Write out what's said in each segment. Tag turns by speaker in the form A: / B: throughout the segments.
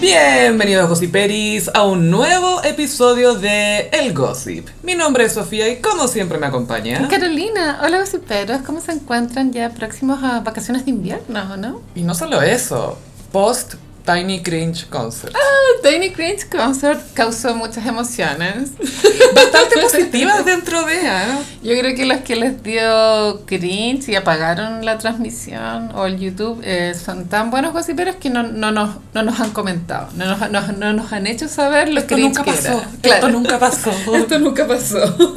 A: Bienvenidos Gossiperis a un nuevo episodio de El Gossip. Mi nombre es Sofía y como siempre me acompaña.
B: Carolina, hola gossiperos, ¿cómo se encuentran ya próximos a vacaciones de invierno, o no?
A: Y no solo eso, post Tiny Cringe Concert.
B: El Tiny Cringe Concert causó muchas emociones.
A: Bastante positivas dentro de... ¿ah?
B: Yo creo que los que les dio cringe y apagaron la transmisión o el YouTube eh, son tan buenos gossiperos que no, no, nos, no nos han comentado, no nos, no, no nos han hecho saber lo
A: Esto
B: cringe
A: nunca
B: que
A: pasó.
B: era. Claro.
A: Esto nunca pasó.
B: Esto nunca pasó.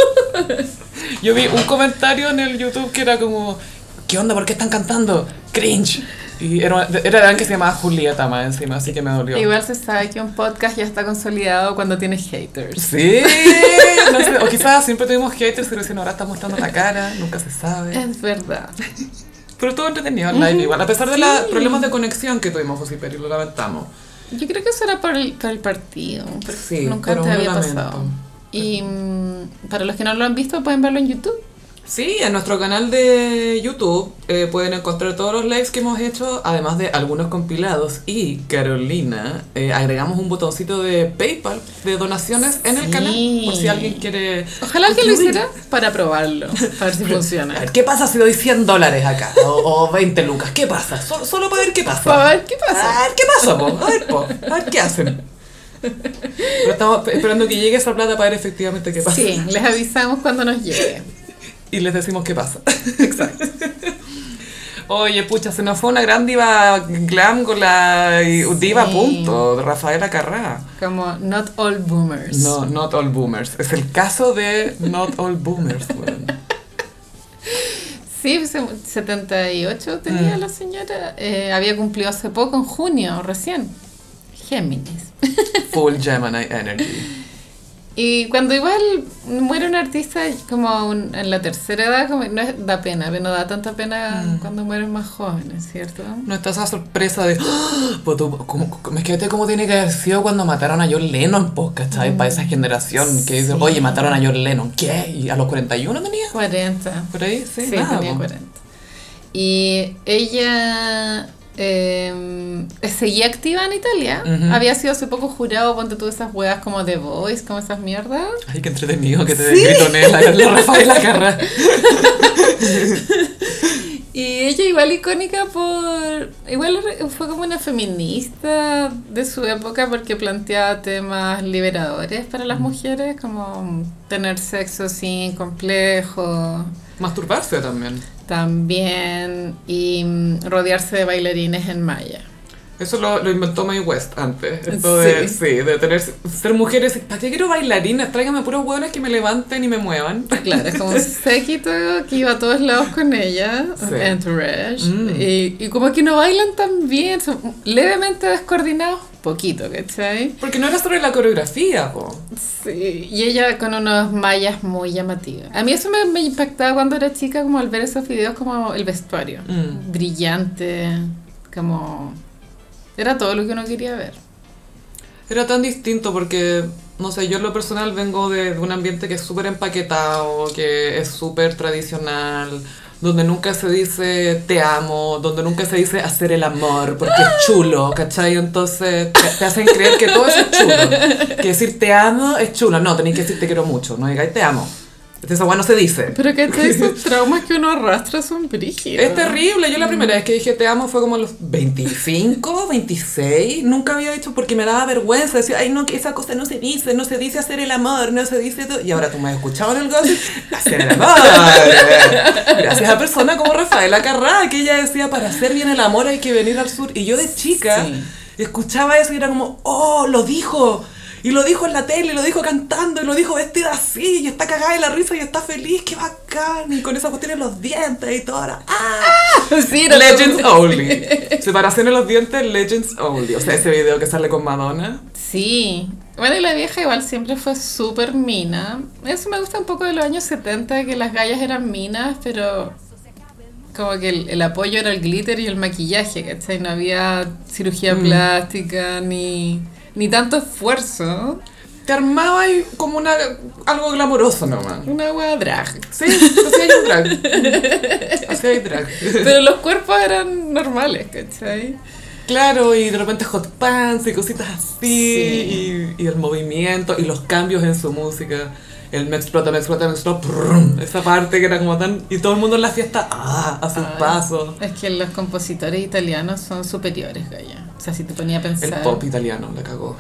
A: Yo vi un comentario en el YouTube que era como, ¿qué onda? ¿Por qué están cantando? Cringe. Y era, era alguien que se llamaba Julieta más encima, así que me dolió.
B: Igual se sabe que un podcast ya está consolidado cuando tiene haters.
A: Sí, no sé, o quizás siempre tuvimos haters y recién ahora estamos mostrando la cara, nunca se sabe.
B: Es verdad.
A: Pero todo entretenido el live igual, a pesar de los problemas de conexión que tuvimos, José Peri, lo lamentamos.
B: Yo creo que eso era por el, por el partido, porque
A: Sí,
B: nunca
A: pero
B: te
A: un
B: había
A: lamento.
B: pasado. Y mm, para los que no lo han visto, pueden verlo en YouTube.
A: Sí, en nuestro canal de YouTube eh, pueden encontrar todos los lives que hemos hecho, además de algunos compilados. Y Carolina, eh, agregamos un botoncito de PayPal de donaciones en el
B: Sí.
A: canal, por si alguien quiere.
B: Ojalá alguien lo
A: contribuir.
B: hiciera para probarlo, para ver si
A: A
B: funciona.
A: ver, ¿qué pasa si doy 100 dólares acá? O, o 20 lucas, ¿qué pasa? Solo, solo para ver qué pasa.
B: Para ver qué pasa.
A: A ver qué pasa, po. A ver, po. A ver qué hacen. Pero estamos esperando que llegue esa plata para ver efectivamente qué pasa.
B: Sí, les avisamos cuando nos llegue.
A: Y les decimos qué pasa. Exacto. Oye, pucha, se nos fue una gran diva glam con la y- diva
B: Sí.
A: punto, Rafaela Carrá.
B: Como Not All Boomers.
A: No, not all boomers. Es el caso de not all boomers. weón.
B: Sí, se- 78 tenía
A: Mm.
B: la señora. eh, había cumplido hace poco, en junio, recién. Géminis.
A: Full Gemini energy.
B: Y cuando igual muere un artista como un- en la tercera edad, como, no es- da pena, pero no da tanta pena
A: Mm.
B: cuando mueren más jóvenes, ¿cierto?
A: No está esa sorpresa de. ¡Ah! Pues tú, ¿cómo- cómo- es que vete cómo tiene que haber sido cuando mataron a John Lennon, pues, ¿cachai? Para esa generación que dice,
B: Sí.
A: oye, mataron a John Lennon. ¿Qué? ¿Y a los 41 tenía?
B: 40.
A: Por ahí, sí,
B: Sí,
A: nada, pues.
B: tenía
A: po.
B: 40. Y ella eh, seguía activa en Italia.
A: Ujú.
B: Había sido hace poco jurado, ponte tú esas huevas como The Voice, como esas mierdas.
A: Ay, qué entretenido que te gritonee la, la Rafaela Carrá.
B: Y ella igual icónica por... Igual re- fue como una feminista de su época porque planteaba temas liberadores para
A: Mm.
B: las mujeres, como tener sexo sin complejo
A: Masturbarse también.
B: también y mm, rodearse de bailarines en malla.
A: Eso lo, lo inventó Mae West antes. Esto de,
B: Sí.
A: sí, de tener, ser mujeres. ¿Para qué quiero bailarinas? Tráigame puros hueones que me levanten y me muevan.
B: Claro, es como un séquito que iba a todos lados con ella,
A: Sí.
B: entourage,
A: Mm.
B: y, y como que no bailan tan bien, son levemente descoordinados, poquito, ¿cachai?
A: Porque no era sobre la coreografía, po.
B: Sí, y ella con unos mallas muy llamativas. A mí eso me, me impactaba cuando era chica, como al ver esos videos, como el vestuario.
A: Mm.
B: Brillante, como... Era todo lo que uno quería ver.
A: Era tan distinto porque, no sé, yo en lo personal vengo de, de un ambiente que es súper empaquetado, que es súper tradicional, donde nunca se dice te amo, donde nunca se dice hacer el amor, porque es chulo, ¿cachai? Entonces te, te hacen creer que todo eso es chulo. Que decir te amo es chulo. No, tenéis que decir te quiero mucho, no digáis te amo. Esa weá no se dice.
B: Pero que esos traumas que uno arrastra son brígidos.
A: Es terrible. Yo la primera vez que dije te amo fue como a los 25, 26. Nunca había dicho porque me daba vergüenza. Decía, ay, no, que esa cosa no se dice, no se dice hacer el amor, no se dice todo. Y ahora tú me has escuchado en el gossip, hacer el amor. Gracias a personas como Rafaela Carrá, que ella decía, para hacer bien el amor hay que venir al sur. Y yo de chica
B: Sí.
A: escuchaba eso y era como, oh, lo dijo. Y lo dijo en la tele, y lo dijo cantando, y lo dijo vestida así, y está cagada de la risa, y está feliz, qué bacán, y con esas cuestiones en los dientes y todo. Ahora, ¡ah!
B: sí, era
A: Legends
B: como-
A: only. Separación en los dientes, Legends only. O sea, ese video que sale con Madonna.
B: Sí. Bueno, y la vieja igual siempre fue súper mina. Eso me gusta un poco de los años 70, que las gallas eran minas, pero como que el, el apoyo era el glitter y el maquillaje, ¿cachai? No había cirugía
A: Mm.
B: plástica ni, ni tanto esfuerzo.
A: Te armaba ahí como una, algo glamoroso nomás.
B: Una wea drag.
A: Sí, así hay un drag. Así hay drag.
B: Pero los cuerpos eran normales, ¿cachai?
A: Claro, y de repente hot pants y cositas así,
B: Sí.
A: y, y el movimiento, y los cambios en su música. El me explota, me explota, me explota, prrrum, esa parte que era como tan... Y todo el mundo en la fiesta, ah, a sus
B: Ay,
A: pasos.
B: Es que los compositores italianos son superiores, Gaya. O sea, si te ponía a
A: El
B: pensar.
A: pop italiano, la cagó.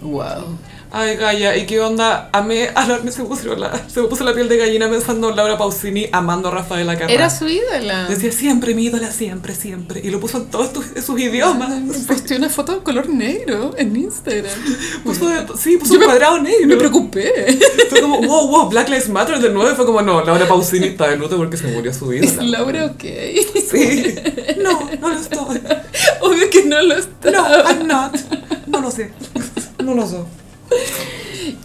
B: Wow.
A: Ay, Gaia, ¿y qué onda? Amé, a la, se, me puso la, se me puso la piel de gallina pensando en Laura Pausini amando a Rafaela Carrà.
B: Era su ídola.
A: Decía siempre, mi ídola, siempre, siempre. Y lo puso en todos tus- en sus idiomas.
B: Posté una foto de color negro en Instagram.
A: Puso de- sí, puso un
B: Yo me-
A: cuadrado negro.
B: Me preocupé.
A: Fue como, wow, wow, Black Lives Matter de nuevo. Y Fue como, no, Laura Pausini está de luto porque se murió su
B: Es
A: ídola.
B: Laura, ok.
A: Sí. No, no lo estoy.
B: Obvio que no lo
A: No,
B: estaba.
A: I'm not. No lo sé. No lo sé.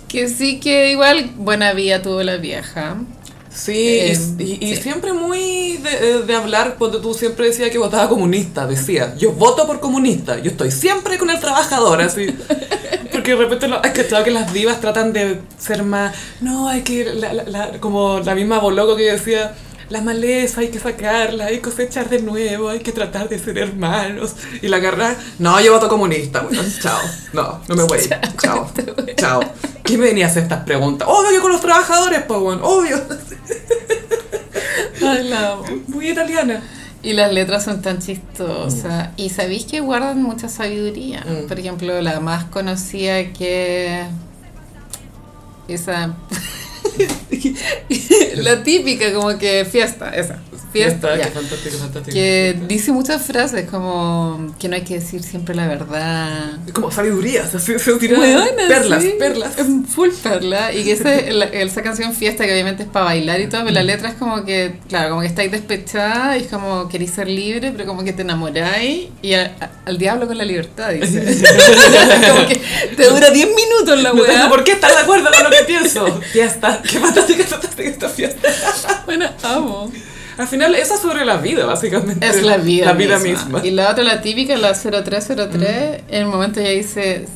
B: Que sí que igual buena vida tuvo la vieja.
A: Sí,
B: Eh,
A: y, y- y
B: sí.
A: siempre muy de, eh, de hablar, cuando tú siempre decías que votaba comunista, decía, yo voto por comunista, yo estoy siempre con el trabajador, así. Porque de repente lo- has cachado que las divas tratan de ser más, no, hay que, la- la- la- como la misma Boloco que decía, la maleza hay que sacarla, hay que cosechar de nuevo, hay que tratar de ser hermanos. Y la agarra, no, yo voto comunista, bueno, chao, no, no me voy, chao, chao. ¿Qué me venías a hacer estas preguntas? Obvio que con los trabajadores, pues, bueno, obvio.
B: Ay, la amo.
A: Muy italiana.
B: Y las letras son tan chistosas. Y sabéis que guardan mucha sabiduría.
A: Mm.
B: Por ejemplo, la más conocida que. Esa. la típica, como que fiesta, esa. Fiesta, ya.
A: qué fantástico, fantástico.
B: Que dice muchas frases como que no hay que decir siempre la verdad.
A: Es como sabiduría, se, se, se tira
B: Weona,
A: perlas,
B: sí.
A: perlas.
B: Es Full perla. Y que ese- la- esa canción fiesta, que obviamente es para bailar y todo, pero la letra es como que, claro, como que estáis despechada y es como queréis ser libre, pero como que te enamoráis y a- a- al diablo con la libertad, dice. como que te dura 10 minutos la
A: No tengo
B: weá.
A: por qué estar de acuerdo con lo que pienso. Fiesta, qué fantástica, fantástica esta fiesta.
B: Bueno, amo.
A: Al final, esa es sobre la vida, básicamente.
B: Es la vida.
A: La vida misma.
B: Y la otra, la típica, la 0303, en el momento ya dice.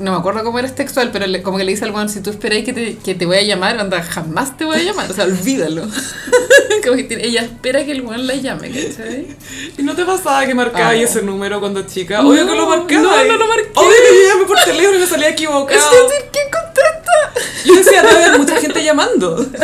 B: No me acuerdo cómo era textual, pero le- como que le dice al weón, si tú esperáis que te, que te voy a llamar, anda, jamás te voy a llamar, o sea, olvídalo. como que tiene- ella espera que el weón la llame, ¿cachai?
A: ¿Y no te pasaba que marcabas
B: Amo.
A: ese número cuando chica?
B: No,
A: Obvio que lo marcaba.
B: no, no lo marqué.
A: Obvio que yo llamé por teléfono y me salía equivocado.
B: Es decir, ¿quién contesta?
A: Yo decía, debe haber mucha gente llamando.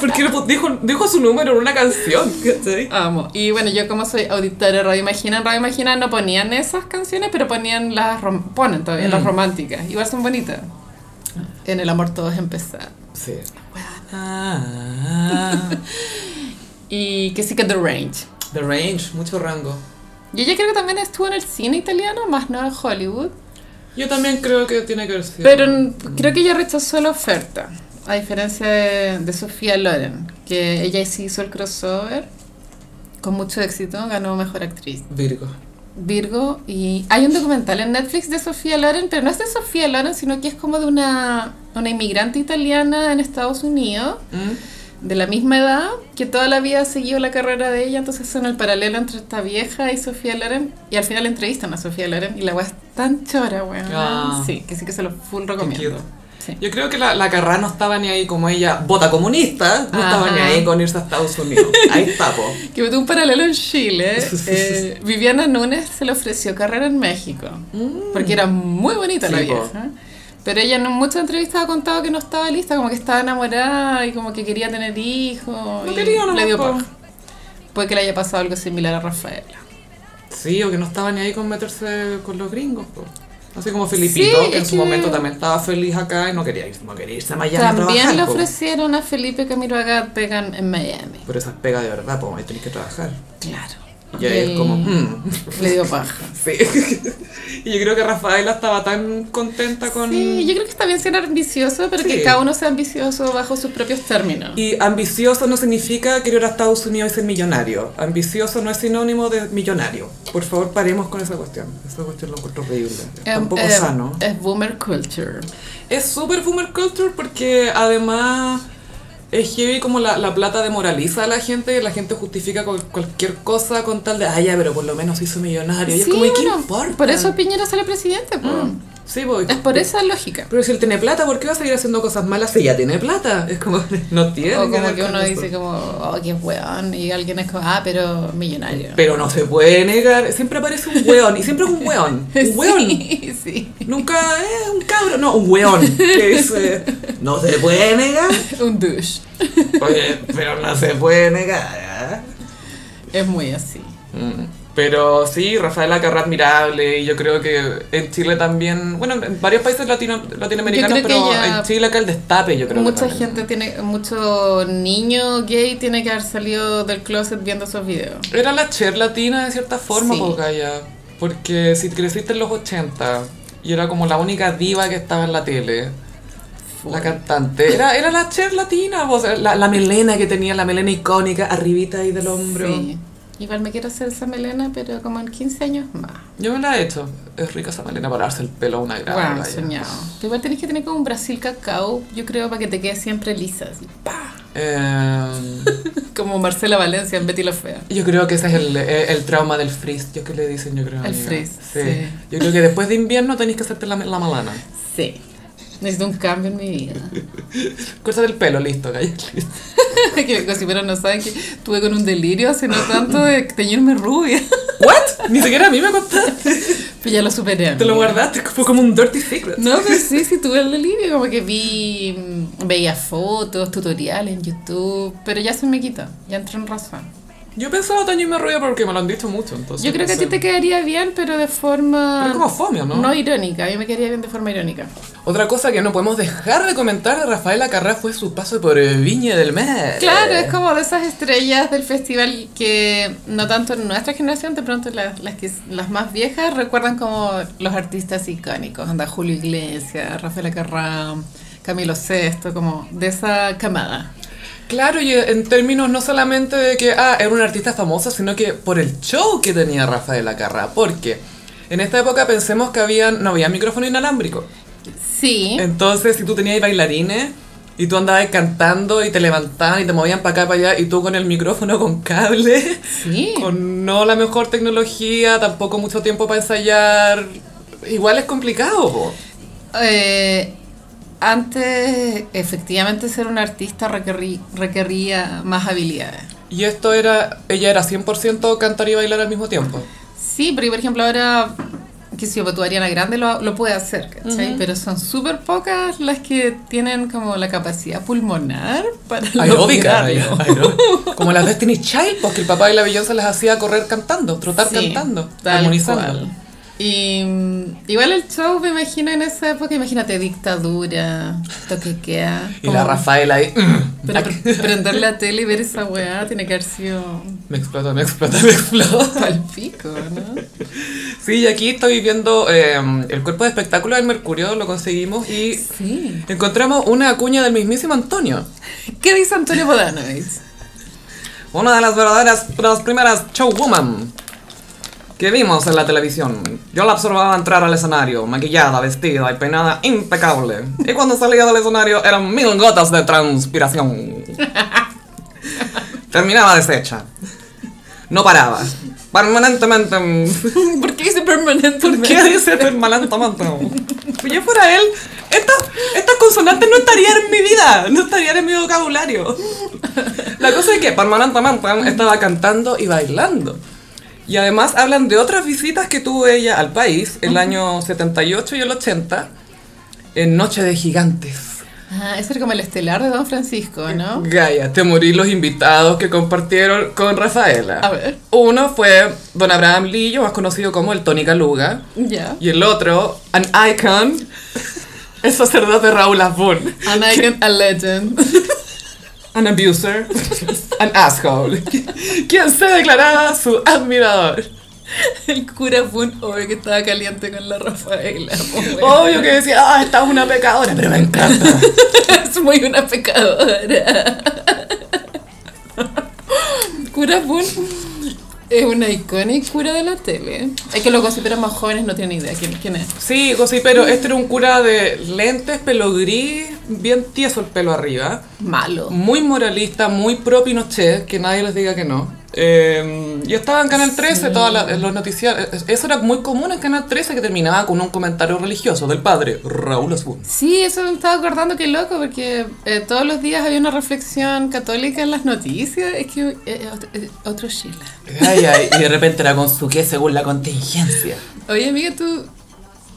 A: Porque lo pu- dijo, dijo su número en una canción, ¿cachai?
B: Amo. Y bueno, yo como soy auditora de Radio Imagina, en Radio Imagina no ponían esas canciones, pero ponían las, rom- ponen todavía las
A: Mm.
B: románticas, igual son bonitas. En el amor todos empezar.
A: Sí. Ah.
B: Y que sí que The Range.
A: The range, mucho rango.
B: Y ella creo que también estuvo en el cine italiano, más no en Hollywood.
A: Yo también creo que tiene que ver sido.
B: Pero en- creo que ella rechazó la oferta, a diferencia de, de Sofía Loren, que ella sí hizo el crossover con mucho éxito, ganó Mejor Actriz.
A: Virgo.
B: Virgo, y hay un documental en Netflix de Sofía Loren, pero no es de Sofía Loren, sino que es como de una, una inmigrante italiana en Estados Unidos,
A: ¿Mm?
B: de la misma edad, que toda la vida siguió la carrera de ella, entonces son el paralelo entre esta vieja y Sofía Loren, y al final entrevistan a Sofía Loren, y la weá es tan chora, weón.
A: Ah.
B: Sí, que sí que se lo full recomiendo. Sí.
A: Yo creo que la, la Carrá no estaba ni ahí como ella, vota comunista, no estaba
B: Ajá.
A: ni ahí con irse a Estados Unidos. Ahí está, po.
B: Que tuvo un paralelo en Chile, eh, Viviana Núñez se le ofreció carrera en México, Mm. porque era muy bonita la
A: Sí, po.
B: vieja. Pero ella en muchas entrevistas ha contado que no estaba lista, como que estaba enamorada y como que quería tener hijos.
A: No
B: y
A: quería, no
B: le dio
A: po.
B: paja. Puede que le haya pasado algo similar a Rafaela.
A: Sí, o que no estaba ni ahí con meterse con los gringos, po. Así como Filipito,
B: Sí,
A: que en
B: es
A: su
B: que-
A: momento también estaba feliz acá y no quería irse, no quería irse a Miami a
B: También
A: trabajar,
B: le
A: po.
B: ofrecieron a Felipe Camilo Agat pegan en Miami.
A: Pero esas pegas de verdad, po, ahí tenés que trabajar.
B: Claro.
A: Y ahí
B: Él
A: es como, mm.
B: Le dio paja.
A: Sí. y yo creo que Rafaela estaba tan contenta con...
B: Sí, yo creo que está bien ser ambicioso, pero que
A: Sí.
B: cada uno sea ambicioso bajo sus propios términos.
A: Y ambicioso no significa querer ir a Estados Unidos y ser millonario. Ambicioso no es sinónimo de millonario. Por favor, paremos con esa cuestión. Esa cuestión lo encuentro horrible. Es
B: Em,
A: tampoco
B: em,
A: sano.
B: Es boomer culture.
A: Es súper boomer culture porque además es heavy como la, la plata demoraliza a la gente. La gente justifica cual- cualquier cosa con tal de, ah, ya, pero por lo menos hizo millonario. Y es como, ¿y qué
B: bueno,
A: importa? Mm.
B: Por eso Piñera sale presidente. po.
A: Sí, pues, voy.
B: Es por esa lógica.
A: Pero si él tiene plata, ¿por qué va a seguir haciendo cosas malas si ya tiene plata? Es como, no tiene.
B: O como
A: ganar
B: que
A: con
B: uno
A: eso.
B: dice como, oh, qué weón, y alguien es como, ah, pero millonario.
A: Pero no se puede negar, siempre aparece un weón, y siempre es un weón. Un weón.
B: Sí, sí.
A: Nunca es un cabro, no, un weón. Que dice, no se puede negar.
B: Un douche.
A: Oye, pero no se puede negar. ¿ah?
B: Es muy así.
A: Mm, Pero sí, Rafael Acarra admirable y yo creo que en Chile también, bueno, en varios países latino, latinoamericanos,
B: Yo creo que
A: pero
B: ya-
A: en Chile acá el destape yo creo. que
B: Mucha
A: también.
B: gente tiene, mucho niño gay tiene que haber salido del closet viendo esos videos.
A: Era la cher latina de cierta forma,
B: Sí.
A: po, Gaya, porque si creciste en los 80 y era como la única diva que estaba en la tele. La cantante. Era, era la cher latina, po, o sea, la, la melena que tenía, la melena icónica, arribita ahí del hombro.
B: Sí. Igual me quiero hacer esa melena, pero como en 15 años más.
A: Yo me la he hecho. Es rica esa melena para darse el pelo a una grada.
B: Bueno,
A: Gaya.
B: soñado. Pero igual tenés que tener como un Brasil cacao, yo creo, para que te quede siempre lisa. así, ¡pah!
A: Eh,
B: Como Marcela Valencia en Betty la Fea.
A: Yo creo que ese es el, eh, el trauma del frizz, yo que le dicen, yo creo.
B: El
A: amiga.
B: frizz,
A: Sí.
B: sí.
A: Yo creo que después de invierno tenéis que hacerte la, la malana.
B: Sí. Necesito un cambio en mi vida.
A: Córtate el pelo, listo, calla. listo.
B: que los cocineros no saben que tuve con un delirio hace no tanto de teñirme rubia.
A: ¿What? Ni siquiera a mí me contaste.
B: Pero ya lo superé.
A: Te lo
B: amiga.
A: guardaste, fue como un dirty secret.
B: No, pero sí, sí tuve el delirio, como que vi, mm, veía fotos, tutoriales en YouTube, pero ya se me quita, ya entró en razón.
A: Yo he pensado teñirme rubia porque me lo han dicho mucho, entonces.
B: Yo creo que a ti te
A: queda.
B: quedaría bien, pero de forma...
A: Pero es como fomio, ¿no?
B: No irónica, a mí me quedaría bien de forma irónica.
A: Otra cosa que no podemos dejar de comentar de Rafaela Carrá fue su paso por Viña del Mar.
B: Claro, es como de esas estrellas del festival que no tanto en nuestra generación, de pronto las, las, que, las más viejas recuerdan como los artistas icónicos, anda Julio Iglesias, Rafael Carrá, Camilo Sesto, como de esa camada.
A: Claro, y en términos no solamente de que ah, era una artista famosa, sino que por el show que tenía Rafaela Carrá. Porque en esta época pensemos que había, no había micrófono inalámbrico.
B: Sí.
A: Entonces, si tú tenías bailarines y tú andabas cantando y te levantaban y te movían para acá, para allá, y tú con el micrófono con cable,
B: Sí.
A: con no la mejor tecnología, tampoco mucho tiempo para ensayar, igual es complicado. po.
B: Eh, antes, efectivamente, ser un artista requerí- requería más habilidades.
A: Y esto era, ella era 100% cantar y bailar al mismo tiempo.
B: Sí, pero por ejemplo ahora, que si yo, pues, tu Ariana Grande lo, lo puede hacer, ¿cachai? Pero son súper pocas las que tienen como la capacidad pulmonar para
A: aeróbica,
B: lograrlo.
A: aeró- como las Destiny Child, porque el papá y la Beyoncé las hacía correr cantando, trotar
B: Sí,
A: cantando,
B: tal
A: armonizando.
B: cual. Y mm, igual el show, me imagino en esa época, imagínate dictadura, toquequea.
A: Y la Rafaela ahí, mm,
B: Oh. Pero
A: ac-
B: pre- prender la tele y ver esa weá tiene que haber sido
A: me explota, me explota, me explota.
B: pal pico, ¿no?
A: Sí, y aquí estoy viendo eh, el cuerpo de espectáculo del Mercurio, lo conseguimos y
B: Sí.
A: encontramos una cuña del mismísimo Antonio.
B: ¿Qué dice Antonio Bodanovich?
A: Una de las verdaderas, de las primeras showwoman que vimos en la televisión. Yo la observaba entrar al escenario, maquillada, vestida y peinada impecable. Y cuando salía del escenario eran mil gotas de transpiración. Terminaba deshecha. No paraba. Permanentemente. mm,
B: ¿Por qué dice permanente?
A: ¿Qué dice permanentemente? Si yo fuera él, estas estas consonantes no estarían en mi vida, no estarían en mi vocabulario. La cosa es que Parmanan Taman Tam estaba cantando y bailando. Y además hablan de otras visitas que tuvo ella al país el año 78 y el 80 en Noche de Gigantes.
B: Ah, eso era como el estelar de Don Francisco, ¿no?
A: Gaya, te morí los invitados que compartieron con Rafaela.
B: A ver.
A: Uno fue Don Abraham Lillo, más conocido como el Tony Caluga.
B: Ya.
A: Y el otro, an icon, el sacerdote Raúl Azbun.
B: An icon, a legend.
A: An abuser, an asshole. Quien se declaraba su admirador.
B: El cura fue un obvio que estaba caliente con la Rafaela. pues, bueno.
A: Obvio que decía, ah, esta es una pecadora, pero me encanta.
B: Es muy una pecadora. Cura Boone es una icónica cura de la tele. Es que los gossiperos más jóvenes no tienen idea quién, quién es.
A: Sí, sí, pero este era un cura de lentes, pelo gris, bien tieso el pelo arriba.
B: Malo.
A: Muy moralista, muy pro Pinochet, que nadie les diga que no. Eh, yo estaba en Canal 13,
B: Sí.
A: todas las- los noticiarios. Eso era muy común en Canal 13 que terminaba con un comentario religioso del padre Raúl Asbun.
B: Sí, eso me estaba acordando que loco, porque eh, todos los días había una reflexión católica en las noticias. Es que eh, eh, otro, eh, otro Chile.
A: Ay, ay, y de repente era con su qué según la contingencia.
B: Oye, amiga, tú,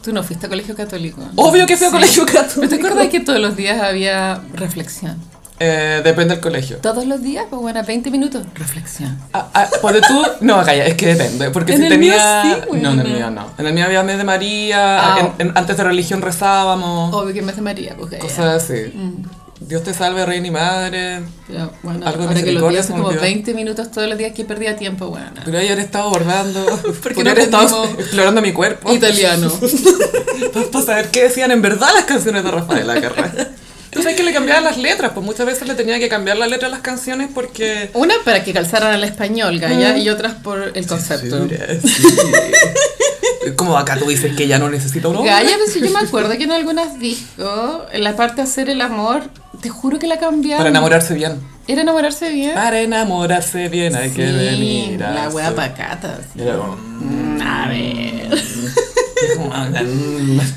B: tú no fuiste a colegio católico.
A: Obvio que fui a
B: Sí.
A: colegio
B: ¿Pero
A: católico.
B: te acuerdas que todos los días había reflexión?
A: Eh, depende del colegio.
B: Todos los días, pues bueno, 20 minutos, reflexión.
A: Ah, ah, ponte tú, no, calla, es que depende, porque
B: En
A: si
B: el
A: tenía...
B: mío sí, güey,
A: no, en el
B: no.
A: mío no. En el mío había mes de María,
B: Ah.
A: en- en- antes de religión rezábamos,
B: Obvio que me hace María, pues que-
A: cosas así.
B: Mm.
A: Dios te salve, reina y madre.
B: Pero
A: Algo de
B: bueno, ahora que lo
A: misericordia
B: pienso,
A: se me
B: como
A: olvidó.
B: 20 minutos todos los días que perdía tiempo, bueno.
A: Pero ahí han estado bordando,
B: ¿Por qué
A: por
B: no
A: haber estado
B: aprendimos
A: explorando mi cuerpo.
B: Italiano.
A: Para saber qué decían en verdad las canciones de Rafaela Carrá. Entonces es que le cambiaban las letras, pues muchas veces le tenía que cambiar la letra a las canciones porque...
B: Una para que calzaran al español, Gaya,
A: Ah.
B: y otras por el concepto.
A: Como acá tú dices que ya no necesita un hombre.
B: Gaya, pues sí, yo me acuerdo que en algunos discos, en la parte de hacer el amor, te juro que la cambiaron.
A: Para enamorarse bien.
B: Era enamorarse bien.
A: Para enamorarse bien hay que
B: Sí,
A: venir a
B: La wea
A: su-
B: pacata. sí.
A: Y era como-
B: Mm, A ver.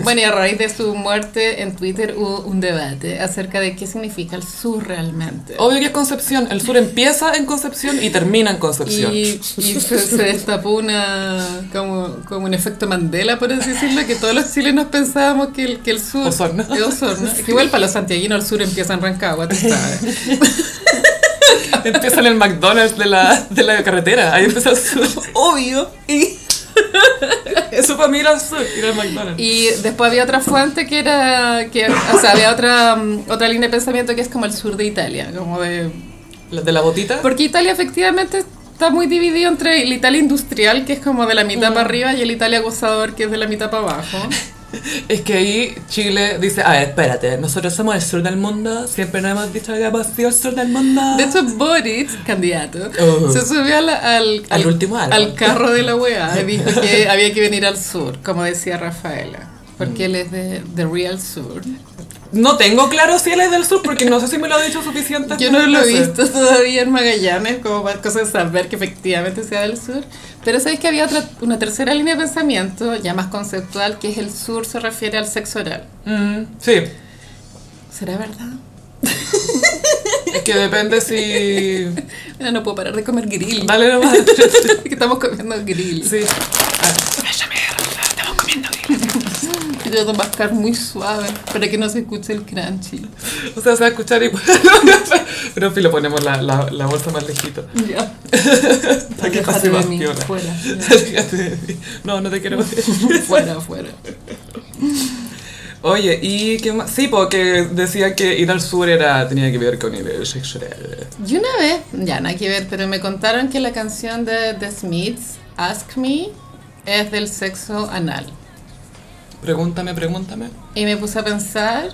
B: Bueno, y a raíz de su muerte en Twitter hubo un debate acerca de qué significa el sur realmente.
A: Obvio que es Concepción. El sur empieza en Concepción y termina en Concepción.
B: Y, y se, se destapó una, como, como un efecto Mandela, por así decirlo, que todos los chilenos pensábamos que el, que el sur...
A: Osorno.
B: que Osorno. Que Igual para los santiaguinos el sur empieza en Rancagua, tú sabes.
A: Empieza en el McDonald's de la, de la carretera. Ahí empieza el sur. Obvio. Y- Eso para mí era el sur, ir al McDonald's.
B: Y después había otra fuente que era... Que, o sea, había otra, mm, otra línea de pensamiento que es como el sur de Italia, como de...
A: ¿La de la botita?
B: Porque Italia efectivamente está muy dividido entre el Italia industrial, que es como de la mitad
A: Mm.
B: para arriba, y el Italia gozador, que es de la mitad para abajo.
A: Es que ahí Chile dice, a ver, espérate, nosotros somos el sur del mundo, siempre nos hemos dicho que hemos sido el sur del mundo.
B: De hecho, Boric, candidato,
A: Ujú.
B: se subió a la- al,
A: Oh. Al último álbum.
B: al carro de la UEA y dijo que había que venir al sur, como decía Rafaela, porque él es de, de Real Sur.
A: No tengo claro si él es del sur porque no sé si me lo ha dicho suficiente.
B: Yo no lo he visto todavía en Magallanes, como para cosas de saber que efectivamente sea del sur. Pero sabéis que había otra, una tercera línea de pensamiento, ya más conceptual, que es el sur se refiere al sexo oral.
A: Mm, sí,
B: ¿Será verdad?
A: es que depende si...
B: Mira, no puedo parar de comer grill.
A: Dale nomás.
B: que estamos comiendo grill.
A: Sí. Ah,
B: Y Yo tengo mascar muy suave para que no se escuche el crunchy.
A: O sea, se va a escuchar igual. Pero si lo ponemos la, la, la bolsa más lejito.
B: Ya.
A: Para que
B: Aléjate
A: pase
B: de
A: más
B: mí,
A: piola.
B: Fuera,
A: Aléjate de mí. No, no te quiero ver.
B: fuera, fuera.
A: Oye, ¿y qué más? Sí, porque decía que ir al sur era, tenía que ver con el sexual.
B: Y una vez, ya nada que ver, pero me contaron que la canción de The Smiths, Ask Me, es del sexo anal.
A: Pregúntame, pregúntame.
B: Y me puse a pensar,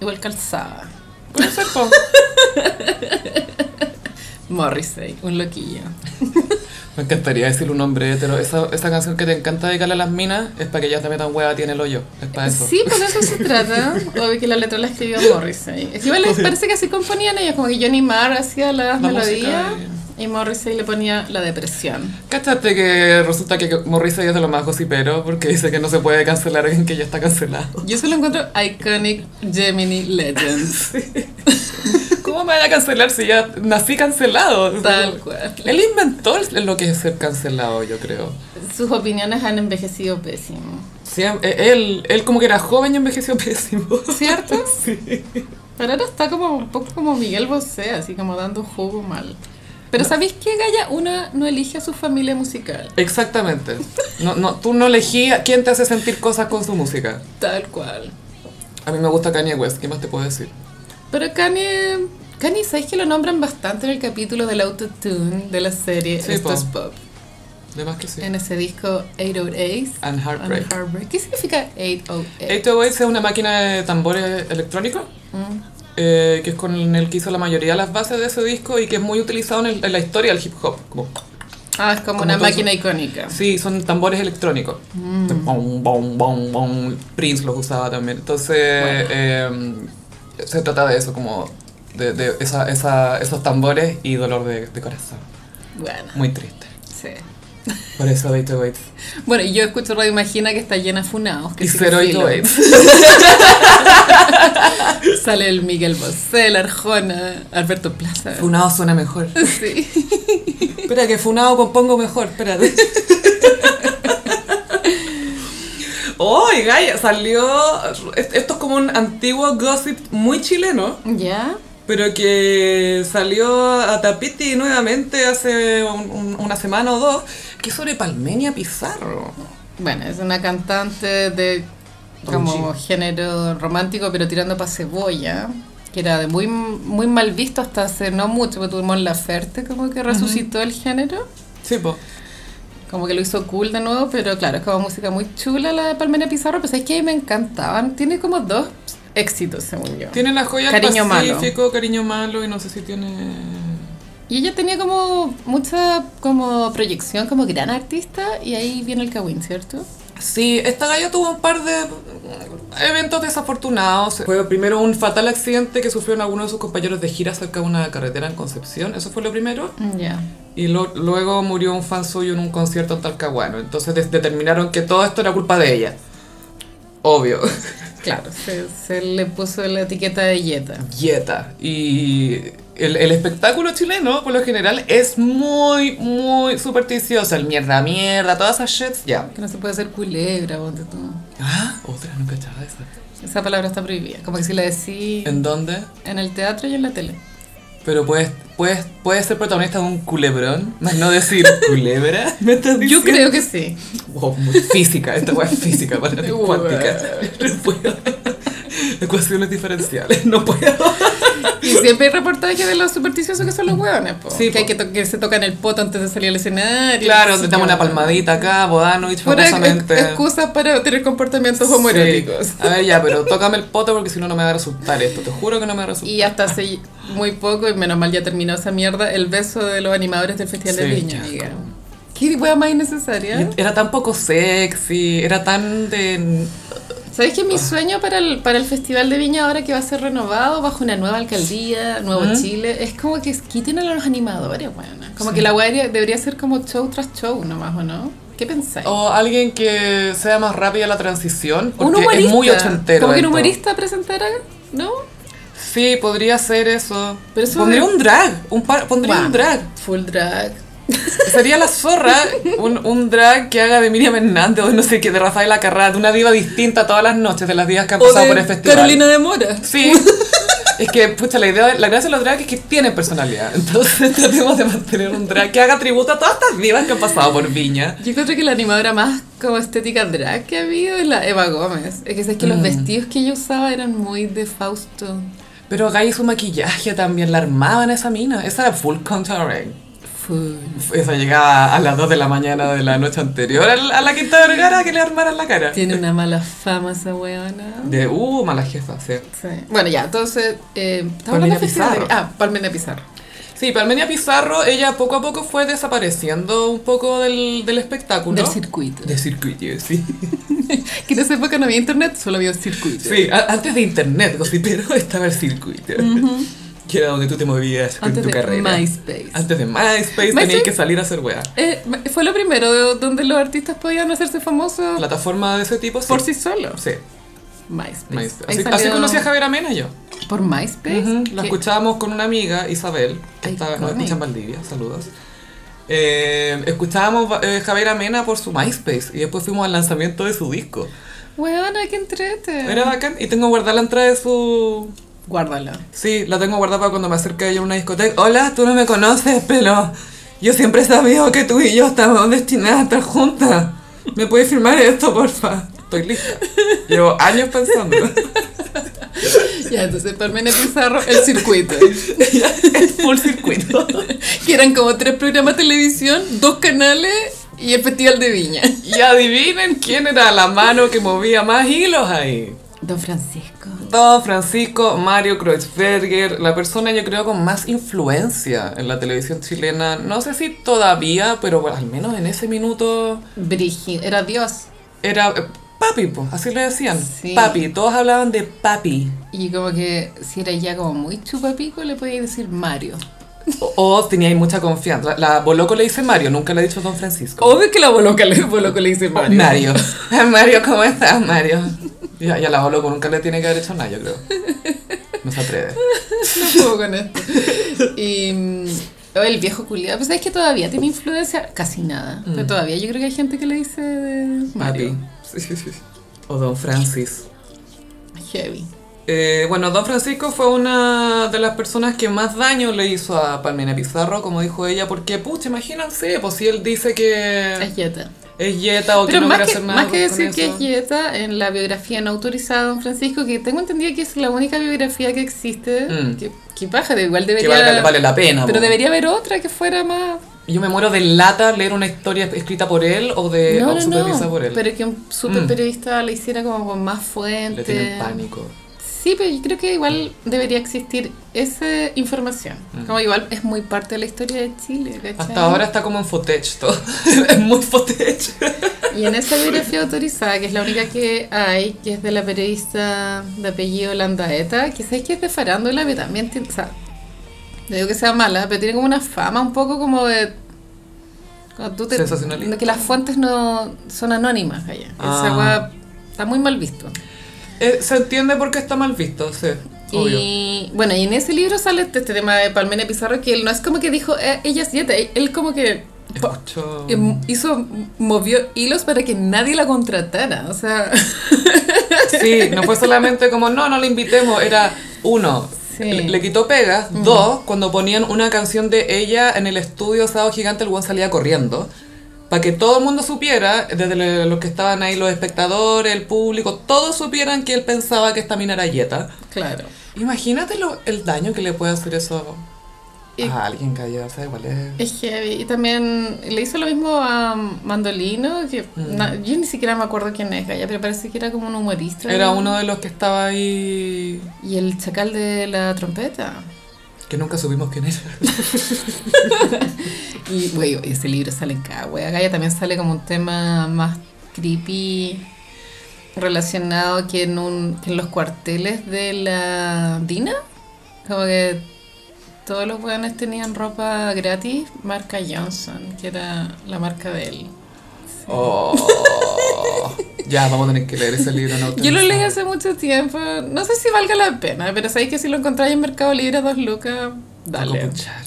B: igual calzaba.
A: Puede ser, po.
B: Morrissey, un loquillo.
A: Me encantaría decirle un hombre hetero. Esa, esa canción que te encanta dedicarle a las minas es para que ellas te metan hueá, tiene el hoyo. Es para eso.
B: Sí, pues de eso se trata. Obvio que la letra la escribió Morrissey. Es que igual parece que así componían ellos, como que Johnny Marr hacía las
A: La
B: melodías
A: música
B: y Morrissey le ponía la depresión.
A: Cáchate que resulta que Morrissey es de lo más gossipero porque dice que no se puede cancelar a alguien que ya está cancelado.
B: Yo solo encuentro Iconic Gemini Legends.
A: ¿Cómo me van a cancelar si ya nací cancelado?
B: Tal cual.
A: Él inventó lo que es ser cancelado, yo creo.
B: Sus opiniones han envejecido pésimo.
A: Siem- eh, él, él como que era joven y envejeció pésimo.
B: ¿Cierto?
A: Sí.
B: Pero ahora está como un poco como Miguel Bosé, así como dando jugo mal. Pero ¿sabéis qué, Gaya? Una no elige a su familia musical.
A: Exactamente. No, no, tú no elegías quién te hace sentir cosas con su música.
B: Tal cual.
A: A mí me gusta Kanye West, ¿qué más te puedo decir?
B: Pero Kanye... Kanye, ¿sabéis que lo nombran bastante en el capítulo del autotune de la serie
A: Sí,
B: Esto
A: po.
B: es Pop?
A: De más que sí.
B: En ese disco 808
A: And Heartbreak. Eh,
B: and Heartbreak. ¿Qué significa 808?
A: 808 es una máquina de tambores electrónicos
B: Mm.
A: eh, que es con el que hizo la mayoría de las bases de ese disco y que es muy utilizado en, el- en la historia del hip hop. Como,
B: Ah, es como,
A: Como
B: una
A: todo
B: máquina icónica.
A: sí, son tambores electrónicos. Bom, bom, bom, bom. Prince los usaba también. Entonces, eh, se trata de eso, como de, de esa- esa- esos tambores y dolor de, de corazón.
B: Bueno,
A: Muy triste.
B: sí.
A: Por eso 808.
B: Bueno, y yo escucho Radio Imagina que está llena de funados. Que
A: Y eh,
B: sí que
A: 088.
B: filo. Sale el Miguel Bosé, la Arjona, Alberto Plaza.
A: Funado suena mejor.
B: Sí.
A: Espera, que Funado compongo mejor, espérate. Oh, y Gaia, salió... Esto es como un antiguo gossip muy chileno,
B: ¿Ya?
A: pero que salió a tapiti nuevamente hace un- un- una semana o dos, que es sobre Palmenia Pizarro.
B: Bueno, es una cantante de como género romántico, pero tirando para cebolla, que era de muy, muy mal visto hasta hace no mucho, porque tuvimos la Ferte como que resucitó el género,
A: Sí, po.
B: como que lo hizo cool de nuevo, pero claro, es como música muy chula la de Palmera Pizarro, pues es que a mí me encantaban, tiene como dos éxitos según yo.
A: Tiene la joya del
B: Cariño malo.
A: Pacífico, Cariño Malo, y no sé si tiene...
B: Y ella tenía como mucha como proyección como gran artista y ahí viene el Kawin, ¿cierto?
A: Sí, esta galla tuvo un par de eventos desafortunados. Fue primero un fatal accidente que sufrieron algunos de sus compañeros de gira cerca de una carretera en Concepción. Eso fue lo primero.
B: Ya.
A: Y lo- luego murió un fan suyo en un concierto en Talcahuano. Entonces des- determinaron que todo esto era culpa de ella. Obvio.
B: Claro, se, se le puso la etiqueta de Yeta.
A: Yeta. Y el, el espectáculo chileno, por lo general, es muy, muy supersticioso. El mierda, mierda, todas esas shits, ya.
B: Que no se puede hacer culebra, ponte tú.
A: Ah, otra, no cachaba esa.
B: Esa palabra está prohibida. Como que si la decís
A: ¿En dónde?
B: en el teatro y en la tele.
A: Pero puedes, puedes, puedes ser protagonista de un culebrón, más no decir culebra. ¿Me estás
B: Yo creo que sí.
A: Wow, muy física, esta weá es física para ti,
B: Wow.
A: cuántica. No puedo. Ecuaciones diferenciales, no puedo.
B: Y siempre hay reportajes de los supersticiosos que son los hueones, po.
A: Sí,
B: que, hay
A: po.
B: que, to- que se tocan el poto antes de salir al escenario.
A: Claro,
B: Sí,
A: te damos una
B: po.
A: palmadita acá, Bodanovich,
B: Puras
A: famosamente.
B: ex- excusas para tener comportamientos
A: Sí.
B: homoeróticos.
A: A ver, ya, pero tócame el poto porque si no, no me va a resultar esto. Te juro que no me va a resultar.
B: Y hasta hace muy poco, y menos mal ya terminó esa mierda, el beso de los animadores del Festival de
A: Sí,
B: Viña,
A: ya,
B: amiga. ¿Qué hueá más innecesaria?
A: Y Era tan poco sexy, era tan de.
B: ¿Sabes que
A: Ah.
B: mi sueño para el, para el Festival de Viña ahora que va a ser renovado bajo una nueva alcaldía, nuevo Chile, es como que quiten a los animadores, bueno. Como que la weá debería- debería ser como show tras show nomás, ¿o no? ¿Qué pensáis?
A: O alguien que sea más rápida la transición,
B: un
A: porque
B: humorista.
A: es muy ochentero.
B: Como que un
A: esto.
B: humorista presentara, ¿no?
A: Sí, podría ser eso.
B: Pero eso
A: pondría
B: es-
A: un drag, un par- pondría
B: Guau.
A: un drag.
B: Full drag.
A: Sería la zorra, un, un drag que haga de Miriam Hernández o de no sé qué, de Rafael Acarrat, una diva distinta todas las noches de las días que han pasado por el festival.
B: Carolina de Mora.
A: Sí. Es que, pucha, la idea, la gracia de los drag es que tienen personalidad. Entonces tratemos de mantener un drag que haga tributo a todas estas divas que han pasado por Viña.
B: Yo creo que la animadora más como estética drag que ha habido es la Eva Gómez. Es que sabes
A: Mm.
B: que los vestidos que ella usaba eran muy de Fausto.
A: Pero Gai su maquillaje también la armaban esa mina. Esa era full contouring.
B: Full.
A: Esa llegaba a las 2 de la mañana de la noche anterior a la, a la Quinta Vergara que le armaran la cara.
B: Tiene una mala fama esa weona.
A: De, uh, mala jefa, sí.
B: Sí. Bueno, ya, entonces. Eh, estaba
A: Palmira
B: hablando de festival de-
A: Pizarro.
B: Ah, Palmena Pizarro.
A: Sí, Palmenia Pizarro, ella poco a poco fue desapareciendo un poco del, del espectáculo.
B: Del circuito.
A: De circuito, sí.
B: Que en esa época no había internet, solo había circuito.
A: Sí, a- antes de internet, pero estaba el circuito. Que era donde tú te movías con
B: Antes
A: tu
B: de
A: carrera.
B: MySpace.
A: Antes de MySpace, tenías
B: MySpace-
A: que salir a hacer weá.
B: Eh, fue lo primero donde los artistas podían hacerse famosos
A: Plataforma de ese tipo, sí.
B: por sí solos.
A: Sí,
B: MySpace.
A: MySpace.
B: Ahí
A: Así,
B: salió-
A: así conocí a Javier Amena yo.
B: ¿Por MySpace?
A: Ujú, La
B: ¿Qué?
A: escuchábamos con una amiga, Isabel, que está, nos
B: Iconic.
A: escucha en Valdivia, saludos. Eh, escuchábamos eh, Javier Amena por su MySpace y después fuimos al lanzamiento de su disco.
B: Weona, que entrete.
A: Era bacán y tengo guardada la entrada de su...
B: Guárdala.
A: Sí, la tengo guardada para cuando me acerque a ella a una discoteca. Hola, tú no me conoces, pero yo siempre he sabido que tú y yo estamos destinadas a estar juntas. ¿Me puedes firmar esto, porfa? Estoy lista. Llevo años pensando.
B: Ya, entonces Palmena Pizarro, el circuito.
A: es full circuito.
B: que eran como tres programas de televisión, dos canales y el Festival de Viña.
A: Y adivinen quién era la mano que movía más hilos ahí.
B: Don Francisco.
A: Don Francisco Mario Kreuzberger, la persona yo creo con más influencia en la televisión chilena. No sé si todavía, pero bueno, al menos en ese minuto
B: Brígido. Era Dios.
A: era eh, papi, po, así le decían.
B: Sí.
A: Papi, todos hablaban de papi.
B: Y como que si era ya como muy chupapico, le podía decir Mario.
A: O, o teníais mucha confianza. La, la Boloco le dice Mario, nunca le ha dicho Don Francisco.
B: Obvio que la boloca le, boloca le dice Mario.
A: Mario. Mario, ¿cómo estás, Mario? Y a, y a la Boloco nunca le tiene que haber hecho nada, yo creo. No se atreve.
B: No puedo con esto. Y mm, oh, el viejo culiado. Pues es que todavía tiene influencia. Casi nada. Pero todavía yo creo que hay gente que le dice de
A: Mario.
B: Mario.
A: O Don Francis.
B: Heavy.
A: Eh, bueno, Don Francisco fue una de las personas que más daño le hizo a Palmina Pizarro, como dijo ella, porque, pucha, imagínense, pues si él dice
B: Es
A: que
B: yeta.
A: es yeta o que
B: Pero
A: Ah. no
B: más,
A: quiere
B: que,
A: hacer nada
B: más que
A: con
B: decir que
A: eso.
B: es dieta, en la biografía no autorizada de Don Francisco, que tengo entendido que es la única biografía que existe,
A: Mm.
B: que, que paja, de igual debería...
A: que vale, vale la pena.
B: pero
A: po.
B: debería haber otra que fuera más...
A: Yo me muero de lata leer una historia escrita por él o de
B: no,
A: o
B: no,
A: supervisada
B: no,
A: Eh, por él. Mm.
B: pero que un super periodista le hiciera como con más fuente.
A: Le tienen pánico.
B: Sí, pero yo creo que igual debería existir esa información. Como igual es muy parte de la historia de Chile, ¿cachai?
A: Mm. Hasta ahora está como en fotech todo. es muy fotech.
B: Y en esta biografía autorizada, que es la única que hay, que es de la periodista de apellido Landaeta, que sé que es de farándula, pero también tiene, o sea, no digo que sea mala, pero tiene como una fama un poco como de... cuando tú te-
A: Sensacionalista.
B: de que las fuentes no son anónimas allá.
A: Ah.
B: Esa agua está muy mal visto.
A: Eh, se entiende por qué está mal visto, sí. Obvio.
B: Y bueno, y en ese libro sale este, este tema de Palmena Pizarro, que él no es como que dijo, "Eh, ella es dieta, él él como que... po-
A: Escucho-
B: que hizo, movió hilos para que nadie la contratara, o sea...
A: Sí, no fue solamente como, no, no le invitemos, era uno.
B: Sí.
A: Le, le quitó pegas. Dos, cuando ponían una canción de ella en el estudio Sábado Gigante, el buen salía corriendo. Para que todo el mundo supiera, desde le- los que estaban ahí, los espectadores, el público, todos supieran que él pensaba que esta mina era yeta.
B: Claro.
A: Imagínate lo- el daño que le puede hacer eso
B: Y-
A: a alguien que haya, ¿sabes cuál es?
B: Es heavy. Y también le hizo lo mismo a Mandolino, que
A: Mm.
B: na- yo ni siquiera me acuerdo quién es, Gaya, pero parece que era como un humorista.
A: Era
B: ¿no?
A: uno de los que estaba ahí,
B: Y el chacal de la trompeta.
A: que nunca supimos quién era.
B: Y, güey, ese libro sale en cada wea. Gaya también sale como un tema más creepy relacionado que en, un, que en los cuarteles de la Dina. Como que todos los weones tenían ropa gratis, marca Johnson, que era la marca de él.
A: Oh, ya, vamos a tener que leer ese libro. No
B: Yo lo leí
A: autorizado.
B: hace mucho tiempo. No sé si valga la pena, pero sabéis que si lo encontráis en Mercado Libre a dos lucas,
A: Toco
B: dale.
A: puchar.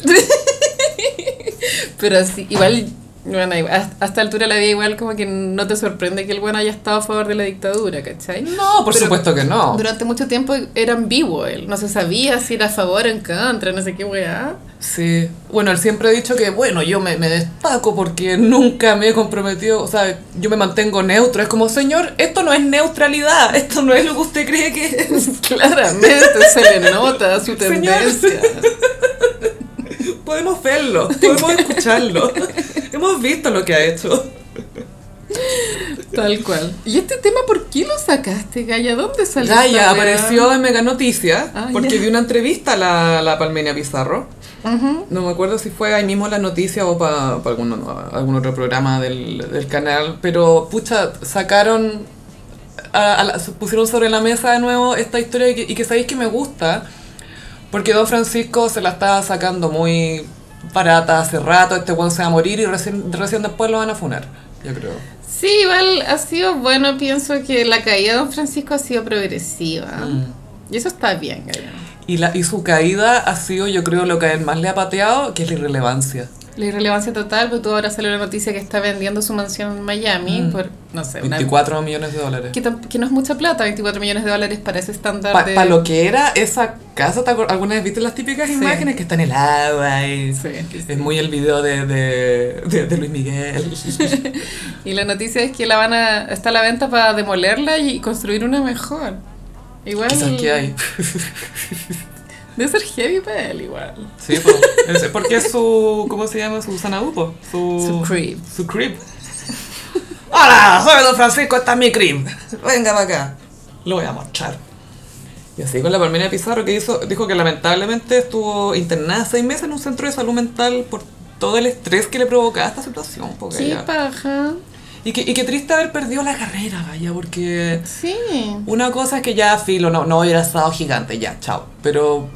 B: Pero sí, igual, bueno, igual, hasta- a esta altura de la vida, igual como que no te sorprende que el bueno haya estado a favor de la dictadura, ¿cachai?
A: No, por
B: Pero
A: supuesto que no.
B: Durante mucho tiempo era ambiguo él. No se sabía si era a favor o en contra, no sé qué weá.
A: Sí. Bueno, él siempre ha dicho que, bueno, yo me, me destaco porque nunca me he comprometido, o sea, yo me mantengo neutro. Es como, señor, esto no es neutralidad, esto no es lo que usted cree que es.
B: Claramente se le nota su tendencia.
A: Podemos verlo, podemos escucharlo. Hemos visto lo que ha hecho.
B: Tal cual. ¿Y este tema por qué lo sacaste, Gaya? ¿Dónde salió? esta
A: Gaia
B: weá?
A: apareció en Mega Noticias
B: Ah,
A: porque
B: ya.
A: vi una entrevista a la, la Palmenia Pizarro.
B: Ujú.
A: No me acuerdo si fue ahí mismo la noticia o para algún, algún otro programa del, del canal, pero pucha, sacaron, a- a la- pusieron sobre la mesa de nuevo esta historia y que, y que sabéis que me gusta, porque Don Francisco se la estaba sacando muy barata hace rato, este buen se va a morir y recién, recién después lo van a funar, yo creo.
B: Sí, igual ha sido bueno, pienso que la caída de Don Francisco ha sido progresiva.
A: Mm.
B: Y eso está bien, Gabriel.
A: Y, la, y su caída ha sido, yo creo, lo que a él más le ha pateado, que es la irrelevancia.
B: La irrelevancia total, pero tú ahora salió la noticia que está vendiendo su mansión en Miami
A: Mm.
B: por, no sé, una,
A: 24 millones de dólares.
B: que, tam- que no es mucha plata, 24 millones de dólares para ese estándar
A: Para
B: de...
A: lo que era esa casa, ¿te acuer- ¿alguna vez viste las típicas
B: Sí.
A: imágenes que está en el agua? Y
B: Sí, sí, sí.
A: Es muy el video de, de, de- de Luis Miguel.
B: Y la noticia es que la van a, está a la venta para demolerla y construir una mejor. Igual...
A: Quizás que hay.
B: Debe ser heavy para él igual.
A: Sí, po. Es- porque es su. ¿Cómo se llama? Su sanadupo. Su,
B: Su crib.
A: Su crib. ¡Hola! Soy Don Francisco, esta es mi crib. Venga para acá. Lo voy a mostrar. Y así con la Palmina Pizarro, que hizo, dijo que lamentablemente estuvo internada seis meses en un centro de salud mental por todo el estrés que le provocaba esta situación. Porque
B: Qué
A: ella-
B: paja.
A: Y que, y que triste haber perdido la carrera, vaya, porque
B: Sí.
A: una cosa es que ya, filo, no, no hubiera estado gigante, ya, chao. Pero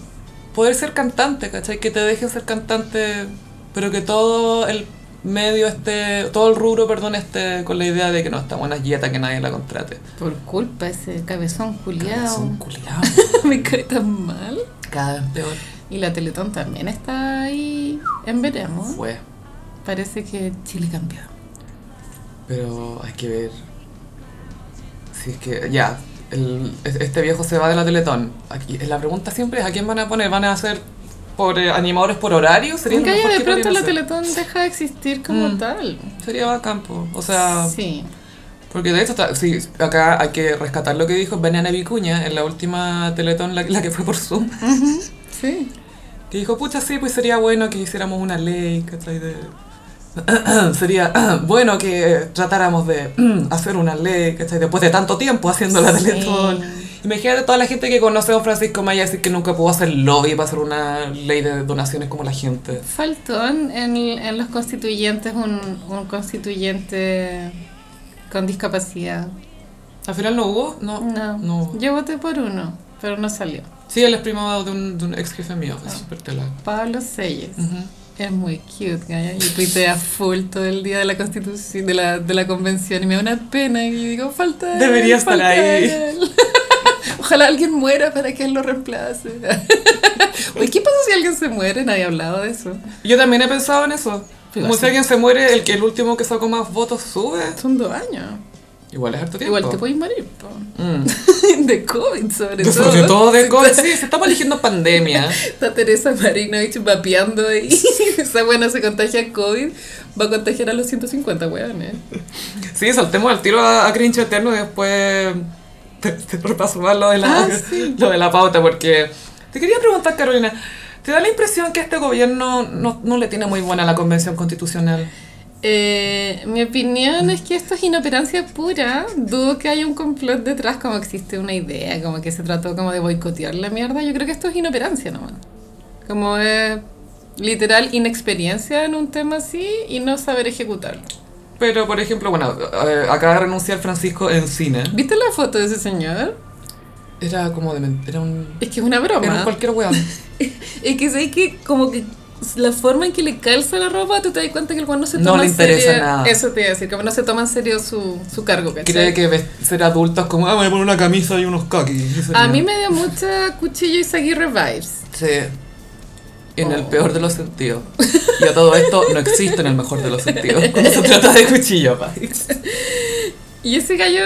A: poder ser cantante, ¿cachai? Que te dejen ser cantante, pero que todo el medio esté, todo el rubro, perdón, esté con la idea de que no, esta buena es dieta, que nadie la contrate.
B: Por culpa ese cabezón culiado.
A: Son culiados.
B: Me cae tan mal.
A: Cada vez peor.
B: Y la Teletón también está ahí en veremos.
A: Fue.
B: Parece que Chile cambió.
A: Pero hay que ver. Si es que, ya, el- es- este viejo se va de la Teletón. Aquí, la pregunta siempre es: ¿a quién van a poner? ¿Van a hacer por eh, animadores por horario? Sería lo
B: Nunca ya
A: mejor
B: de
A: que
B: pronto
A: podrían
B: la
A: hacer.
B: Teletón deja de existir como
A: Mm.
B: tal.
A: Sería bacán, po. O sea,
B: sí.
A: porque de hecho, está- sí, acá hay que rescatar lo que dijo Banana Vicuña en la última Teletón, la, la que fue por Zoom.
B: Sí.
A: Que dijo, pucha, sí, pues sería bueno que hiciéramos una ley, ¿cachai? De... sería bueno que tratáramos de hacer una ley, ¿cachai? Después de tanto tiempo haciendo la
B: Sí.
A: Teletón. Imagínate toda la gente que conoce a don Francisco Maya decir que nunca pudo hacer lobby para hacer una ley de donaciones como la gente.
B: Faltó en, en- en los constituyentes un, un constituyente con discapacidad.
A: Al final no hubo, no.
B: No.
A: No.
B: Yo voté por uno, pero no salió.
A: Sí, él es primo de un, de un ex jefe mío,
B: Ah.
A: es súper tela.
B: Pablo Selles.
A: Ujú.
B: Es muy cute, Gaya. Y tuitea full todo el día de la constitución, de la, de la convención. Y me da una pena. Y digo, falta. él,
A: Debería estar
B: falta
A: ahí.
B: él. Ojalá alguien muera para que él lo reemplace. Oye, ¿qué pasa si alguien se muere? Nadie ha hablado de eso.
A: Yo también he pensado en eso.
B: Pero
A: Como
B: así-
A: si alguien se muere, el que el último que sacó más votos sube.
B: Son dos años.
A: Igual es harto tiempo.
B: Igual te puedes morir, po.
A: Mm.
B: De COVID, sobre todo.
A: Sobre todo de COVID, sí, se estamos eligiendo pandemia.
B: Está Teresa Marinovich vapeando ahí. Esa buena se contagia COVID. Va a contagiar a los 150 weones.
A: Sí, saltemos al tiro a, a cringe eterno y después te, te repaso más lo de, la,
B: Ah, sí.
A: lo de la pauta, porque te quería preguntar, Carolina, ¿te da la impresión que este gobierno no, no le tiene muy buena la convención constitucional?
B: Eh, mi opinión es que esto es inoperancia pura. Dudo que haya un complot detrás, como existe una idea, como que se trató como de boicotear la mierda. Yo creo que esto es inoperancia nomás. Como es literal inexperiencia en un tema así y no saber ejecutarlo.
A: Pero, por ejemplo, bueno, eh, acaba de renunciar Francisco Encina.
B: ¿Viste la foto de ese señor?
A: Era como de... men- Era un...
B: Es que es una broma.
A: Era un cualquier weón.
B: Es que sé que como que la forma en que le calza la ropa, tú te das cuenta que el Juan no se
A: No
B: toma
A: le
B: en
A: interesa
B: serio-
A: nada.
B: Eso te iba a decir, como no se toma en serio su, su cargo, ¿cachai?
A: Cree que ves- ser adulto es como, ah, me voy a poner una camisa y unos kakis.
B: A mí me dio mucha cuchillo y Zaguirre vibes.
A: Sí. En el
B: Oh.
A: peor de los sentidos. Y a todo esto no existe en el mejor de los sentidos. Cuando se trata de cuchillo, pa.
B: Y ese gallo,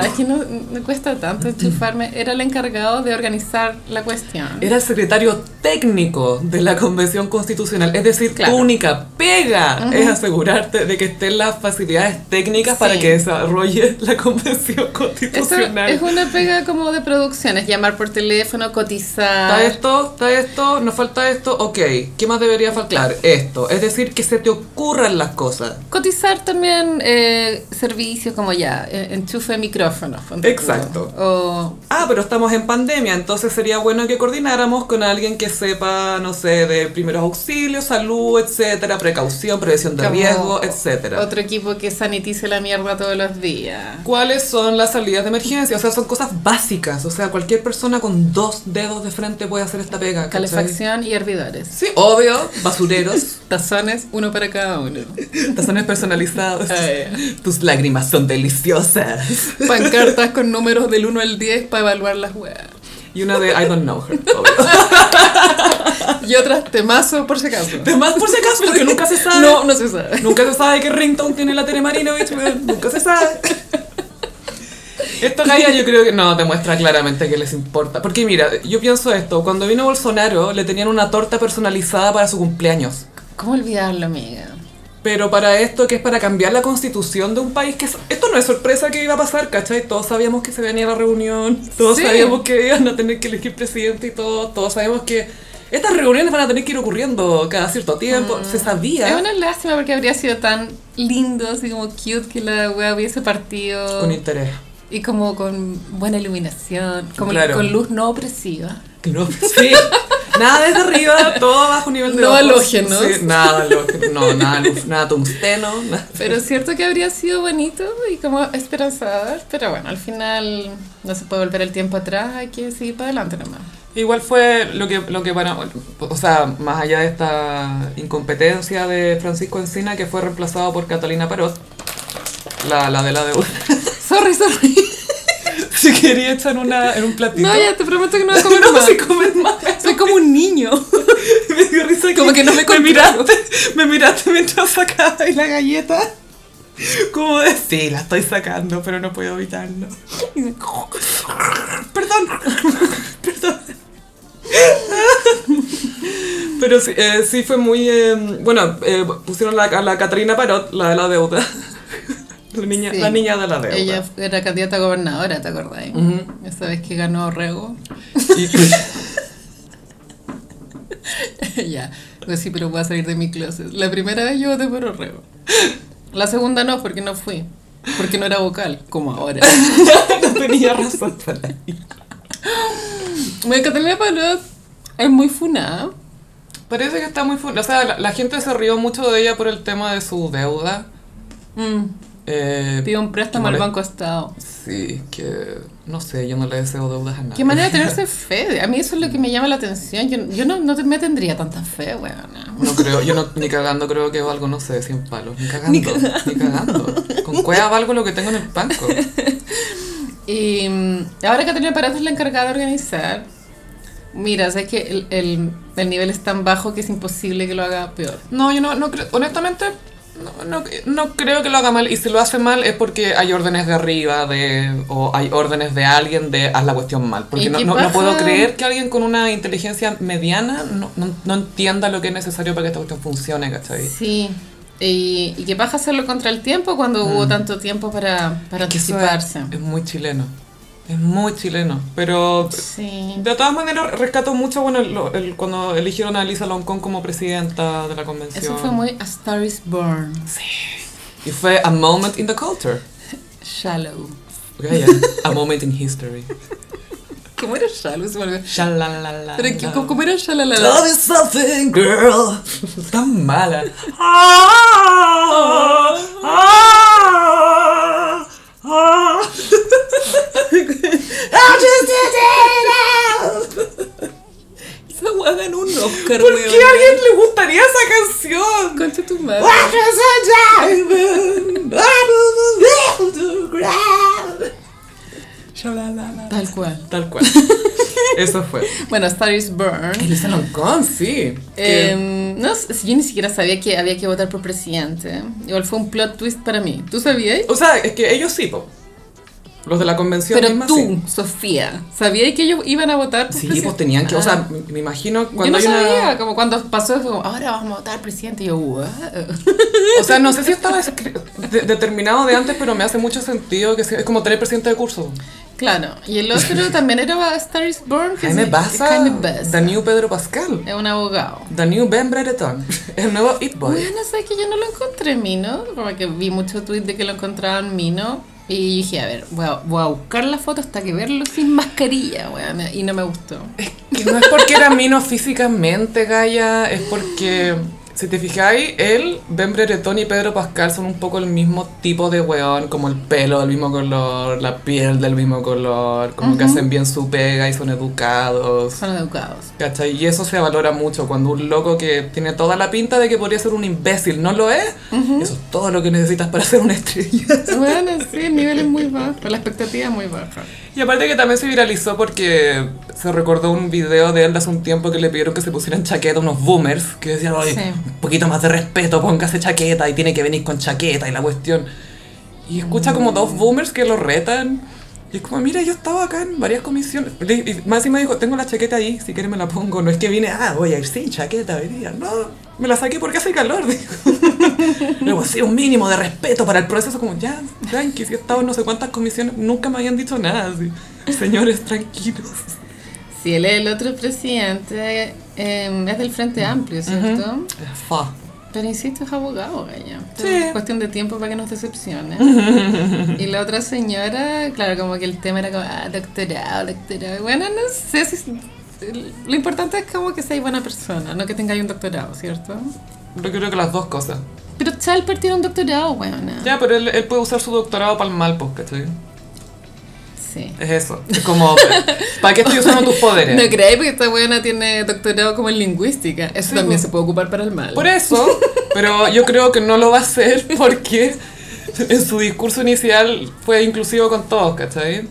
B: ay, que no, no cuesta tanto enchufarme, era el encargado de organizar la cuestión.
A: Era el secretario técnico de la Convención Constitucional. Es decir,
B: Claro.
A: tu única pega
B: Ujú.
A: es asegurarte de que estén las facilidades técnicas para
B: Sí.
A: que desarrolle la Convención
B: Eso
A: Constitucional.
B: es una pega como de producciones, llamar por teléfono,
A: Está
B: cotizar.
A: esto, está esto, nos falta esto, ok. ¿Qué más debería faltar? Esto. Es decir, que se te ocurran las cosas.
B: Cotizar también eh, servicios como ya, eh, enchufe de micrófonos. ponte tú.
A: Exacto.
B: O
A: Ah, pero estamos en pandemia, entonces sería bueno que coordináramos con alguien que sepa, no sé, de primeros auxilios, salud, etcétera, precaución, prevención de
B: como
A: riesgo, etcétera.
B: Otro equipo que sanitice la mierda todos los días.
A: ¿Cuáles son las salidas de emergencia? O sea, son cosas básicas. O sea, cualquier persona con dos dedos de frente puede hacer esta pega. ¿cachai?
B: Calefacción y hervidores.
A: Sí, obvio. Basureros,
B: Tazones, uno para cada uno.
A: tazones personalizados.
B: Eh,
A: Tus lágrimas son deliciosas.
B: pancartas con números del 1 al 10 para evaluar las weas.
A: Y una de I don't know her, obvio.
B: Y otras temazo por si acaso.
A: Además, por si acaso, porque nunca se sabe.
B: No, no se sabe.
A: Nunca se sabe qué ringtone tiene la Tere Marinovich, weón. nunca se sabe. Esto Gaia yo creo que no demuestra claramente que les importa. Porque mira, yo pienso esto, cuando vino Bolsonaro le tenían una torta personalizada para su cumpleaños.
B: ¿Cómo olvidarlo, amiga?
A: Pero para esto que es para cambiar la constitución de un país, que es- esto no es sorpresa que iba a pasar, ¿cachai? Todos sabíamos que se venía la reunión, todos
B: Sí.
A: sabíamos que iban a tener que elegir presidente y todo, todos sabíamos que estas reuniones van a tener que ir ocurriendo cada cierto tiempo, se sabía.
B: Mm. Es una lástima porque habría sido tan lindo, así como cute, que la wea hubiese partido.
A: Con interés.
B: Y como con buena iluminación, como
A: Claro.
B: con luz no opresiva.
A: No, sí. Nada desde arriba, todo bajo nivel de
B: No
A: ojos.
B: halógenos.
A: Sí, nada halógeno, no, nada, luz, nada tungsteno. nada.
B: Pero es cierto que habría sido bonito y como esperanzador, pero bueno, al final no se puede volver el tiempo atrás, hay que seguir para adelante nomás.
A: Igual fue lo que, lo que para. O sea, más allá de esta incompetencia de Francisco Encina, que fue reemplazado por Catalina Parot, la, la de la deuda.
B: Sorry, sorry.
A: Si quería echar en, una, en un platito.
B: No, ya te prometo que no voy a comer
A: No,
B: más.
A: si comes más.
B: Soy como un niño.
A: Me dio risa
B: Como que no me
A: me
B: controlo.
A: miraste, me miraste mientras sacaba ahí la galleta. Como de, sí, la estoy sacando, pero no puedo evitarlo. "Oh,
B: Y se-
A: Perdón, perdón. Pero sí, eh, sí fue muy... eh, bueno, eh, pusieron la- a la Catarina Parot, la de la deuda. La niña,
B: Sí.
A: la niña de la deuda.
B: Ella era candidata a gobernadora, ¿te acordáis?
A: Ujú.
B: Esa vez que ganó Rego.
A: Y-
B: ya, pues sí, pero voy a salir de mi closet. La primera vez yo voté por Orrego. La segunda no, porque no fui. Porque no era vocal, como ahora.
A: no tenía razón para ir.
B: Bueno, Catalina Palot es muy ¿eh? funada.
A: Parece que está muy... fun- O sea, la, la gente se rió mucho de ella por el tema de su deuda.
B: Mm,
A: Eh,
B: Pidió un préstamo al
A: Vale.
B: Banco Estado.
A: Sí, que no sé, yo no le deseo deudas a nadie.
B: Qué manera de tenerse fe. A mí eso es lo que me llama la atención. Yo, yo no, no te- me tendría tanta fe, weón.
A: No creo, yo no, ni cagando creo que valgo, no sé, 100 palos. Ni cagando, ni cagando. Con cueva valgo lo que tengo en el banco.
B: Y mm, ahora Catalina Parato es la encargada de organizar. Mira, sabes que el, el- el nivel es tan bajo que es imposible que lo haga peor.
A: No, yo no, no creo, honestamente, no, no, no creo que lo haga mal. Y si lo hace mal es porque hay órdenes de arriba de, o hay órdenes de alguien de haz la cuestión mal. Porque
B: ¿Y
A: no,
B: qué
A: no, no
B: pasa?
A: puedo creer que alguien con una inteligencia mediana no, no, no entienda lo que es necesario para que esta cuestión funcione, ¿cachai?
B: Sí. Y, y que vas a hacerlo contra el tiempo cuando hubo tanto tiempo para, para
A: Que eso
B: anticiparse.
A: Es, es muy chileno. Es muy chileno. Pero
B: Sí.
A: De todas maneras, rescato mucho bueno, lo- el- cuando eligieron a Lisa Loncón como presidenta de la convención.
B: Eso fue muy A Star is Born.
A: Y fue a moment in the culture.
B: Shallow.
A: Okay, yeah. A moment in history.
B: ¿Cómo era Shallow? Se me olvidó.
A: Shalalalala.
B: Pero que, ¿cómo era Shallow?
A: Love is something, girl. Tan mala. Ah, ah, ah. I just did it.
B: Esa hueá ganó un Oscar,
A: ¿Por
B: weón.
A: qué a alguien le gustaría esa canción?
B: Concha tu madre.
A: What is a diamond? Out of the ground.
B: Tal cual.
A: Tal cual. Eso fue.
B: Bueno, Star is Born.
A: Elisa Loncón, sí. Que-
B: Eh, no, sé, yo ni siquiera sabía que había que votar por presidente. Igual fue un plot twist para mí. ¿Tú sabías?
A: o sea, es que ellos sí, po. Los de la convención
B: Pero
A: misma,
B: tú,
A: sí.
B: Sofía, ¿sabías que ellos iban a votar por
A: Sí,
B: presidente?
A: pues tenían que, o
B: Ah.
A: sea, me me imagino
B: yo no
A: cuando hay una-
B: sabía, como cuando pasó, fue como, ahora vamos a votar presidente. Y yo, "What?".
A: O sea, no sé si estaba escri- de- determinado de antes, pero me hace mucho sentido que sea- es como tener presidente de curso.
B: Claro, y el otro también era A Star is Born. que
A: Jaime
B: se-
A: Baza,
B: Jaime Baza.
A: Daniel Pedro Pascal,
B: Es un abogado.
A: Daniel Ben Brereton, el nuevo It Boy.
B: Bueno, sabes que yo no lo encontré mino, como que vi mucho tweet de que lo encontraban mino. Y dije, a ver, voy a, voy a buscar la foto hasta que verlo sin mascarilla, weón. Y no me gustó.
A: Que no es porque era mino físicamente, Gaia, es porque, si te fijáis, él, Ben Brereton y Pedro Pascal son un poco el mismo tipo de weón, como el pelo del mismo color, la piel del mismo color, como que hacen bien su pega y son educados.
B: Son educados.
A: ¿Cachai? Y eso se valora mucho cuando un loco que tiene toda la pinta de que podría ser un imbécil no lo es. Eso es todo lo que necesitas para ser una estrella.
B: Bueno, sí, el nivel es muy bajo, la expectativa es muy baja.
A: Y aparte que también se viralizó porque se recordó un video de él hace un tiempo que le pidieron que se pusieran chaqueta a unos boomers que decían, oye,
B: Sí.
A: un poquito más de respeto, póngase chaqueta y tiene que venir con chaqueta y la cuestión. Y escucha como dos boomers que lo retan. Y es como, mira, yo estaba acá en varias comisiones. Le- Y Maxi me dijo, tengo la chaqueta ahí, si quieres me la pongo. No es que vine, ah, voy a ir sin chaqueta hoy día. No, me la saqué porque hace calor, dijo. Luego, sí, un mínimo de respeto para el proceso, como ya, tranqui, si he estado en no sé cuántas comisiones, nunca me habían dicho nada, así. Señores, tranquilos.
B: Sí, él es el otro presidente, eh, es del Frente Amplio, ¿cierto?
A: Fa.
B: Pero insisto, es abogado, ella.
A: Sí.
B: Es cuestión de tiempo para que nos decepcione. y la otra señora, claro, como que el tema era como, ah, doctorado, doctorado. Y Bueno, no sé si... Lo importante es como que seas buena persona, no que tengáis un doctorado, ¿cierto?
A: Yo creo que las dos cosas.
B: Pero Chalper tiene un doctorado, weona.
A: Ya, pero él, él puede usar su doctorado para el mal, pues, ¿cachai?
B: sí.
A: Es eso. Es como, ¿para qué estoy usando tus poderes?
B: No creáis porque esta buena tiene doctorado como en lingüística. Eso
A: Sí,
B: también
A: pues.
B: se puede ocupar para el mal.
A: Por e- eso, pero yo creo que no lo va a hacer porque en su discurso inicial fue inclusivo con todos, ¿cachai?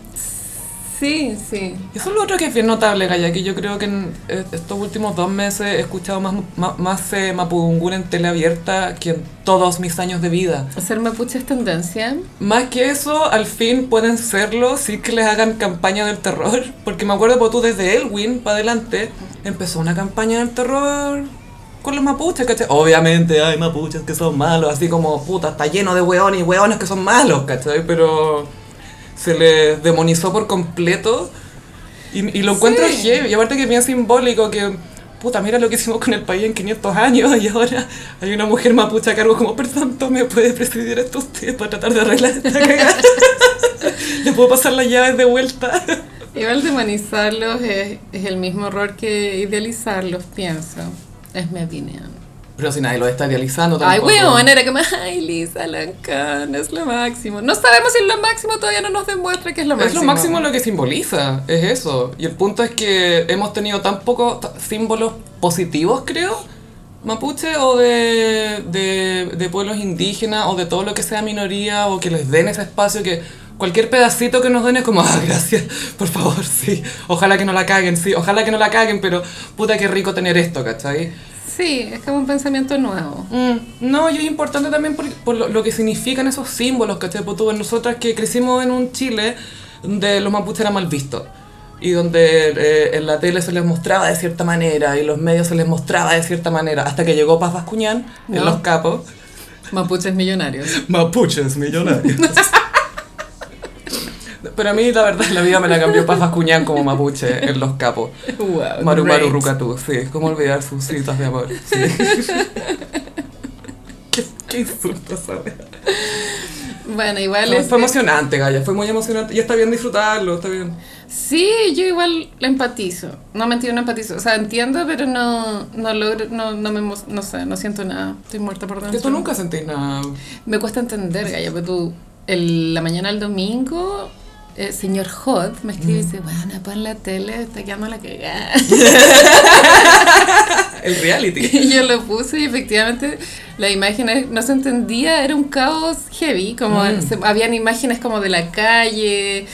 B: Sí, sí.
A: Y eso es lo otro que es bien notable, Gaya, que yo creo que en eh, estos últimos dos meses he escuchado más, más, más eh, Mapudungun en tele abierta que en todos mis años de vida.
B: Hacer mapuche es tendencia.
A: Más que eso, al fin pueden serlo sin que les hagan campaña del terror. Porque me acuerdo, pues, tú desde Elwin para adelante empezó una campaña del terror con los mapuches, ¿cachai? Obviamente hay mapuches que son malos, así como puta, está lleno de hueones y hueones que son malos, ¿cachai? Pero se les demonizó por completo y, y lo encuentro heavy. Y aparte que es bien simbólico que. Puta, mira lo que hicimos con el país en 500 años y ahora hay una mujer mapuche a cargo como, por tanto, ¿me puede presidir esto usted para tratar de arreglar esta cagada? ¿Le puedo pasar las llaves de vuelta?
B: Igual demonizarlos es, es el mismo error que idealizarlos, pienso. Es mi opinión.
A: Pero si nadie lo está idealizando
B: Ay,
A: tampoco.
B: weón, era como, ay, Lisa Lancán, es lo máximo. No sabemos si es lo máximo, todavía no nos demuestra que es lo
A: Es
B: máximo.
A: lo máximo lo que simboliza, es eso. Y el punto es que hemos tenido tan pocos t- símbolos positivos, creo, mapuche o de, de, de pueblos indígenas o de todo lo que sea minoría o que les den ese espacio que cualquier pedacito que nos den es como, ah, gracias, por favor, sí, ojalá que no la caguen, sí, ojalá que no la caguen, pero puta qué rico tener esto, ¿cachai?
B: Sí, es como un pensamiento nuevo.
A: Mm, no, y es importante también por, por lo, lo que significan esos símbolos, ¿cachai? Pues tú, nosotras que crecimos en un Chile donde los mapuches eran mal vistos y donde eh, en la tele se les mostraba de cierta manera y los medios se les mostraba de cierta manera hasta que llegó Paz Bascuñán
B: No.
A: en Los Capos.
B: Mapuches millonarios.
A: Mapuches millonarios. Pero a mí la verdad la vida me la cambió Paz Bascuñán como mapuche en Los Capos.
B: Wow.
A: Maru Maru
B: great.
A: Rucatú, sí, es como olvidar sus citas de amor. sí. qué, qué insulto esa wea.
B: Bueno, igual
A: Fue,
B: es-
A: fue emocionante, Gaya, fue muy emocionante. Y está bien disfrutarlo, está bien.
B: Sí, yo igual la empatizo. No mentira, no empatizo. O sea, entiendo, pero no, no logro, no, no me emo- no sé, no siento nada. Estoy muerta por dentro.
A: Que tú nunca sentís nada.
B: Me cuesta entender, Gaya, pero tú, el- la mañana del domingo, el señor Hot me escribe y dice, bueno, pon la tele, está quedando la cagada.
A: El reality.
B: Y yo lo puse y efectivamente las imágenes no se entendía, era un caos heavy, como se- habían imágenes como de la calle,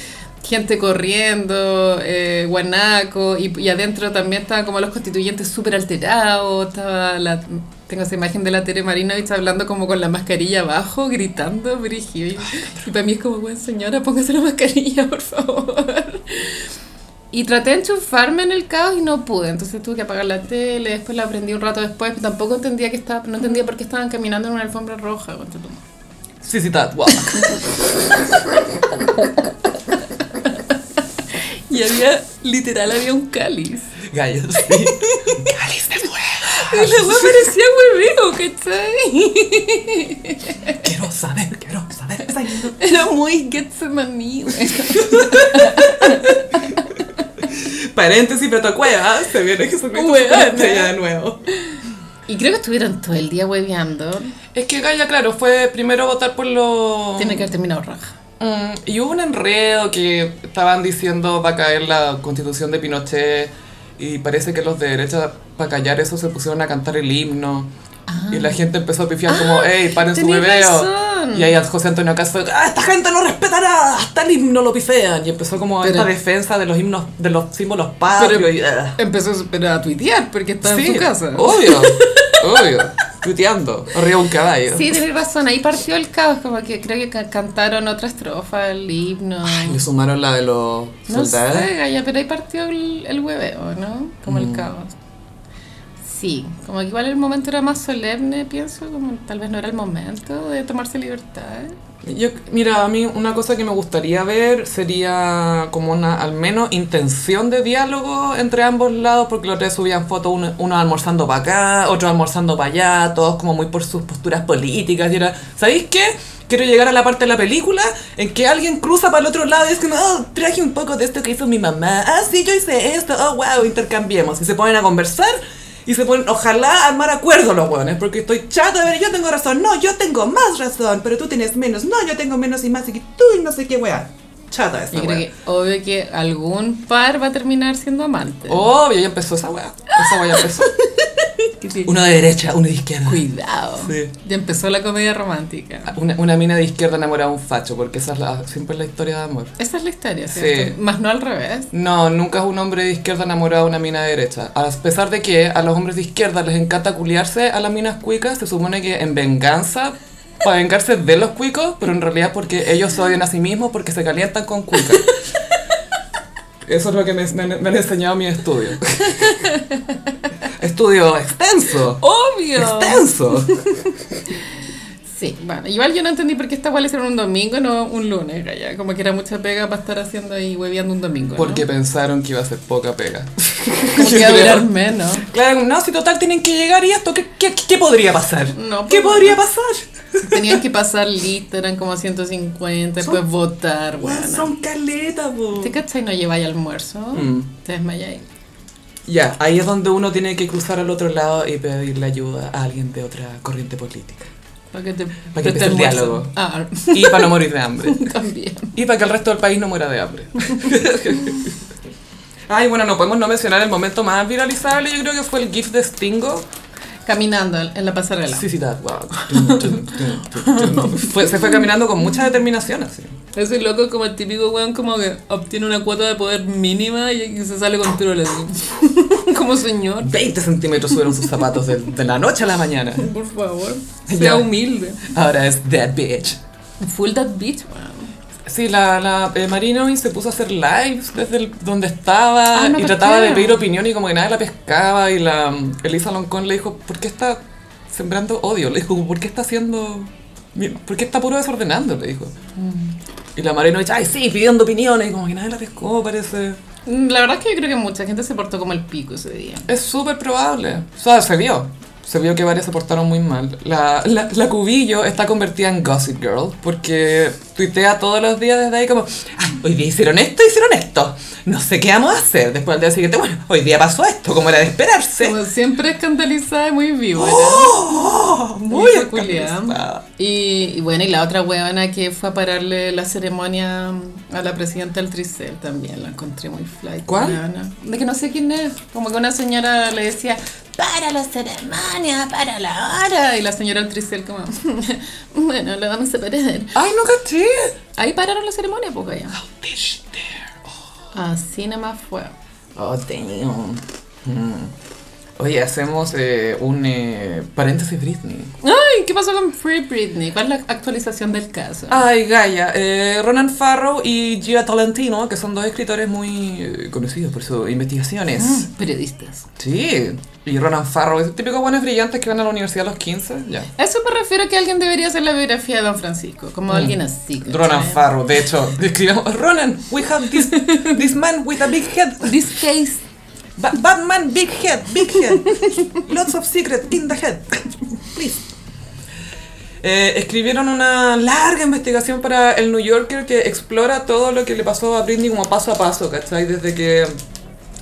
B: gente corriendo, eh, guanaco, y, y adentro también estaban como los constituyentes súper alterados, estaba la... Tengo esa imagen de la Tere Marinovich hablando como con la mascarilla abajo, gritando, brígido. Y, y para mí es como, buen señora, póngase la mascarilla, por favor. Y traté de enchufarme en el caos y no pude. Entonces tuve que apagar la tele, después la prendí un rato después. Tampoco entendía que estaba, no entendía por qué estaban caminando en una alfombra roja. concha tu madre.
A: Sí, sí, that walk.
B: Y había, literal, había un cáliz.
A: Gaya, sí. Cáliz de fuego.
B: Y la wea parecía hueveo, ¿cachai?
A: Quiero saber, quiero saber.
B: Era muy Getsemaní, güey.
A: Paréntesis, pero cueva, se viene Jesucristo.
B: Weona.
A: Ya de nuevo.
B: Y creo que estuvieron todo el día hueveando.
A: Es que Gaya, claro, fue primero votar por los.
B: Tiene que haber terminado raja.
A: Mm, y hubo un enredo que estaban diciendo va a caer la constitución de Pinochet y parece que los de derecha para callar eso se pusieron a cantar el himno y la gente empezó a pifiar como hey paren su
B: Ah. tenés
A: bebeo
B: razón.
A: y ahí José Antonio Cast fue "Ah, esta gente no respeta nada hasta el himno lo pifean y empezó como
B: Pero-
A: esta defensa de los himnos de los símbolos patrios
B: Pero-
A: y "Ah".
B: Empezó pero a tuitear porque estaba
A: Sí,
B: en su casa.
A: obvio obvio tuiteando arriba un caballo
B: Sí, tenés razón, ahí partió el caos, como que creo que ca- cantaron otra estrofa, el himno.
A: le sumaron la de los
B: No
A: soldados
B: sé, Gaya, pero ahí partió el, el hueveo, ¿no? Como el caos. Sí, como que igual el momento era más solemne, pienso, como tal vez no era el momento de tomarse libertad.
A: Yo, mira, a mí una cosa que me gustaría ver sería como una, al menos, intención de diálogo entre ambos lados, porque los tres subían fotos, uno, uno almorzando para acá, otro almorzando para allá, todos como muy por sus posturas políticas, y era, ¿sabéis qué? Quiero llegar a la parte de la película en que alguien cruza para el otro lado y es como, oh, traje un poco de esto que hizo mi mamá, ah, sí, yo hice esto, oh, wow, intercambiemos, y se ponen a conversar, y se ponen, ojalá armar acuerdos los hueones, porque estoy chata de ver, yo tengo razón, no, yo tengo más razón, pero tú tienes menos, no, yo tengo menos y más, y tú y no sé qué hueá.
C: chata esa
B: Yo creo
C: weá.
B: que obvio que algún par va a terminar siendo amante.
A: Obvio, ya empezó esa weá. Esa weá ya empezó.
C: Uno de derecha, uno de izquierda.
B: Cuidado.
A: Sí.
B: Ya empezó la comedia romántica.
A: Una, una mina de izquierda enamorada de un facho, porque esa es la, siempre es la historia de amor.
B: Esa es la historia,
A: Sí.
B: ¿cierto? Más no al revés.
A: No, nunca es un hombre de izquierda enamorado de una mina de derecha. A pesar de que a los hombres de izquierda les encanta culiarse a las minas cuicas, se supone que en venganza, para vengarse de los cuicos, pero en realidad porque ellos se odian a sí mismos porque se calientan con cuicas. Eso es lo que me, me- me han enseñado mi estudio. estudio extenso.
B: ¡Obvio!
A: Extenso.
B: Sí, bueno, igual yo no entendí por qué esta guay le hicieron un domingo no un lunes, gaya. Como que era mucha pega para estar haciendo ahí hueveando un domingo.
A: Porque
B: ¿no?
A: pensaron que iba a ser poca pega.
B: Como que
A: Yo
B: iba a
A: creo.
B: durar menos.
A: Claro, no, si total tienen que llegar y esto, ¿qué, qué, qué podría pasar?
B: No,
A: ¿Qué
B: pues,
A: podría pasar?
B: Tenían que pasar lista, eran como 150, después votar, bueno.
C: Son caletas, po.
B: ¿Te cachai no lleváis almuerzo?
A: Mm.
B: Te desmayáis.
A: Ya, ahí es donde uno tiene que cruzar al otro lado y pedirle ayuda a alguien de otra corriente política.
B: Para que te.
A: que
B: te
A: empiece el
B: almuerzo.
A: diálogo.
B: Ah,
A: Y para no morir de hambre.
B: también.
A: Y para que el resto del país no muera de hambre. Ay, bueno, no podemos no mencionar el momento más viralizable, yo creo que fue el GIF de Stingo.
B: Caminando en la pasarela.
A: Sí, sí, that, wow. Tum, tum, tum, tum, tum. Fue- se fue caminando con mucha determinación así.
B: Ese loco como el típico weón como que obtiene una cuota de poder mínima y y se sale con troles. como señor,
A: 20 centímetros subieron sus zapatos de, de la noche a la mañana.
B: por favor,
A: Ya.
B: sea humilde.
A: Ahora es that bitch.
B: Full that bitch, weón.
A: Sí, la, la eh, Marinoin se puso a hacer lives desde el- donde estaba
B: Ah, no
A: y
B: pescaron.
A: trataba de pedir opinión y como que nadie la pescaba y la mm, Elisa Loncón le dijo, ¿por qué está sembrando odio? Le dijo, ¿por qué está haciendo... mi- ¿Por qué está puro desordenando? Le dijo.
B: Mm.
A: Y la Marinoin, ay sí, pidiendo opiniones y como que nadie la pescó, parece.
B: La verdad es que yo creo que mucha gente se portó como el pico ese día.
A: Es súper probable. O sea, se vio. Se vio que varias se portaron muy mal. La, la, la Cubillo está convertida en Gossip Girl porque tuitea todos los días desde ahí como, "Ay, hoy día hicieron esto, hicieron esto. No sé qué vamos a hacer. Después al día siguiente, bueno, hoy día pasó esto, como era de esperarse.
B: Como siempre escandalizada y muy viva.
A: ¡Oh! Muy
B: Hija
A: escandalizada.
B: culiada. Y, y bueno, y la otra huevona que fue a pararle la ceremonia a la presidenta del Tricel también, la encontré muy fly.
A: ¿Cuál?
B: huevona. De que no sé quién es. Como que una señora le decía, para la ceremonia, para la hora. Y la señora del Tricel como, bueno, la vamos a parar.
A: Ay, no caché.
B: Ahí pararon la ceremonia, pues ya.
A: Dish there.
B: Así nada más fue.
A: Oh, damn. Mm. Oye, hacemos eh, un eh, paréntesis Britney.
B: Ay, ¿qué pasó con Free Britney? ¿Cuál es la actualización del caso?
A: Ay, Gaia. Eh, Ronan Farrow y Gia Tolentino, que son dos escritores muy eh, conocidos por sus investigaciones.
B: Ah. Periodistas.
A: Sí. Y Ronan Farrow, es el típico buenos brillantes que van a la universidad a los 15. Ya.
B: A eso me refiero que alguien debería hacer la biografía de Don Francisco,
A: Mm.
B: como alguien así. ¿cachai?
A: Ronan Farrow, de hecho, describamos. Ronan, we have this, this man with a big head.
B: This case.
A: Ba- Batman, big head, big head. Lots of secrets in the head. Please. Eh, escribieron una larga investigación para el New Yorker que explora todo lo que le pasó a Britney como paso a paso, ¿cachai? Desde que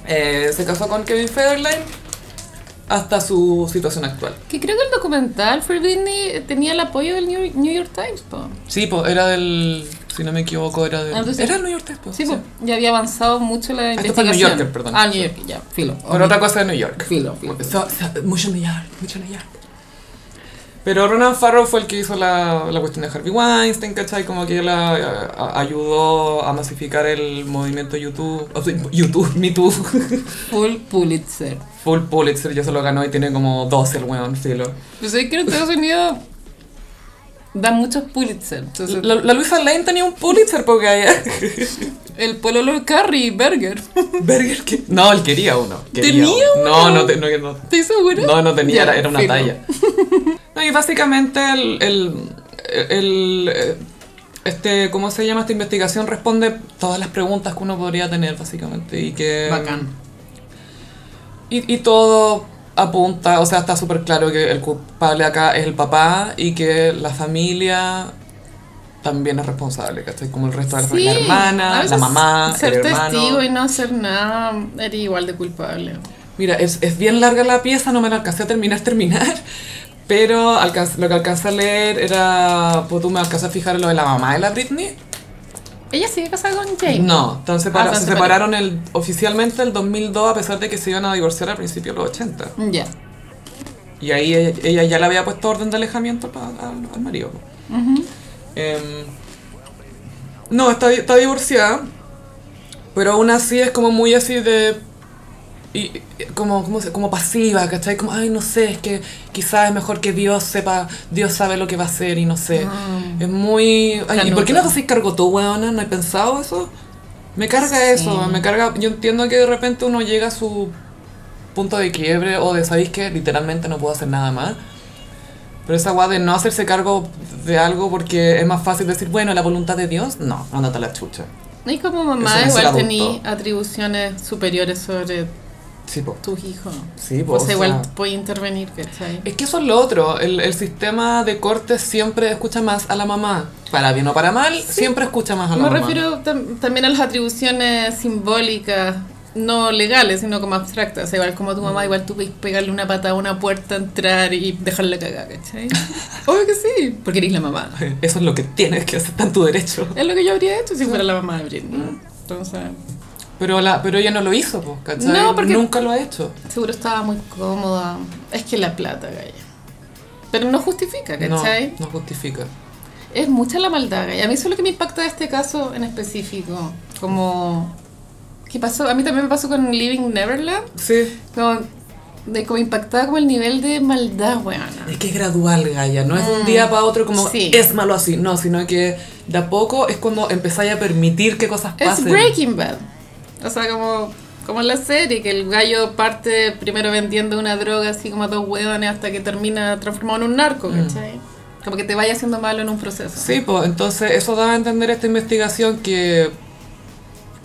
A: eh, se casó con Kevin Federline hasta su situación actual.
B: Que creo que el documental Free Britney tenía el apoyo del New, New York Times, po.
A: Sí, pues era del. Si no me equivoco, era del.
B: Ah, entonces-
A: era el New York Times, po,
B: Sí,
A: sí. Ah,
B: po, ya había avanzado mucho la
A: Esto fue el
B: investigación.
A: New Yorker, perdón.
B: Ah, New York, ya, filo.
A: Pero otra cosa de New York.
B: Filo, filo.
A: So- so- mucho New York, mucho New York. Pero Ronan Farrow fue el que hizo la, la cuestión de Harvey Weinstein, ¿cachai? Como que la a- ayudó a masificar el movimiento YouTube, o sea, YouTube, Me Too.
B: Full Pulitzer.
A: Full Pulitzer ya se lo ganó y tiene como 12 el weón, filo.
B: Pues es que en Estados Unidos dan muchos Pulitzer. Entonces,
A: La, la Luisa Lane tenía un Pulitzer porque ella...
B: el pololo de Carrie Berger.
A: Burger King. No, él quería uno. quería
B: ¿Tenía
A: No,
B: uno?
A: no, te- no, no,
B: ¿Estoy segura?
A: No, no tenía,
B: Ya,
A: era, era una
B: filo.
A: talla. No, y básicamente el, el, el, eh, este, ¿cómo se llama esta investigación? Responde todas las preguntas que uno podría tener, básicamente. Y que.
B: Bacán.
A: Y, y todo apunta, o sea, está súper claro que el culpable acá es el papá y que la familia también es responsable, ¿cachai? Como el resto de la familia, la
B: a
A: hermana, la
B: veces
A: mamá, el
B: Ser
A: hermano.
B: testigo y no hacer nada, eres igual de culpable.
A: Mira, es, es bien larga la pieza, no me la alcancé a terminar, terminar. Pero alcanz- lo que alcancé a leer era, pues tú me alcancé a fijar en lo de la mamá de la Britney.
B: Ella sigue casada con James.
A: No, están separa-
B: Ah,
A: se
B: están
A: separaron el, oficialmente el 2002 a pesar de que se iban a divorciar al principio de los 80.
B: Ya.
A: Y ahí ella, ella ya le había puesto orden de alejamiento pa- al, al marido. Em, no, está, di- está divorciada, pero aún así es como muy así de... Y, y- como, como, se- como pasiva, ¿cachai? Como, ay, no sé, es que quizás es mejor que Dios sepa, Dios sabe lo que va a hacer y no sé.
B: Ah.
A: Es muy... ay, ¿Y por qué no
B: Canuta.
A: haces cargo tú, weona? ¿No he pensado eso? Me carga eso, me carga... Yo entiendo que de repente uno llega a su punto de quiebre o de sabéis que literalmente no puedo hacer nada más. Pero esa guada de no hacerse cargo de algo porque es más fácil decir, bueno, la voluntad de Dios, no, andate a la chucha.
B: Y como
A: Eso
B: mamá
A: no es el
B: igual
A: adulto.
B: tenía atribuciones superiores sobre
A: Sí, po.
B: tus hijos.
A: Sí, po,
B: O sea,
A: o
B: Pues igual
A: sea-
B: puede intervenir, ¿cachai?
A: Es que eso es lo otro, el, el sistema de corte siempre escucha más a la mamá. Para bien o para mal, siempre escucha más a la
B: Me
A: mamá.
B: refiero tam- también a las atribuciones simbólicas, no legales, sino como abstractas. O sea, igual como tu
A: Mm.
B: mamá, igual tú podés pegarle una patada a una puerta, entrar y dejarla cagada, ¿cachai? Obvio que sí, porque eres la mamá.
A: Eso es lo que tienes que hacer, está en tu derecho.
B: Es lo que yo habría hecho si fuera la mamá de Britney. Entonces,
A: Pero, la, pero ella no lo hizo, po, ¿cachai?
B: No, porque-
A: Nunca lo ha hecho.
B: seguro estaba muy cómoda. Es que la plata, gaya. Pero no justifica, ¿cachai?
A: No, no justifica.
B: Es mucha la maldad, y a mí eso es lo que me impacta de este caso en específico. Como... ¿Qué pasó? A mí también me pasó con Living Neverland.
A: Sí.
B: Como, de como impactada como el nivel de maldad, weona.
A: Es que es gradual, Gaya, no es de un día para otro como
B: Mm, Sí.
A: es malo así, no, sino que de a poco es cuando empezáis a permitir que cosas
B: Es
A: pasen.
B: Breaking Bad. O sea, como, como en la serie, que el gallo parte primero vendiendo una droga así como a dos weones hasta que termina transformado en un narco, ¿cachai? Como que te vaya haciendo malo en un proceso.
A: Mm. Sí, pues entonces eso daba a entender esta investigación que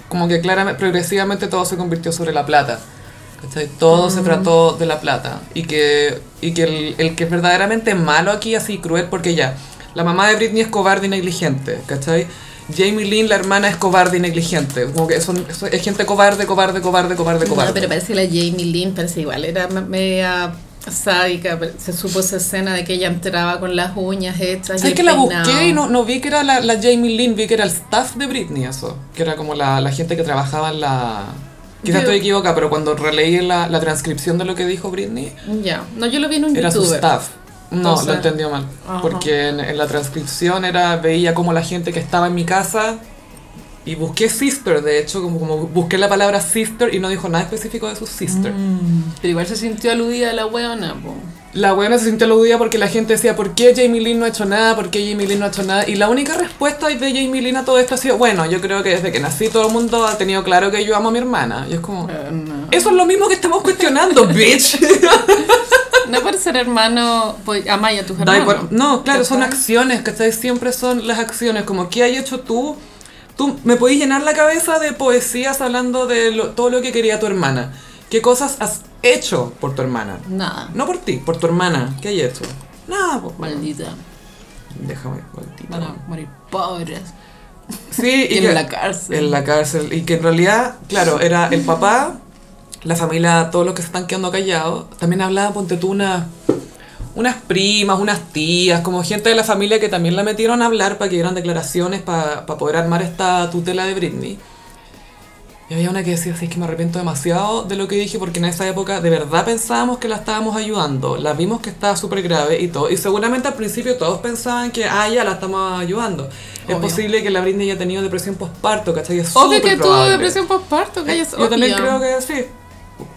A: como que claramente, progresivamente todo se convirtió sobre la plata. ¿cachai? Todo se trató de la plata. Y que, y que el, el que es verdaderamente malo aquí, así cruel, porque ya, la mamá de Britney es cobarde y negligente, ¿cachai? Jamie Lynn, la hermana, es cobarde y negligente. Como que son, son- es gente cobarde, cobarde, cobarde, cobarde, cobarde.
B: No, pero parece la Jamie Lynn, parece igual, era me- media sádica, pero se supo esa escena de que ella entraba con las uñas hechas. y
A: ¿Sabes
B: el
A: que la
B: peinado.
A: busqué y no, no vi que era la, la Jamie Lynn, vi que era el staff de Britney, eso. Que era como la, la gente que trabajaba en la. Quizás
B: Yo-
A: estoy equivocada, pero cuando releí la, la transcripción de lo que dijo Britney,
B: Ya, no, yo lo vi en un
A: era su
B: youtuber.
A: staff. No,
B: Entonces-
A: lo entendió mal.
B: Ajá.
A: Porque en, en la transcripción era veía como la gente que estaba en mi casa. Y busqué sister, de hecho, como, como busqué la palabra sister y no dijo nada específico de su sister.
B: Pero igual se sintió aludida la weona, po.
A: La buena se sintió aludida porque la gente decía, ¿por qué Jamie Lynn no ha hecho nada? ¿Por qué Jamie Lynn no ha hecho nada? Y la única respuesta de Jamie Lynn a todo esto ha sido, bueno, yo creo que desde que nací todo el mundo ha tenido claro que yo amo a mi hermana. Y es como,
B: Eh, no.
A: eso es lo mismo que estamos cuestionando, bitch.
B: No por ser hermano, pues, amáis a tus
A: Da
B: hermanos.
A: igual- No, claro, son
B: ¿Cachai?
A: acciones, ¿cachai? Siempre son las acciones, como, ¿qué has hecho tú? Tú me podís llenar la cabeza de poesías hablando de lo- todo lo que quería tu hermana. ¿Qué cosas has hecho por tu hermana?
B: Nada,
A: No por ti, por tu hermana. ¿Qué hay hecho? Nada, pues, bueno.
B: maldita.
A: Déjame igualito.
B: Van a morir pobres.
A: Sí,
B: Y
A: y
B: en
A: que-
B: la cárcel.
A: En la cárcel. Y que en realidad, claro, era el papá, la familia, todos los que se están quedando callados. También hablaba, ponte tú, una- unas primas, unas tías, como gente de la familia que también la metieron a hablar para que dieran declaraciones, para, para poder armar esta tutela de Britney. Y había una que decía, sí, es que me arrepiento demasiado de lo que dije porque en esa época de verdad pensábamos que la estábamos ayudando. La vimos que estaba súper grave y todo. Y seguramente al principio todos pensaban que, ah, ya la estamos ayudando. Es
B: Obvio.
A: posible que la Britney haya tenido depresión postparto, ¿cachai? Es
B: Obvio
A: súper
B: que tuvo
A: probable.
B: depresión postparto, que es
A: Yo también creo que sí.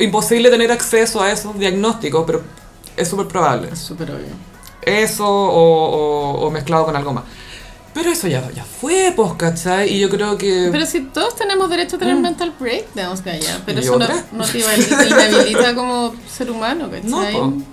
A: Imposible tener acceso a esos diagnósticos, pero es súper probable.
B: Es súper obvio.
A: Eso o, o- o mezclado con algo más. Pero eso ya, ya fue, pues, ¿cachai? Y yo creo que...
B: Pero si todos tenemos derecho a tener mental breakdowns, Gaya, pero
A: ¿Y
B: eso no,
A: otra?
B: no te inhabilita- inhabilita como ser humano, ¿cachai?
A: No, pues,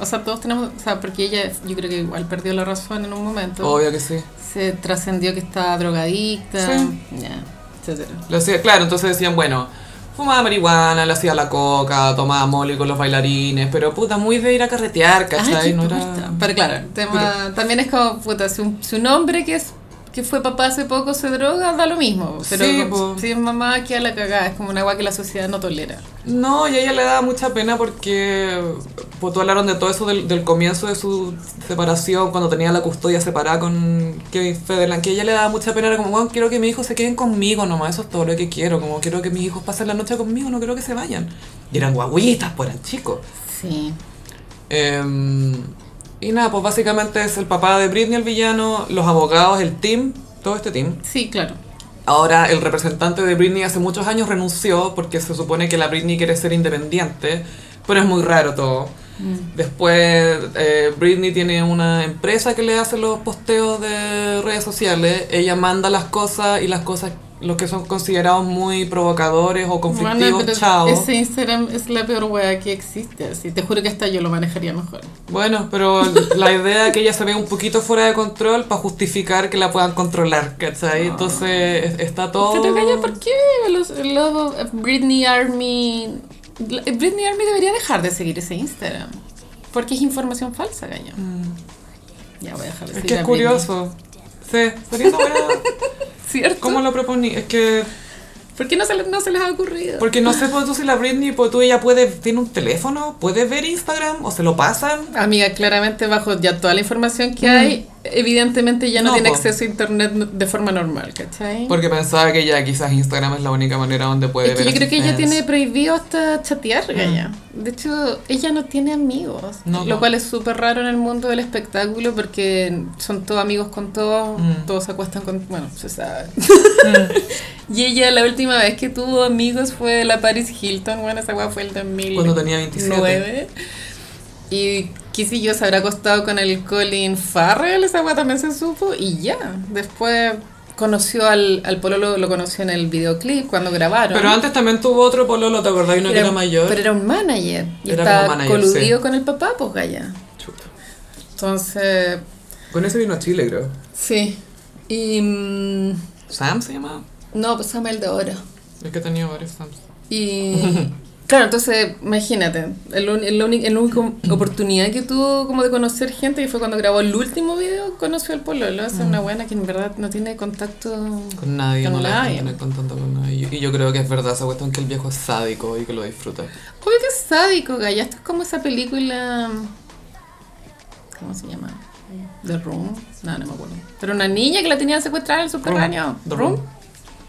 B: o sea, todos tenemos, o sea, porque ella yo creo que igual perdió la razón en un momento.
A: obvio que sí.
B: Se trascendió que estaba drogadicta,
A: Sí.
B: ya, etcétera.
A: Lo hacía- claro, entonces decían, bueno, fumaba marihuana, le hacía la coca, tomaba mole con los bailarines, pero puta, muy de ir a carretear,
B: Ay,
A: ¿cachai?
B: Ah, qué
A: no
B: importa.
A: era...
B: Pero claro, el tema también es como, puta, si un, si un hombre que es que fue papá hace poco se droga, da lo mismo. Pero
A: Sí,
B: como-
A: po.
B: si es mamá, queda la cagada. Es como una agua que la sociedad no tolera.
A: No, y a ella le daba mucha pena porque pues, tú hablaron de todo eso del, del comienzo de su separación, cuando tenía la custodia separada con Kevin Federland, que a ella le daba mucha pena, era como, bueno, quiero que mis hijos se queden conmigo nomás, eso es todo lo que quiero, como quiero que mis hijos pasen la noche conmigo, no quiero que se vayan. Y eran guaguitas, pues eran chicos.
B: Sí.
A: Em, y nada, pues básicamente es el papá de Britney el villano, los abogados, el team, todo este team.
B: Sí, claro.
A: Ahora el representante de Britney hace muchos años renunció porque se supone que la Britney quiere ser independiente, pero es muy raro todo.
B: Mm.
A: Después eh, Britney tiene una empresa que le hace los posteos de redes sociales, ella manda las cosas y las cosas, los que son considerados muy provocadores o conflictivos,
B: Bueno, pero
A: chao.
B: Ese Instagram es la peor wea que existe. Así te juro que hasta yo lo manejaría mejor.
A: Bueno, pero la idea es que ella se ve un poquito fuera de control para justificar que la puedan controlar,
B: Ah.
A: ¿cachai? Entonces es- está todo... Mm.
B: Pero calla, ¿por qué los, los eh, Britney Army... la- eh, Britney Army debería dejar de seguir ese Instagram. Porque es información falsa, caña. Ya voy a dejar de
A: Es
B: seguir
A: que es
B: a Britney.
A: curioso. Sí, sería una buena-
B: ¿Cierto?
A: ¿Cómo lo proponí? Es que.
B: ¿Por qué no se, le- no se les ha ocurrido?
A: Porque no sé, pues tú si la Britney, pues tú ella puede. Tiene un teléfono, puede ver Instagram o se lo pasan.
B: Amiga, claramente bajo ya toda la información que hay, evidentemente ya no,
A: Mm. No,
B: tiene
A: po.
B: acceso a internet de forma normal, ¿cachai?
A: Porque pensaba que ya quizás Instagram es la única manera donde puede
B: Es que
A: ver.
B: yo
A: a
B: creo
A: sus
B: que
A: fans.
B: ella tiene prohibido hasta chatear, galla. De hecho, ella no tiene amigos,
A: No,
B: lo
A: no.
B: cual es súper raro en el mundo del espectáculo porque son todos amigos con todos,
A: Mm.
B: todos se acuestan con... Bueno, se sabe. y ella la última vez que tuvo amigos fue la Paris Hilton, bueno, esa weá fue el 2009.
A: Cuando tenía 27.
B: Y qué sé yo, se habrá acostado con el Colin Farrell, esa weá también se supo, y ya. Después conoció al, al Pololo, lo conoció en el videoclip cuando grabaron.
A: Pero antes también tuvo otro pololo, ¿te acordás? Uno que era mayor.
B: Pero era un manager. Y
A: Era
B: estaba
A: como manager,
B: coludido
A: sí.
B: con el papá, pues gaya.
A: Chuta.
B: Entonces,
A: Con ese vino a Chile, creo.
B: sí. Y. mm,
A: Sam se llamaba.
B: no, pues Samuel de Oro.
A: Es que tenía varios Sams.
B: Y. Claro, entonces, imagínate, el un- el uni- el único oportunidad que tuvo como de conocer gente, que fue cuando grabó el último video, conoció al Pololo, es una buena que en verdad no tiene contacto
A: Con nadie,
B: Con
A: no la
B: nadie.
A: dejan tener contacto con nadie. Y yo creo que es verdad esa cuestión que el viejo es sádico y que lo disfruta.
B: Obvio que es sádico, Gaya. Esto es como esa película. ¿Cómo se llama? The Room. No, no me acuerdo. Pero una niña que la tenía secuestrada en el subterráneo.
A: The
B: Room. Ah,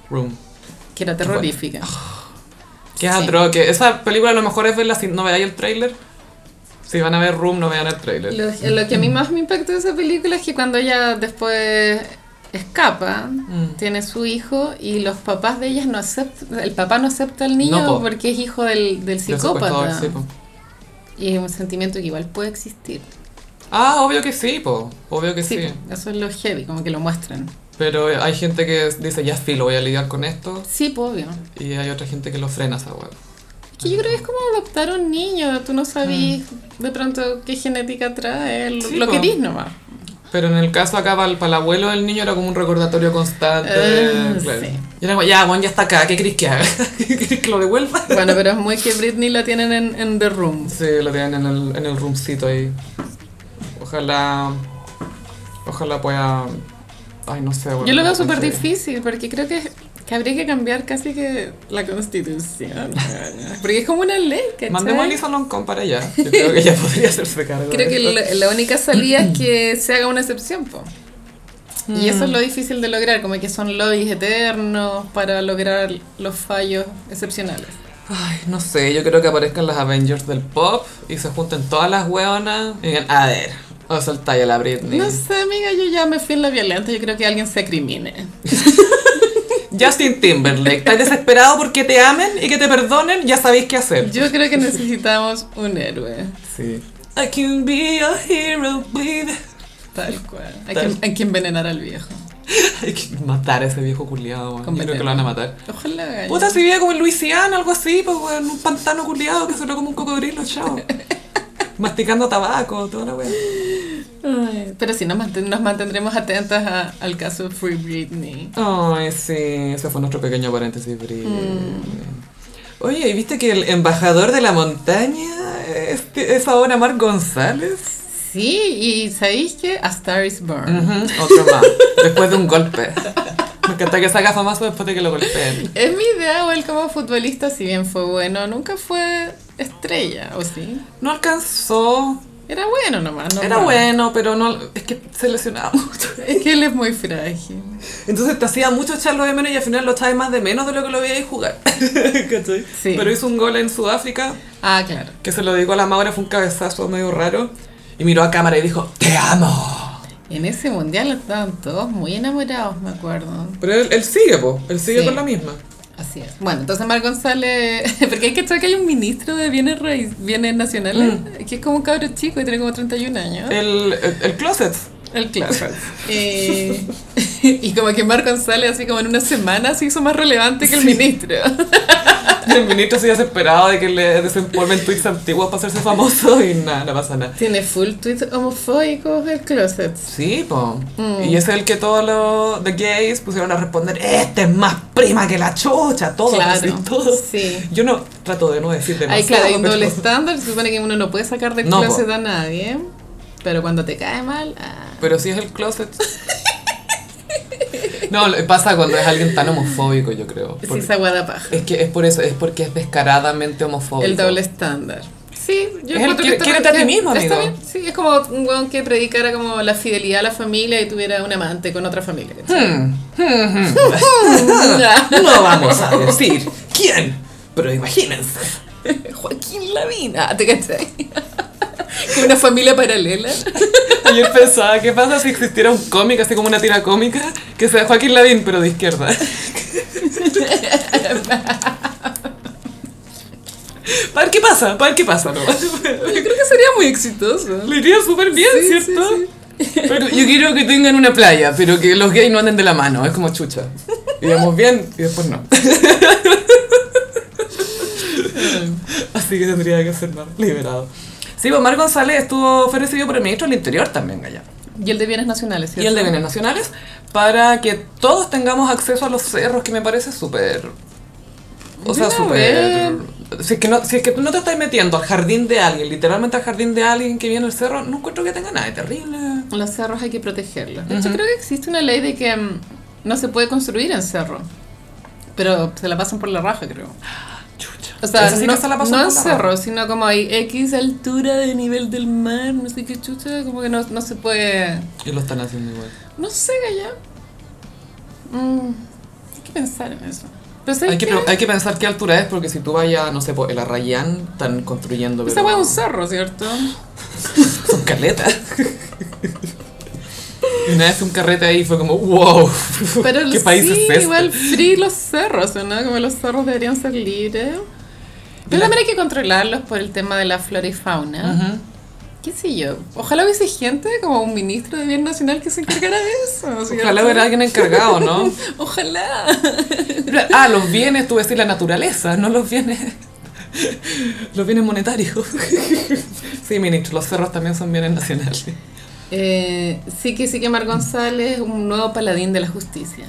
A: Room. Room.
B: Que era terrorífica.
A: Que es
B: Sí.
A: atroz, que esa película a lo mejor es verla si no veáis el tráiler. Si van a ver Room, no vean el tráiler.
B: Lo, lo que a mí más me impactó de esa película es que cuando ella después escapa,
A: Mm.
B: tiene su hijo y los papás de ellas no aceptan. El papá no acepta al niño
A: No, po.
B: porque es hijo del, del
A: Del secuestrador,
B: psicópata.
A: sí, po.
B: y es un sentimiento que igual puede existir.
A: Ah, obvio que sí, po. Obvio que sí.
B: sí. Eso es lo heavy, como que lo muestran.
A: Pero hay gente que dice, ya filo, voy a lidiar con esto.
B: Sí, pues, obvio.
A: Y hay otra gente que lo frena esa weá.
B: Es que yo creo que es como adoptar a un niño. Tú no sabes de pronto qué genética trae. Lo,
A: Mm. Sí,
B: lo
A: po.
B: querís nomás.
A: Pero en el caso acá, para el, abuelo del niño, era como un recordatorio constante.
B: Eh,
A: claro.
B: sí.
A: Y era como, ya, bueno, ya está acá, ¿qué crees que haga? ¿Crees que lo devuelva?
B: Bueno, pero es muy que Britney la tienen en, en The Room.
A: Sí, lo tienen en el, en el roomcito ahí. Ojalá. Ojalá pueda. Ay, no sé, bueno,
B: Yo lo veo
A: no
B: súper
A: sé.
B: difícil porque creo que, que habría que cambiar casi que la constitución. weona. porque es como una ley,
A: Mandemos a
B: ¿cachai?
A: Lisa Loncón para allá. Yo creo que ella podría hacerse cargo.
B: Creo
A: de
B: que
A: esto.
B: la, la única salida es que se haga una excepción, po. Y eso es lo difícil de lograr, como que son lobbies eternos para lograr los fallos excepcionales.
A: Ay, no sé, yo creo que aparezcan las Avengers del pop y se junten todas las hueonas y digan, a ver, o soltáis a la Britney.
B: No sé, amiga, yo ya me fui en la violenta. Yo creo que alguien se acrimine.
A: Justin Timberlake, ¿estás desesperado porque te amen y que te perdonen? Ya sabéis qué hacer.
B: Yo creo que necesitamos un héroe.
A: Sí. I can be a hero, baby.
B: Tal cual. Hay,
A: Tal.
B: Que, hay que envenenar al viejo.
A: Hay que matar a ese viejo culiado, weón. Yo creo que lo van a matar.
B: Ojalá. gane.
A: Puta, si vive como en Luisiana, algo así, pues, weón, un pantano culiado que sonó como un cocodrilo, chao. Masticando tabaco, toda la weá.
B: Ay, Pero sí, nos, manten- nos mantendremos atentas a- al caso Free Britney.
A: Ay, sí, ese fue nuestro pequeño paréntesis, Bri. Oye, ¿y viste que el embajador de la montaña es, es ahora Marc González?
B: Sí, y sabéis que A Star is Born.
A: Ujú, Otro más. Después de un golpe. Me encanta que salga famoso después de que lo golpeen.
B: Es mi idea, o él como futbolista, si bien fue bueno, nunca fue estrella, ¿o sí?
A: No alcanzó.
B: Era bueno nomás, ¿no?
A: Era bueno, pero no. Es que se lesionaba mucho.
B: Es que él es muy frágil.
A: Entonces te hacía mucho echarlo de menos y al final lo echabas más de menos de lo que lo veías jugar. ¿Cachai?
B: Sí.
A: Pero hizo un gol en Sudáfrica
B: Ah, claro.
A: que se lo dedicó a la Maura, fue un cabezazo medio raro. Y miró a cámara y dijo, ¡Te amo!
B: En ese mundial estaban todos muy enamorados, me acuerdo.
A: Pero él, él sigue, po. Él sigue
B: Sí.
A: con la misma.
B: Así es. Bueno, entonces Mar González, porque hay que saber que hay un ministro de bienes raíz, bienes nacionales,
A: Mm.
B: que es como un cabro chico y tiene como 31 años.
A: El, el, el closet.
B: El closet. Eh, y como que Mar González así como en una semana se hizo más relevante que el ministro.
A: Y el ministro se había desesperado de que le desempolven tweets antiguos para hacerse famoso y nada, no pasa nada.
B: Tiene full tweets homofóbicos el closet.
A: Sí, po.
B: Mm.
A: Y es el que todos los the gays pusieron a responder, este es más prima que la chucha, todos,
B: Claro,
A: así, todos.
B: sí.
A: Yo no trato de no decir demasiado.
B: Hay claro, hay un
A: pero-
B: doble estándar, se supone que uno no puede sacar del
A: No, po.
B: closet a nadie, pero cuando te cae mal, ah,
A: Pero si es el closet. No, lo- pasa cuando es alguien tan homofóbico, yo creo.
B: sí
A: Porque-
B: se aguada paja.
A: es que es por eso, es porque es descaradamente homofóbico.
B: El doble estándar. Sí,
A: Oh, Es
B: yo
A: el
B: encuentro
A: que-
B: está-
A: quiérete a ti
B: que-
A: mismo,
B: está
A: amigo.
B: bien, sí, es como un weón que predicara como la fidelidad a la familia y tuviera un amante con otra familia. ¿cachai?
A: Hmm, hmm, hmm.
B: Ya.
A: No vamos a decir quién, pero imagínense.
B: Joaquín Lavina, ¿te cachai? Con una familia paralela.
A: Ayer pensaba, ¿qué pasa si existiera un cómic, así como una tira cómica, que sea Joaquín Lavín, pero de izquierda? Para ver qué pasa, para ver qué pasa, ¿no?
B: Yo creo que sería muy exitoso.
A: Le iría súper bien,
B: Sí,
A: ¿cierto?
B: sí,
A: Pero yo quiero que tengan una playa, pero que los gays no anden de la mano, es como chucha. Y vamos bien y después no. Así que tendría que ser más liberado. Sí, pues Mar González estuvo, fue recibido por el ministro del Interior también, Gallá
B: Y el de bienes nacionales, ¿cierto?
A: y el de bienes nacionales para que todos tengamos acceso a los cerros, que me parece súper. O sea,
B: Ya
A: súper. Si, es que no- si es que tú no te estás metiendo al jardín de alguien, literalmente al jardín de alguien que viene el cerro, no encuentro que tenga nada de terrible.
B: Los cerros hay que protegerlos. De hecho, creo que existe una ley de que mm, no se puede construir en cerro. Pero se la pasan por la raja, creo.
A: Chucha.
B: O sea,
A: Esa sí
B: no,
A: que se la pasó
B: no
A: por
B: en
A: la
B: cerro,
A: raja.
B: sino como hay X altura de nivel del mar, no sé qué chucha, como que no, no se puede...
A: Y lo están haciendo igual.
B: No sé, Gaya. Mm, hay que pensar en eso. Pero ¿sabes
A: Hay que,
B: qué?
A: pro- hay que pensar qué altura es, porque si tú vayas, no sé, po, el Arrayán, están construyendo.
B: Esa
A: pero-
B: hueá es un cerro, ¿cierto?
A: Son caletas. Y una vez un carrete ahí fue como, wow,
B: Pero
A: ¿qué país
B: sí,
A: es este?
B: igual free los cerros, ¿no? Como los cerros deberían ser libres. Pero
A: La-
B: también hay que controlarlos por el tema de la flora y fauna.
A: Ujú.
B: ¿Qué sé yo? Ojalá hubiese gente como un ministro de Bien Nacional que se encargara de eso. ¿cierto?
A: Ojalá hubiera alguien encargado, ¿no?
B: Ojalá.
A: Ah, los bienes, tú decís la naturaleza, no los bienes. Los bienes monetarios. Sí, ministro, los cerros también son bienes nacionales.
B: Eh, sí que sí que Mar González es un nuevo paladín de la justicia.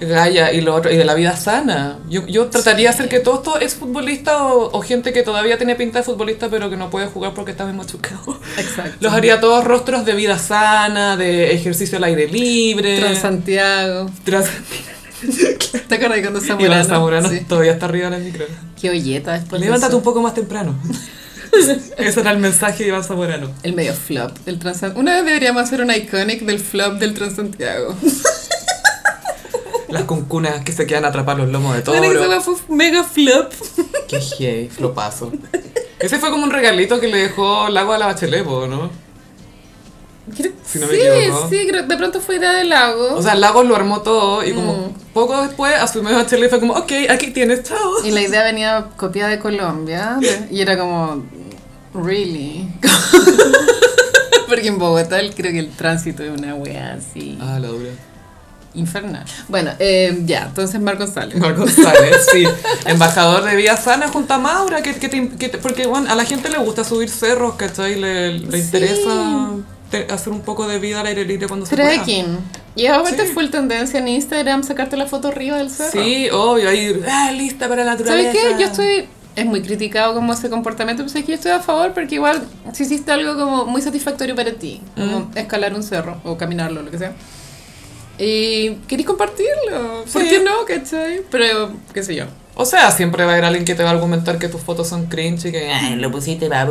A: Gaia y lo otro, y de la vida sana. Yo, yo trataría de hacer que todo esto es futbolista o, o gente que todavía tiene pinta de futbolista pero que no puede jugar porque está muy machucado.
B: Exacto.
A: Los haría todos rostros de vida sana, de ejercicio al aire libre.
B: Transantiago.
A: Trans-
B: ¿Te acuerdas cuando Zamorano?
A: Iván Zamorano
B: Sí.
A: todavía está arriba en el micro.
B: Qué olleta después de
A: Levántate
B: eso.
A: un poco más temprano. Ese era el mensaje de Iván Zamorano.
B: El medio flop del Transantiago. Una vez deberíamos hacer un iconic del flop del Transantiago.
A: Las concunas que se quedan atrapados los lomos de todo.
B: Bueno, que esa weá fue mega flop.
A: Qué gay, flopazo. Ese fue como un regalito que le dejó el agua a la bachelet, po, ¿no?
B: Creo-
A: Si no me
B: sí,
A: equivoco.
B: sí, creo- de pronto fue idea del lago.
A: O sea, Lagos lo armó todo y como
B: Mm.
A: poco después asumió Bachelet y fue como, ok, aquí tienes, chao.
B: y la idea venía copiada de Colombia. de- y era como. Really. Porque en Bogotá el- creo que el tránsito es una wea así.
A: Ah, la dura.
B: Infernal. Bueno, eh, ya, entonces Marco González.
A: Marco González, sí. Embajador de Vía Sana junto a Maura, que, que te- que te- porque bueno, a la gente le gusta subir cerros, ¿cachai? Le, le
B: Sí.
A: interesa te- hacer un poco de vida al aire libre cuando se pueda.
B: Trekking. Y aparte
A: Sí.
B: full tendencia en Instagram sacarte la foto arriba del cerro.
A: Sí, obvio, ahí, ah, lista para la naturaleza.
B: ¿Sabes qué? Yo estoy es muy criticado como ese comportamiento, pues es que yo estoy a favor porque igual si hiciste algo como muy satisfactorio para ti, como escalar un cerro o caminarlo, lo que sea. Y querís compartirlo, ¿por
A: Sí.
B: qué no? ¿Cachai? Pero, qué sé yo.
A: O sea, siempre va a haber alguien que te va a argumentar que tus fotos son cringe y que... ah,
C: Ay, lo pusiste para...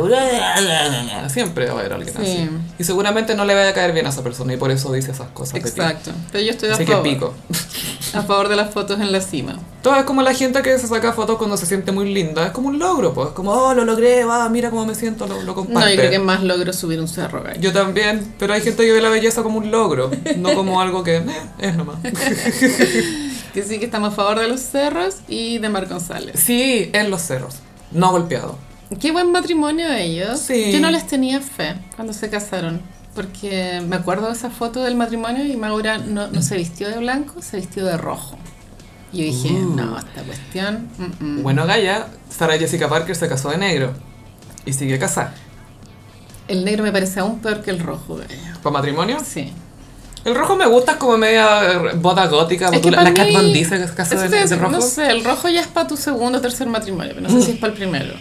A: Siempre va a haber alguien
B: Sí.
A: así. Y seguramente no le va a caer bien a esa persona y por eso dice esas cosas. de ti.
B: Exacto. Pero yo estoy a
A: Así que
B: favor.
A: pico.
B: A favor de las fotos en la cima.
A: Todo es como la gente que se saca fotos cuando se siente muy linda. Es como un logro, pues. Es como, oh, lo logré, va, mira cómo me siento, lo, lo comparte.
B: No, yo creo que más logro subir un cerro, gallo.
A: Yo también, pero hay gente que ve la belleza como un logro, no como algo que eh, es nomás.
B: Que sí que estamos a favor de los cerros y de Mar González.
A: Sí, en los cerros, no golpeado.
B: Qué buen matrimonio ellos.
A: Sí.
B: Yo no les tenía fe cuando se casaron. Porque me acuerdo de esa foto del matrimonio y Maura no, no se vistió de blanco, se vistió de rojo. Y yo dije, no, esta cuestión. mm, mm.
A: Uh. Bueno, Gaia, Sara Jessica Parker se casó de negro y sigue casada.
B: El negro me parece aún peor que el rojo, gallo.
A: ¿Para matrimonio?
B: Sí.
A: El rojo me gusta, es como media eh, boda gótica.
B: Es que
A: la
B: para
A: la Kat
B: mí-
A: Von D se casó
B: eso
A: de,
B: te iba a
A: de
B: decir,
A: rojo.
B: No sé, el rojo ya es para tu segundo o tercer matrimonio, pero no sé si es para el primero.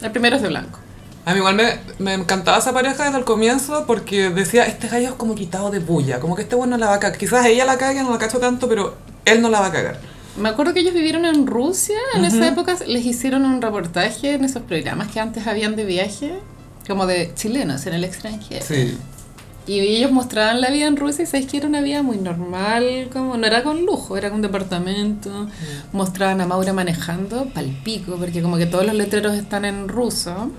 B: El primero es de blanco.
A: A mí igual me, me encantaba esa pareja desde el comienzo porque decía, este gallo es como quitado de bulla, como que este bueno la va a cagar. Quizás ella la cague, no la cacho tanto, pero él no la va a cagar.
B: Me acuerdo que ellos vivieron en Rusia, en esa época les hicieron un reportaje en esos programas que antes habían de viaje, como de chilenos en el extranjero.
A: Sí.
B: Y ellos mostraban la vida en Rusia y sabéis que era una vida muy normal, como no era con lujo, era con un departamento.
A: Mm.
B: Mostraban a Maura manejando palpico, porque como que todos los letreros están en ruso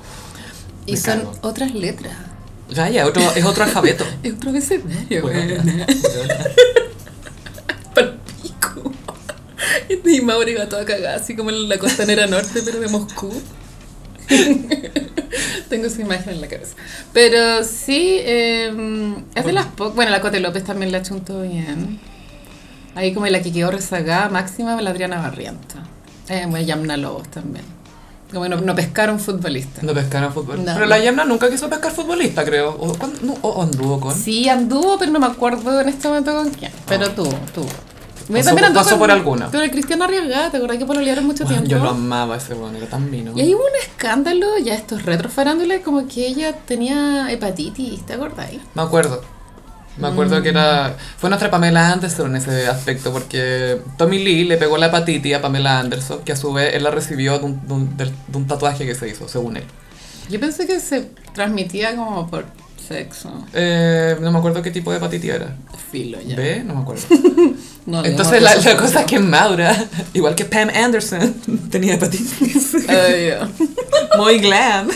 B: y
A: Me
B: son
A: cago.
B: otras letras.
A: Gaya, otro, es otro alfabeto.
B: Es otro escenario,
A: Weona.
B: palpico. Y Mauro iba toda cagada, así como en la costanera norte, pero de Moscú. Tengo esa imagen en la cabeza. Pero sí, eh, es de las pocas. Bueno, la Cote López también la chuntó bien. Ahí como la que quedó rezagada máxima, la Adriana Barriento. Eh, bueno, Yamna Lobos también. Como no, no pescaron futbolistas.
A: No pescaron fútbol.
B: No.
A: Pero la Yamna nunca quiso pescar futbolista, creo. O, cuándo- no, o anduvo con.
B: Sí, anduvo, pero no me acuerdo en este momento con quién. Pero tuvo, tuvo.
A: Pasó- Ah. pues, pasó por alguna.
B: Pero el Cristiano Arriagada, ¿te acordás que pololearon mucho
A: Bueno, yo
B: tiempo?
A: lo amaba ese bueno, era tan vino.
B: Y ahí hubo un escándalo, ya estos retrofarándulas, como que ella tenía hepatitis, ¿te acordáis?
A: Me acuerdo. Me acuerdo que era.
B: Mm.
A: Fue nuestra Pamela Anderson en ese aspecto, porque Tommy Lee le pegó la hepatitis a Pamela Anderson, que a su vez él la recibió de un, de un- del- de un tatuaje que se hizo, según él.
B: Yo pensé que se transmitía como por sexo.
A: Eh, no me acuerdo qué tipo de hepatitis era.
B: Filo ya.
A: ¿Ve? No me acuerdo.
B: No, digamos
A: Entonces la,
B: cosas
A: la cosa es que Maura, igual que Pam Anderson, tenía hepatitis.
B: por- Ay, Dios.
A: Muy glam.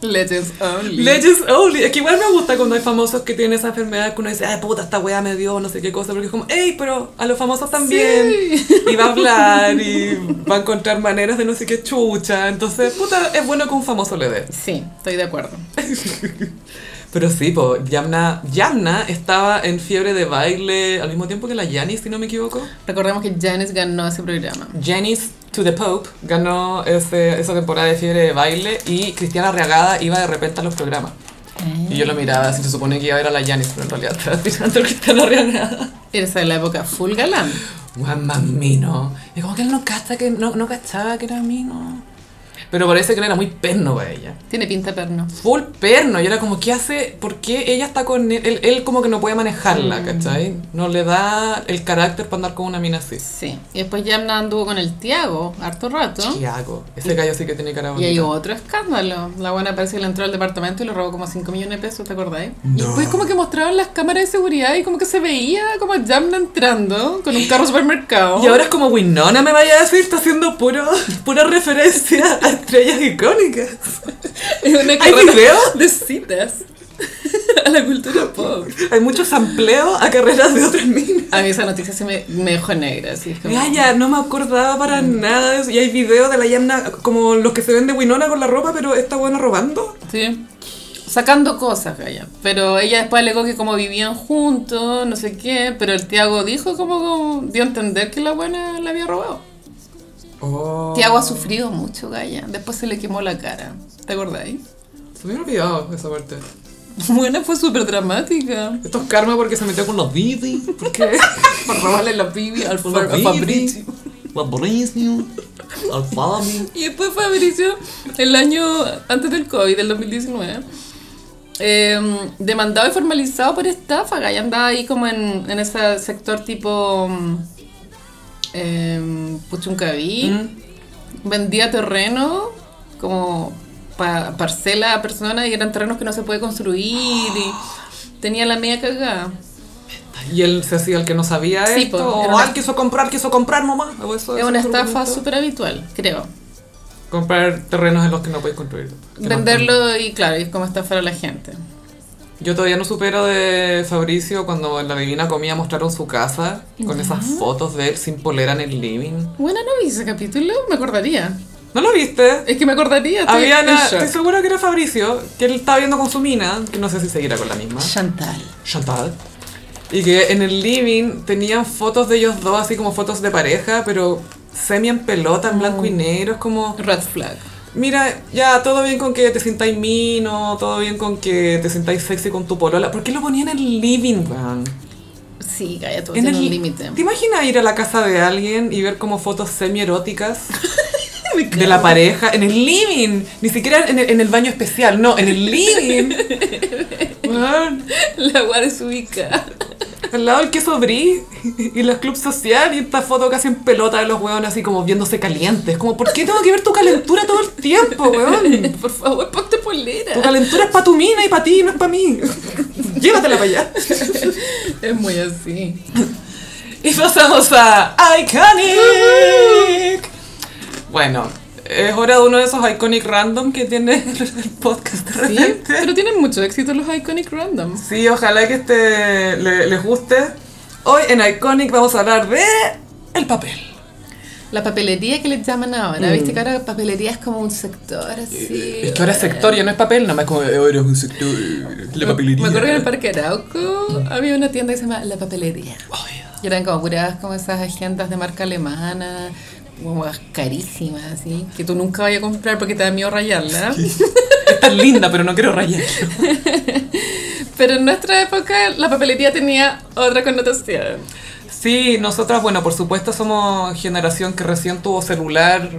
B: Legends only.
A: Legends only. Es que igual me gusta cuando hay famosos que tienen esa enfermedad que uno dice, ay puta, esta weá me dio, no sé qué cosa, porque es como, hey, pero a los famosos también.
B: Sí.
A: Y va a hablar y va a encontrar maneras de no sé qué chucha. Entonces, puta, es bueno que un famoso le dé.
B: Sí, estoy de acuerdo.
A: Pero sí, po, Yamna, Yamna estaba en fiebre de baile al mismo tiempo que la Janis, si no me equivoco.
B: Recordemos que Janice ganó ese programa.
A: Janis to the Pope ganó ese- esa temporada de fiebre de baile y Cristiana Reagada iba de repente a los programas. Y yo lo miraba, así se supone que iba a ver a la Janis, pero en realidad estaba mirando a Cristiana Reagada.
B: Esa es la época full galán.
A: Juan Mamino. Y como que él no, cacha que, no, no cachaba que era Mino. Pero parece que él era muy perno para ella.
B: Tiene pinta de perno.
A: Full perno. Y era como, ¿qué hace? ¿Por qué ella está con él? Él, él como que no puede manejarla, ¿cachai? No le da el carácter para andar con una mina así.
B: Sí. Y después Yamna anduvo con el Tiago harto rato.
A: Chiago. Ese gallo sí que tiene cara
B: Y
A: bonita.
B: hay otro escándalo. La buena parece que le entró al departamento y le robó como 5 millones de pesos, ¿te acordáis? Y después como que mostraban las cámaras de seguridad y como que se veía como Jamna entrando con un carro supermercado.
A: Y ahora es como Winona me vaya a decir, está haciendo puro, pura referencia a estrellas icónicas.
B: es una
A: ¿Hay
B: carrera
A: video?
B: de citas a la cultura pop.
A: Hay mucho sampleo a carreras de otras minas.
B: A mí esa noticia se me, me dejó negra, así es como...
A: Gaya, no me acordaba para nada de eso. Y hay videos de la Yamna, como los que se ven de Winona con la ropa, pero esta buena robando.
B: Sí. Sacando cosas, Gaya. Pero ella después alegó que como vivían juntos, no sé qué, pero el Tiago dijo como, como dio a entender que la buena la había robado.
A: Oh.
B: Tiago ha sufrido mucho, Gaya. Después se le quemó la cara. ¿Te acordáis?
A: Se me había olvidado esa parte.
B: Buena fue súper dramática.
A: Esto es karma porque se metió con los Didi. ¿Por qué?
B: Para robarle la pibi al
A: Con los
B: Fabrizio.
A: Los Britney.
C: Or follow me.
B: Y después Fabricio, el año antes del COVID, del 2019, eh, demandado y formalizado por estafa, y andaba ahí como en, en ese sector tipo mm, eh, Puchuncaví, vendía terreno como pa- parcela a personas y eran terrenos que no se puede construir y tenía la media cagada.
A: Y él se hacía el que no sabía
B: Sí,
A: esto.
B: po,
A: o,
B: era una-
A: "Ay, quiso comprar, quiso comprar, mamá. O eso-
B: Es
A: eso
B: una
A: es lo que
B: estafa
A: pregunto.
B: súper habitual, creo.
A: Comprar terrenos en los que no podéis construir. que no
B: Venderlo y claro, y como estafar a la gente.
A: Yo todavía no supero de Fabricio cuando en la Divina Comida mostraron su casa con esas fotos de él sin polera en el living.
B: Bueno, no vi ese capítulo, me acordaría.
A: ¿No lo viste?
B: Es que me acordaría. estoy
A: Había
B: en
A: una-
B: shock.
A: estoy segura que era Fabricio, que él estaba viendo con su mina, que no sé si seguirá con la misma,
B: Chantal.
A: Chantal. Y que en el living tenían fotos de ellos dos, así como fotos de pareja, pero semi en pelota, en blanco y
B: Mm.
A: negro. Es como,
B: Red flag.
A: mira, ya todo bien con que te sintáis mino, todo bien con que te sintáis sexy con tu polola. ¿Por qué lo ponían en el living, weón?
B: Sí, calla, todo
A: En
B: tiene un
A: el-
B: límite.
A: ¿Te imaginas ir a la casa de alguien y ver como fotos semi-eróticas de la pareja en el living? Ni siquiera en el, en el baño especial, no, en el living. Weón,
B: La agua desubica.
A: al lado del queso brie y los clubs social y esta foto casi en pelota de los hueones así como viéndose calientes. Como, ¿por qué tengo que ver tu calentura todo el tiempo, weón?
B: Por favor, ponte
A: Tu
B: polera.
A: calentura es para tu mina y para ti, no es para mí. Llévatela para allá.
B: Es muy así.
A: Y pasamos a Iconic. Bueno, es hora de uno de esos Iconic Random que tiene el podcast de
B: Sí,
A: repente.
B: pero tienen mucho éxito los Iconic Randoms.
A: Sí, ojalá que este le- les guste. Hoy en Iconic vamos a hablar de el papel.
B: La papelería que les llaman ahora. Viste que ahora papelería es como un sector así.
A: Mm. Es que ahora es sector, ya no es papel, nomás como "Eh, ahora es un sector. eh, La papelería.
B: Me acuerdo que en el Parque Arauco había una tienda que se llama La Papelería. Y eran como puras como esas agendas de marca alemana, como carísimas, así, que tú nunca vayas a comprar porque te da miedo rayarla.
A: Está linda, pero no quiero rayarlo.
B: Pero en nuestra época la papelería tenía otra connotación.
A: Sí, nosotras, bueno, por supuesto somos generación que recién tuvo celular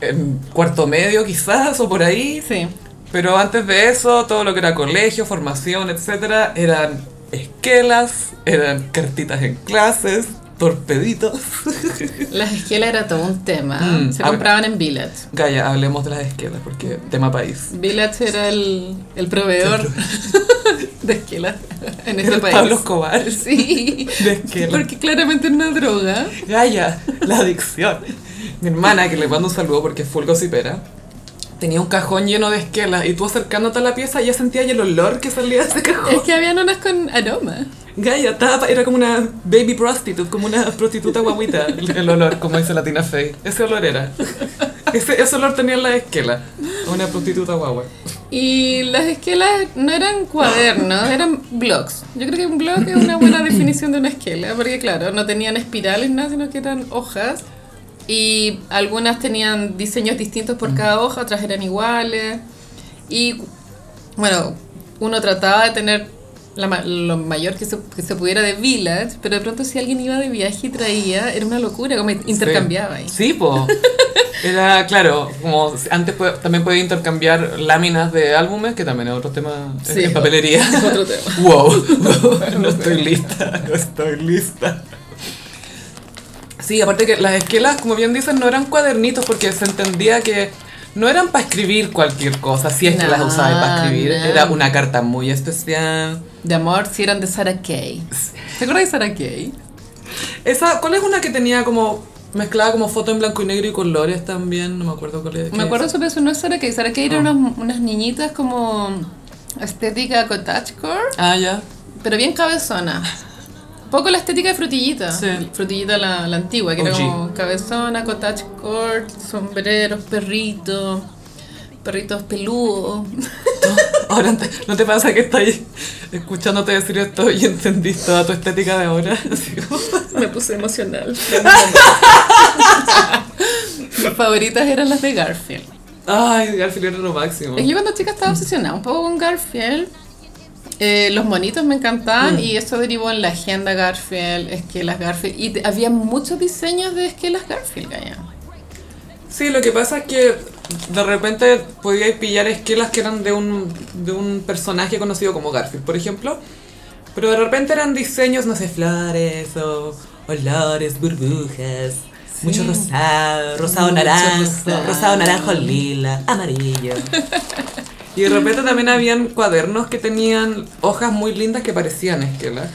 A: en cuarto medio quizás o por ahí.
B: Sí.
A: Pero antes de eso, todo lo que era colegio, formación, etcétera, eran esquelas, eran cartitas en clases, torpeditos.
B: Las esquelas era todo un tema.
A: Mm,
B: se
A: ah,
B: compraban en Village.
A: Gaya, hablemos de las esquelas, porque tema país.
B: Village era el, el proveedor de esquelas en este
A: El
B: país.
A: Pablo Escobar
B: Sí.
A: de esquelas.
B: Porque claramente era una droga.
A: Gaya, la adicción. Mi hermana, que le mando un saludo porque es full gossipera, tenía un cajón lleno de esquelas y tú acercándote a la pieza ya sentías el olor que salía de ese
B: Es
A: cajón.
B: que habían unas con aroma.
A: Gaya, estaba- era como una baby prostitute, como una prostituta guaguita. El, el olor, como dice Latina Fey. Ese olor era. Ese, ese olor tenía en la esquela. Una prostituta guagua.
B: Y las esquelas no eran cuadernos, eran blogs. Yo creo que un blog es una buena definición de una esquela, porque claro, no tenían espirales nada, sino que eran hojas. Y algunas tenían diseños distintos por cada hoja, otras eran iguales. Y bueno, uno trataba de tener la ma- lo mayor que se, que se pudiera de village, pero de pronto si alguien iba de viaje y traía, era una locura, como intercambiaba ahí.
A: Sí, po. Era, claro, como antes po- también podía intercambiar láminas de álbumes, que también es otro tema en-
B: Sí.
A: en papelería.
B: Otro tema.
A: Wow, no estoy lista, no estoy lista. Sí, aparte que las esquelas, como bien dicen, no eran cuadernitos porque se entendía que no eran para escribir cualquier cosa, si es que
B: No,
A: las usabas para escribir.
B: no.
A: Era una carta muy especial.
B: De amor, si eran de Sarah Kay. ¿Te acuerdas de Sarah Kay?
A: Esa, ¿Cuál es una que tenía como mezclada como foto en blanco y negro y colores también? No me acuerdo cuál es.
B: Me acuerdo sobre eso, no es Sarah Kay. Sarah Kay eran
A: Ah.
B: unas, unas niñitas como estética cottagecore,
A: Ah, ya.
B: pero bien cabezona. Un poco la estética de frutillita.
A: Sí.
B: Frutillita la, la antigua, que era
A: OG.
B: como cabezona, cottagecore, sombreros, perritos, perritos peludos.
A: Ahora, te- ¿no te pasa que estás escuchándote decir esto y entendís toda tu estética de ahora? Así como-
B: Me puse emocional. Mis favoritas eran las de Garfield.
A: Ay, Garfield era lo máximo.
B: Es que yo cuando chica estaba obsesionada un poco con Garfield. Eh, los monitos me encantaban
A: Mm.
B: y eso derivó en la agenda Garfield, esquelas Garfield. Y te- había muchos diseños de esquelas Garfield allá.
A: Sí, lo que pasa es que de repente podíais pillar esquelas que eran de un, de un personaje conocido como Garfield, por ejemplo. Pero de repente eran diseños, no sé, flores o olores, burbujas. Mucho rosado, rosado
B: Mucho
A: naranjo,
B: rosado.
A: rosado naranjo lila, amarillo. Y de
B: Mm.
A: repente también habían cuadernos que tenían hojas muy lindas que parecían esquelas.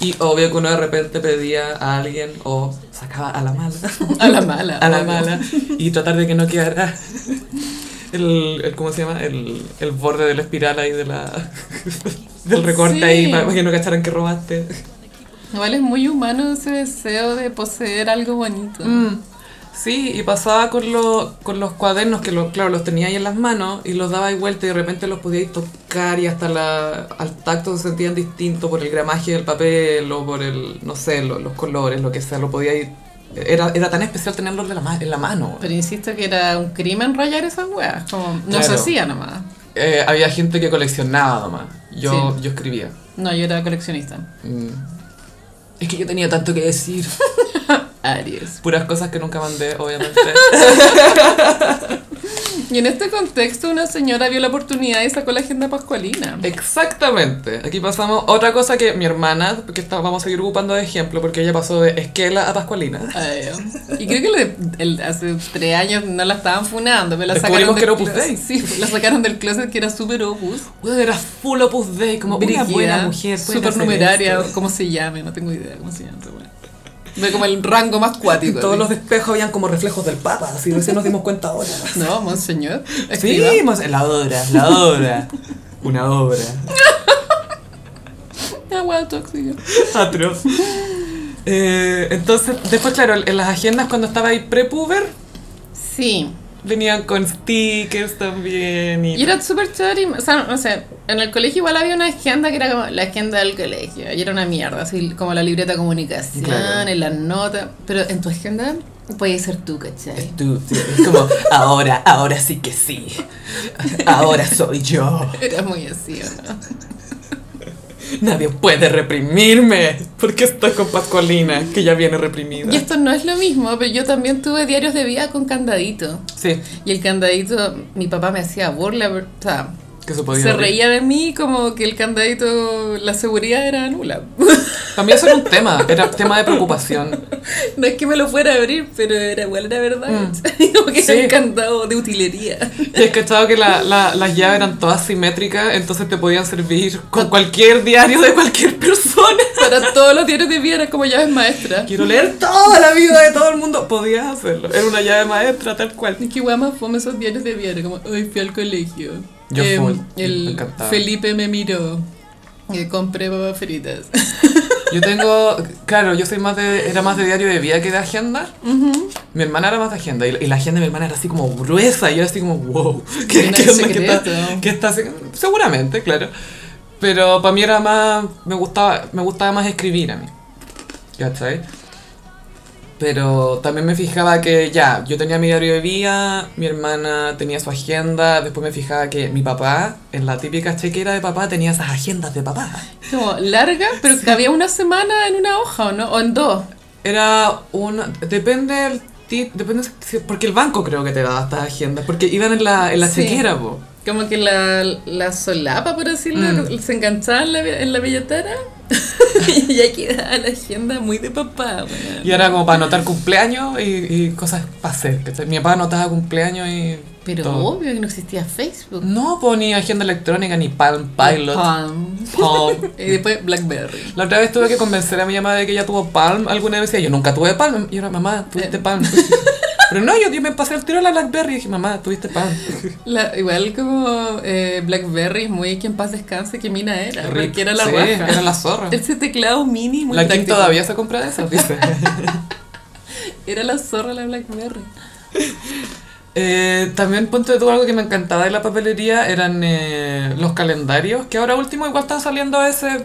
A: Y obvio que uno de repente pedía a alguien o sacaba a la mala
B: A la mala.
A: a la
B: obvio.
A: mala y tratar de que no quedara el, el- ¿cómo se llama? El, el borde de la espiral ahí de la del recorte
B: Sí.
A: ahí para, para que no cacharan que robaste.
B: Igual es muy humano ese deseo de poseer algo bonito.
A: Mm. Sí, y pasaba con, lo- con los cuadernos que, lo- claro, los tenía ahí en las manos y los daba y vuelta y de repente los podíais tocar y hasta la, al tacto se sentían distintos por el gramaje del papel o por el, no sé, lo- los colores, lo que sea, lo podíais... Era, era tan especial tenerlos de la ma- en la mano.
B: Pero insisto que era un crimen rayar esas weas. Como, no se
A: Claro.
B: hacía nomás.
A: Eh, había gente que coleccionaba nomás. Yo,
B: Sí.
A: yo escribía.
B: No, yo era coleccionista.
A: Mm. Es que yo tenía tanto que decir.
B: Aries.
A: Puras cosas que nunca mandé, obviamente.
B: Y en este contexto, una señora vio la oportunidad y sacó la agenda pascualina.
A: Exactamente. Aquí pasamos otra cosa que mi hermana, que está- vamos a seguir ocupando de ejemplo, porque ella pasó de esquela a pascualina.
B: Ay, Y creo que le- el- hace tres años no la estaban funando, pero la sacaron
A: Descubrimos
B: del
A: que era Opus
B: clo-
A: Dei.
B: Sí, la sacaron del closet que era súper opus.
A: Weón, era full opus dei, como
B: Brígida,
A: una buena mujer. puede hacer
B: supernumeraria,
A: esto.
B: como se llame, no tengo idea cómo se llama esa wea. De como el rango más cuático.
C: Todos
B: así.
C: los espejos habían como reflejos del Papa, así recién nos dimos cuenta ahora.
B: No, monseñor. escriba.
C: Sí, mos- la obra, la obra. Una obra.
B: Una wea tóxica.
A: Atroz. Eh, entonces, después, claro, en las agendas cuando estaba ahí pre-puber,
B: Sí.
A: venían con stickers también. Y
B: Y era súper chori. O sea, no sé, en el colegio igual había una agenda que era como la agenda del colegio. Y era una mierda, así como la libreta de comunicación,
A: Claro.
B: en las notas. Pero en tu agenda puede ser tú, ¿cachai?
C: Tú, sí, es como, ahora, ahora sí que sí. Ahora soy yo.
B: Era muy así, ¿o no?
A: Nadie puede reprimirme, porque estoy con Pascualina, que ya viene reprimida.
B: Y esto no es lo mismo, pero yo también tuve diarios de vida con candadito.
A: Sí,
B: Y el candadito, mi papá me hacía burla, pero, o sea,
A: que se podía.
B: se
A: reír.
B: reía de mí como que el candadito, la seguridad era nula.
A: También eso era un tema, era tema de preocupación.
B: no es que me lo fuera a abrir, pero era igual era verdad. como que
A: Mm. Sí.
B: era un candado de utilería.
A: Y es cachado que la- la- las llaves eran todas simétricas, entonces te podían servir con cualquier diario de cualquier persona.
B: Para todos los diarios de vida era como llaves maestras.
A: Quiero leer toda la vida de todo el mundo. Podías hacerlo. Era una llave maestra, tal cual.
B: Y qué guay más fome esos diarios de vida, era como, hoy fui al colegio.
A: Yo
B: Em,
A: full, me
B: el
A: encantaba.
B: Felipe me miró. Y compré papas fritas.
A: Yo tengo, claro, yo soy más de, era más de diario de vida que de agenda. Mi hermana era más de agenda y, y la agenda de mi hermana era así como gruesa y yo era así como, wow, ¿qué,
B: Tiene
A: qué
B: el
A: onda que está,
B: secreto.
A: que está así? Seguramente, claro. Pero para mí era más, me gustaba, me gustaba más escribir a mí. ¿Cachai? Pero también me fijaba que ya, yo tenía mi diario de día, mi hermana tenía su agenda, después me fijaba que mi papá, en la típica chequera de papá, tenía esas agendas de papá.
B: Como larga, pero que había una semana en una hoja, ¿o no? O en dos.
A: Era una... Depende del ti- Depende si- porque el banco creo que te daba estas agendas, porque iban en la, en la
B: Sí.
A: chequera, po.
B: Como que la, la solapa, por decirlo,
A: Mm.
B: se enganchaba en la, en la billetera y ya quedaba la agenda muy de papá. weón.
A: Y era como para anotar cumpleaños y, y cosas para hacer. ¿cachai? Mi papá anotaba cumpleaños y.
B: Pero
A: todo.
B: obvio que no existía Facebook.
A: No ponía agenda electrónica ni Palm Pilot.
B: Palm.
A: Palm.
B: Y después Blackberry.
A: La otra vez tuve que convencer a mi mamá de que ella tuvo Palm alguna vez. Y decía, yo nunca tuve Palm. Y yo era, mamá,
B: Eh.
A: tuviste Palm. Pero no, yo, yo me pasé el tiro a la Blackberry y dije, mamá, tuviste Palm.
B: La- igual como eh, Blackberry es muy que en paz descanse, que mina era,
A: Rip.
B: porque era la
A: Sí,
B: raja.
A: Era la zorra.
B: Ese teclado mini muy
A: La Kim
B: táctico.
A: todavía se compra de esas, dice.
B: Era la zorra la Blackberry.
A: Eh, también, ponte tú, algo que me encantaba de la papelería eran eh, los calendarios, que ahora último igual están saliendo a veces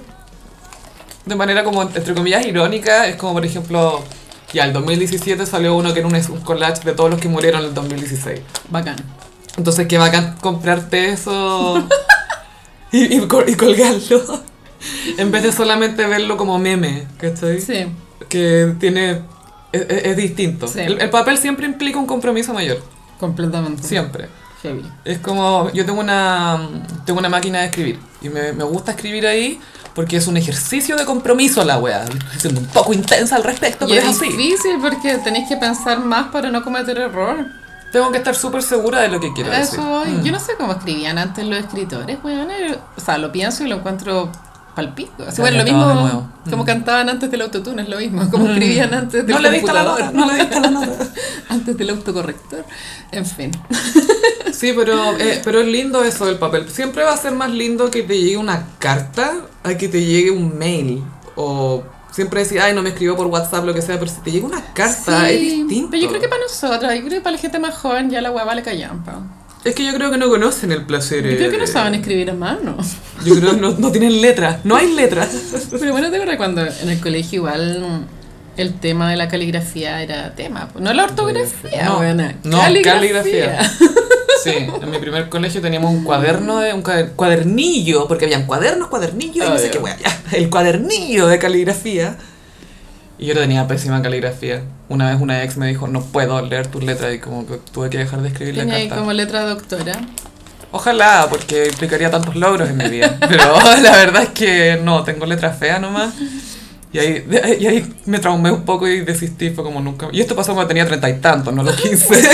A: de manera como, entre comillas, irónica. Es como, por ejemplo, ya el 2017 salió uno que era un, un collage de todos los que murieron en el 2016.
B: Bacán.
A: Entonces, qué bacán comprarte eso y, y col- y colgarlo. En vez de solamente verlo como meme, ¿cachai?
B: Sí.
A: Que tiene es, es- es distinto.
B: Sí.
A: El, el papel siempre implica un compromiso mayor,
B: Completamente.
A: siempre.
B: Heavy.
A: Es como, yo tengo una, tengo una máquina de escribir y me, me gusta escribir ahí porque es un ejercicio de compromiso la wea. Estoy siendo un poco intensa al respecto,
B: Y
A: pero es
B: es
A: así.
B: difícil porque tenéis que pensar más para no cometer error.
A: Tengo que estar súper segura de lo que quiero decir.
B: Eso voy.
A: Mm.
B: Yo no sé cómo escribían antes los escritores, weón. era- O sea, lo pienso y lo encuentro palpico. Así, bueno, lo
A: Dale, acaba de
B: mismo
A: nuevo.
B: como
A: Mm.
B: cantaban antes del autotune, es lo mismo. Como escribían antes del
A: No le diste la nota,
B: computador.
A: no le diste la nota.
B: Antes del autocorrector. En fin.
A: Sí, pero, eh, pero es lindo eso del papel. Siempre va a ser más lindo que te llegue una carta a que te llegue un mail. O siempre decir, ay, no me escribió por WhatsApp, lo que sea, pero si te llega una carta es
B: Sí,
A: distinto.
B: Pero yo creo que para nosotros, yo creo que para la gente más joven ya la hueva le callampa.
A: Es que yo creo que no conocen el placer.
B: Yo creo que no
A: eh,
B: saben escribir a mano.
A: Yo creo que no, no tienen letras, no hay letras.
B: Pero bueno, te acuerdas cuando en el colegio igual el tema de la caligrafía era tema. No la ortografía,
A: No,
B: buena.
A: no, caligrafía. Sí, en mi primer colegio teníamos un cuaderno de un cuader- cuadernillo, porque habían cuadernos, cuadernillos, y no sé
B: Obvio.
A: qué wea, Ah, ya. El cuadernillo de caligrafía. Y yo tenía pésima caligrafía. Una vez una ex me dijo, no puedo leer tus letras y como que tuve que dejar de escribir la
B: Tenía ahí
A: carta.
B: como letra doctora.
A: Ojalá, porque implicaría tantos logros en mi vida. Pero la verdad es que no, tengo letras feas nomás. Y ahí, de- ahí- y ahí me traumé un poco y desistí, fue como nunca. Y esto pasó cuando tenía treinta y tantos, no los quince.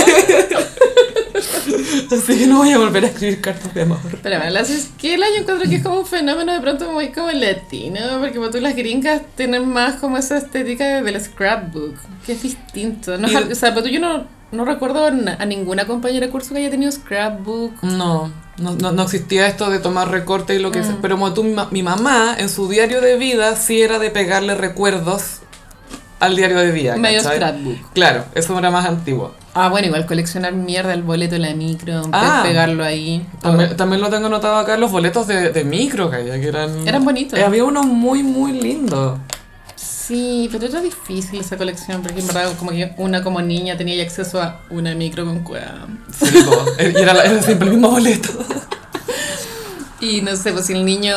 A: Así que no voy a volver a escribir cartas de amor.
B: Pero bueno, las esquelas yo encuentro que es como un fenómeno de pronto muy como latino, porque para tú las gringas tienen más como esa estética del scrapbook, que es distinto. No,
A: Y-
B: o sea, para tú yo no, no recuerdo a na- a ninguna compañera de curso que haya tenido scrapbook.
A: No, no, no, no existía esto de tomar recortes y lo que sea. Pero como tú, mi, ma- mi mamá, en su diario de vida, sí era de pegarle recuerdos al diario de vida.
B: Medio
A: ¿cachai?
B: scrapbook.
A: Claro, eso era más antiguo.
B: Ah, bueno, igual coleccionar mierda, el boleto de la micro, pe-
A: Ah.
B: pegarlo ahí.
A: También, también lo tengo anotado acá, los boletos de, de micro que había, que eran...
B: Eran bonitos.
A: Eh, había unos muy, muy lindos.
B: Sí, pero era difícil esa colección, porque en verdad como que una como niña tenía ya acceso a una micro con cueva.
A: Sí, po. Eh, y era, la- era siempre el mismo boleto.
B: Y no sé, pues si el niño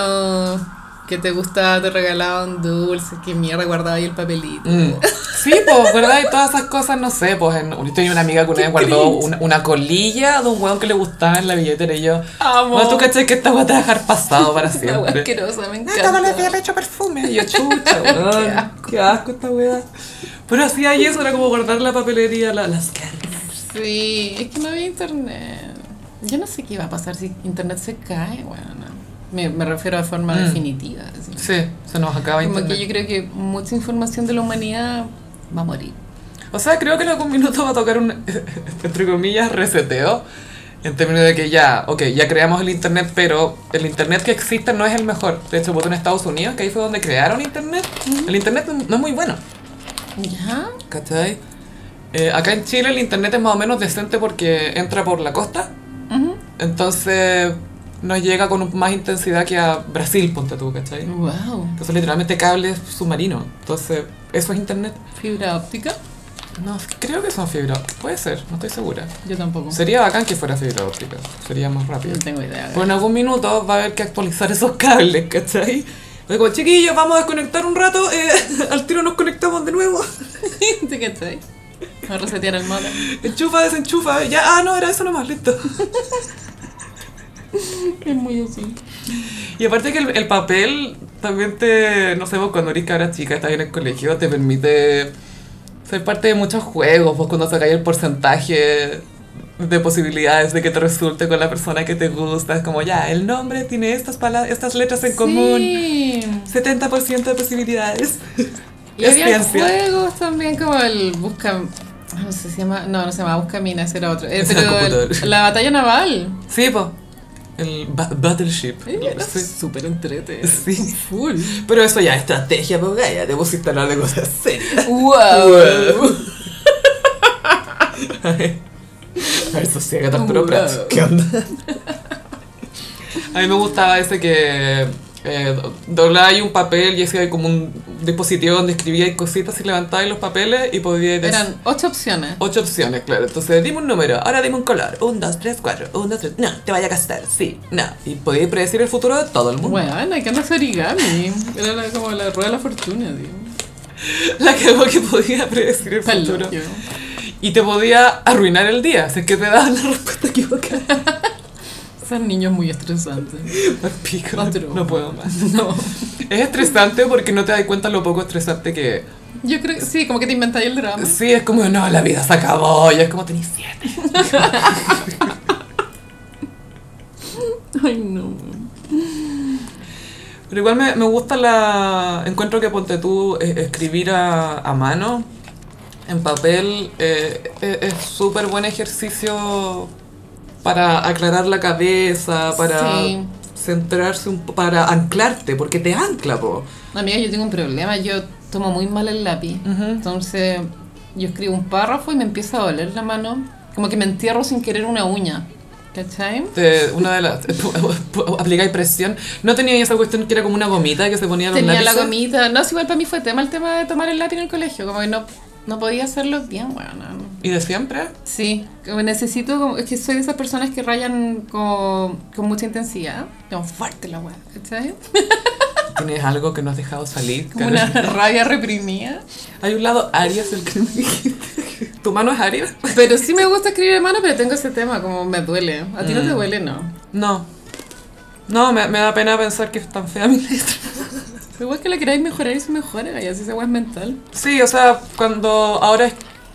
B: que te gustaba te regalaba un dulce, qué mierda guardaba ahí el papelito.
A: Mm. Sí, pues, ¿verdad? Y todas esas cosas, no sé, pues, en- yo tenía una amiga que una vez guardó
B: cringe.
A: una, una colilla de un hueón que le gustaba en la billetera y yo...
B: Amo.
A: Bueno, tú caché que esta voy a dejar pasado para
B: Una hueá
A: siempre.
B: asquerosa, me
A: Ah, Esta
B: encanta.
A: weá le había hecho perfume. Y yo, chucha, weón.
B: Qué
A: qué,
B: asco.
A: asco. esta weá. Pero hacía y eso, era como guardar la papelería, la- las cartas.
B: Sí, es que no había internet. Yo no sé qué iba a pasar si internet se cae, bueno, no. Me, me refiero a forma
A: Mm.
B: definitiva. así.
A: Sí, se nos acaba
B: Como
A: internet.
B: que yo creo que mucha información de la humanidad va a morir.
A: O sea, creo que en algún minuto va a tocar un, entre comillas, reseteo. En términos de que ya, ok, ya creamos el Internet, pero el Internet que existe no es el mejor. De hecho, votó en Estados Unidos, que ahí fue donde crearon Internet. El Internet no es muy bueno,
B: ¿Ya?
A: ¿cachai? Eh, acá en Chile el Internet es más o menos decente porque entra por la costa.
B: Ujú.
A: Entonces nos llega con más intensidad que a Brasil, ponte tú, ¿cachai?
B: Wow.
A: Entonces literalmente cables submarinos. Entonces, eso es Internet.
B: ¿Fibra óptica?
A: No, creo que son fibra. Puede ser, no estoy segura.
B: Yo tampoco.
A: Sería bacán que fuera fibra óptica, sería más rápido.
B: No tengo idea.
A: Pero en algún minuto va a haber que actualizar esos cables, ¿cachai? Oye, como chiquillos, vamos a desconectar un rato, eh, al tiro nos conectamos de nuevo.
B: ¿Te cachai? Me resetear el modem.
A: Enchufa, desenchufa, ya, ah, no, era eso nomás, listo.
B: Es muy así.
A: Y aparte que el, el papel también te, no sé, vos cuando eres cabra chica, estás en el colegio, te permite ser parte de muchos juegos, vos cuando sacáis el porcentaje de posibilidades de que te resulte con la persona que te gusta, es como ya, el nombre tiene estas, pala- estas letras en común.
B: Sí.
A: 70% de posibilidades.
B: Y
A: Es
B: había
A: ciencia.
B: juegos también como el busca... ah, No sé si se llama... No, no se llama Buscaminas, era otro. Eh,
A: Ese
B: pero
A: era el
B: el-
A: computador.
B: la batalla naval.
A: Sí, po. El ba- Battleship.
B: Era
A: Sí.
B: súper entrete.
A: Sí.
B: Full.
A: Pero eso ya es estrategia, po, gaya. Debo hablar de cosas serias.
B: Wow.
A: A ver, sosiega
B: Wow.
A: Arturo Prat. ¿Qué onda? A mí me gustaba ese que eh, do- doblaba ahí un papel y hacía como un dispositivo donde escribía cositas y levantaba ahí los papeles y podía ir
B: Eran ocho opciones.
A: Ocho opciones, claro. Entonces, dime un número, ahora dime un color. Un, dos, tres, cuatro. Un, dos, tres. No, te vaya a gastar. Sí, no. Y podía predecir el futuro de todo el mundo.
B: Bueno, hay que andar origami. Era la- como la rueda de la fortuna, tío.
A: la cagó que podía predecir el
B: Pa'l
A: futuro.
B: hoyo.
A: Y te podía arruinar el día, si es que te daban la respuesta equivocada.
B: Son niños muy estresantes.
A: Al pico,
B: Otro.
A: no puedo más.
B: No.
A: Es estresante porque no te das cuenta lo poco estresante que es.
B: Yo creo que sí, como que te inventáis el drama.
A: Sí, es como, no, la vida se acabó, y es como, tenés siete.
B: Ay, no.
A: Pero igual me, me gusta la... Encuentro que ponte tú eh, escribir a, a mano, en papel, eh, eh, es súper buen ejercicio para aclarar la cabeza, para
B: Sí.
A: centrarse, un, po- para anclarte, porque te ancla, po.
B: Amiga, yo tengo un problema. Yo tomo muy mal el lápiz. Entonces, yo escribo un párrafo y me empieza a doler la mano. Como que me entierro sin querer una uña. ¿Cachai?
A: Te- una de las... aplicáis presión. ¿No tenía esa cuestión que era como una gomita que se ponía en los
B: Tenía la
A: lápices?
B: gomita. No, si igual para mí fue tema el tema de tomar el lápiz en el colegio. Como que no, no podía hacerlo bien, weón.
A: ¿Y de siempre?
B: Sí, como necesito, como, es que soy de esas personas que rayan como, con mucha intensidad, como fuerte la weá, ¿cachai?
A: ¿Tienes algo que no has dejado salir?
B: Como
A: Karen?
B: una rabia reprimida.
A: Hay un lado Aries, el que me dijiste. ¿Tu mano es Aries?
B: Pero sí me gusta escribir de mano, pero tengo ese tema, como me duele. A ti no te
A: Mm.
B: duele, no.
A: No. No, me, me da pena pensar que es tan fea mi letra.
B: Pero igual que la queráis mejorar y se mejora, y así esa weá es mental.
A: Sí, o sea, cuando ahora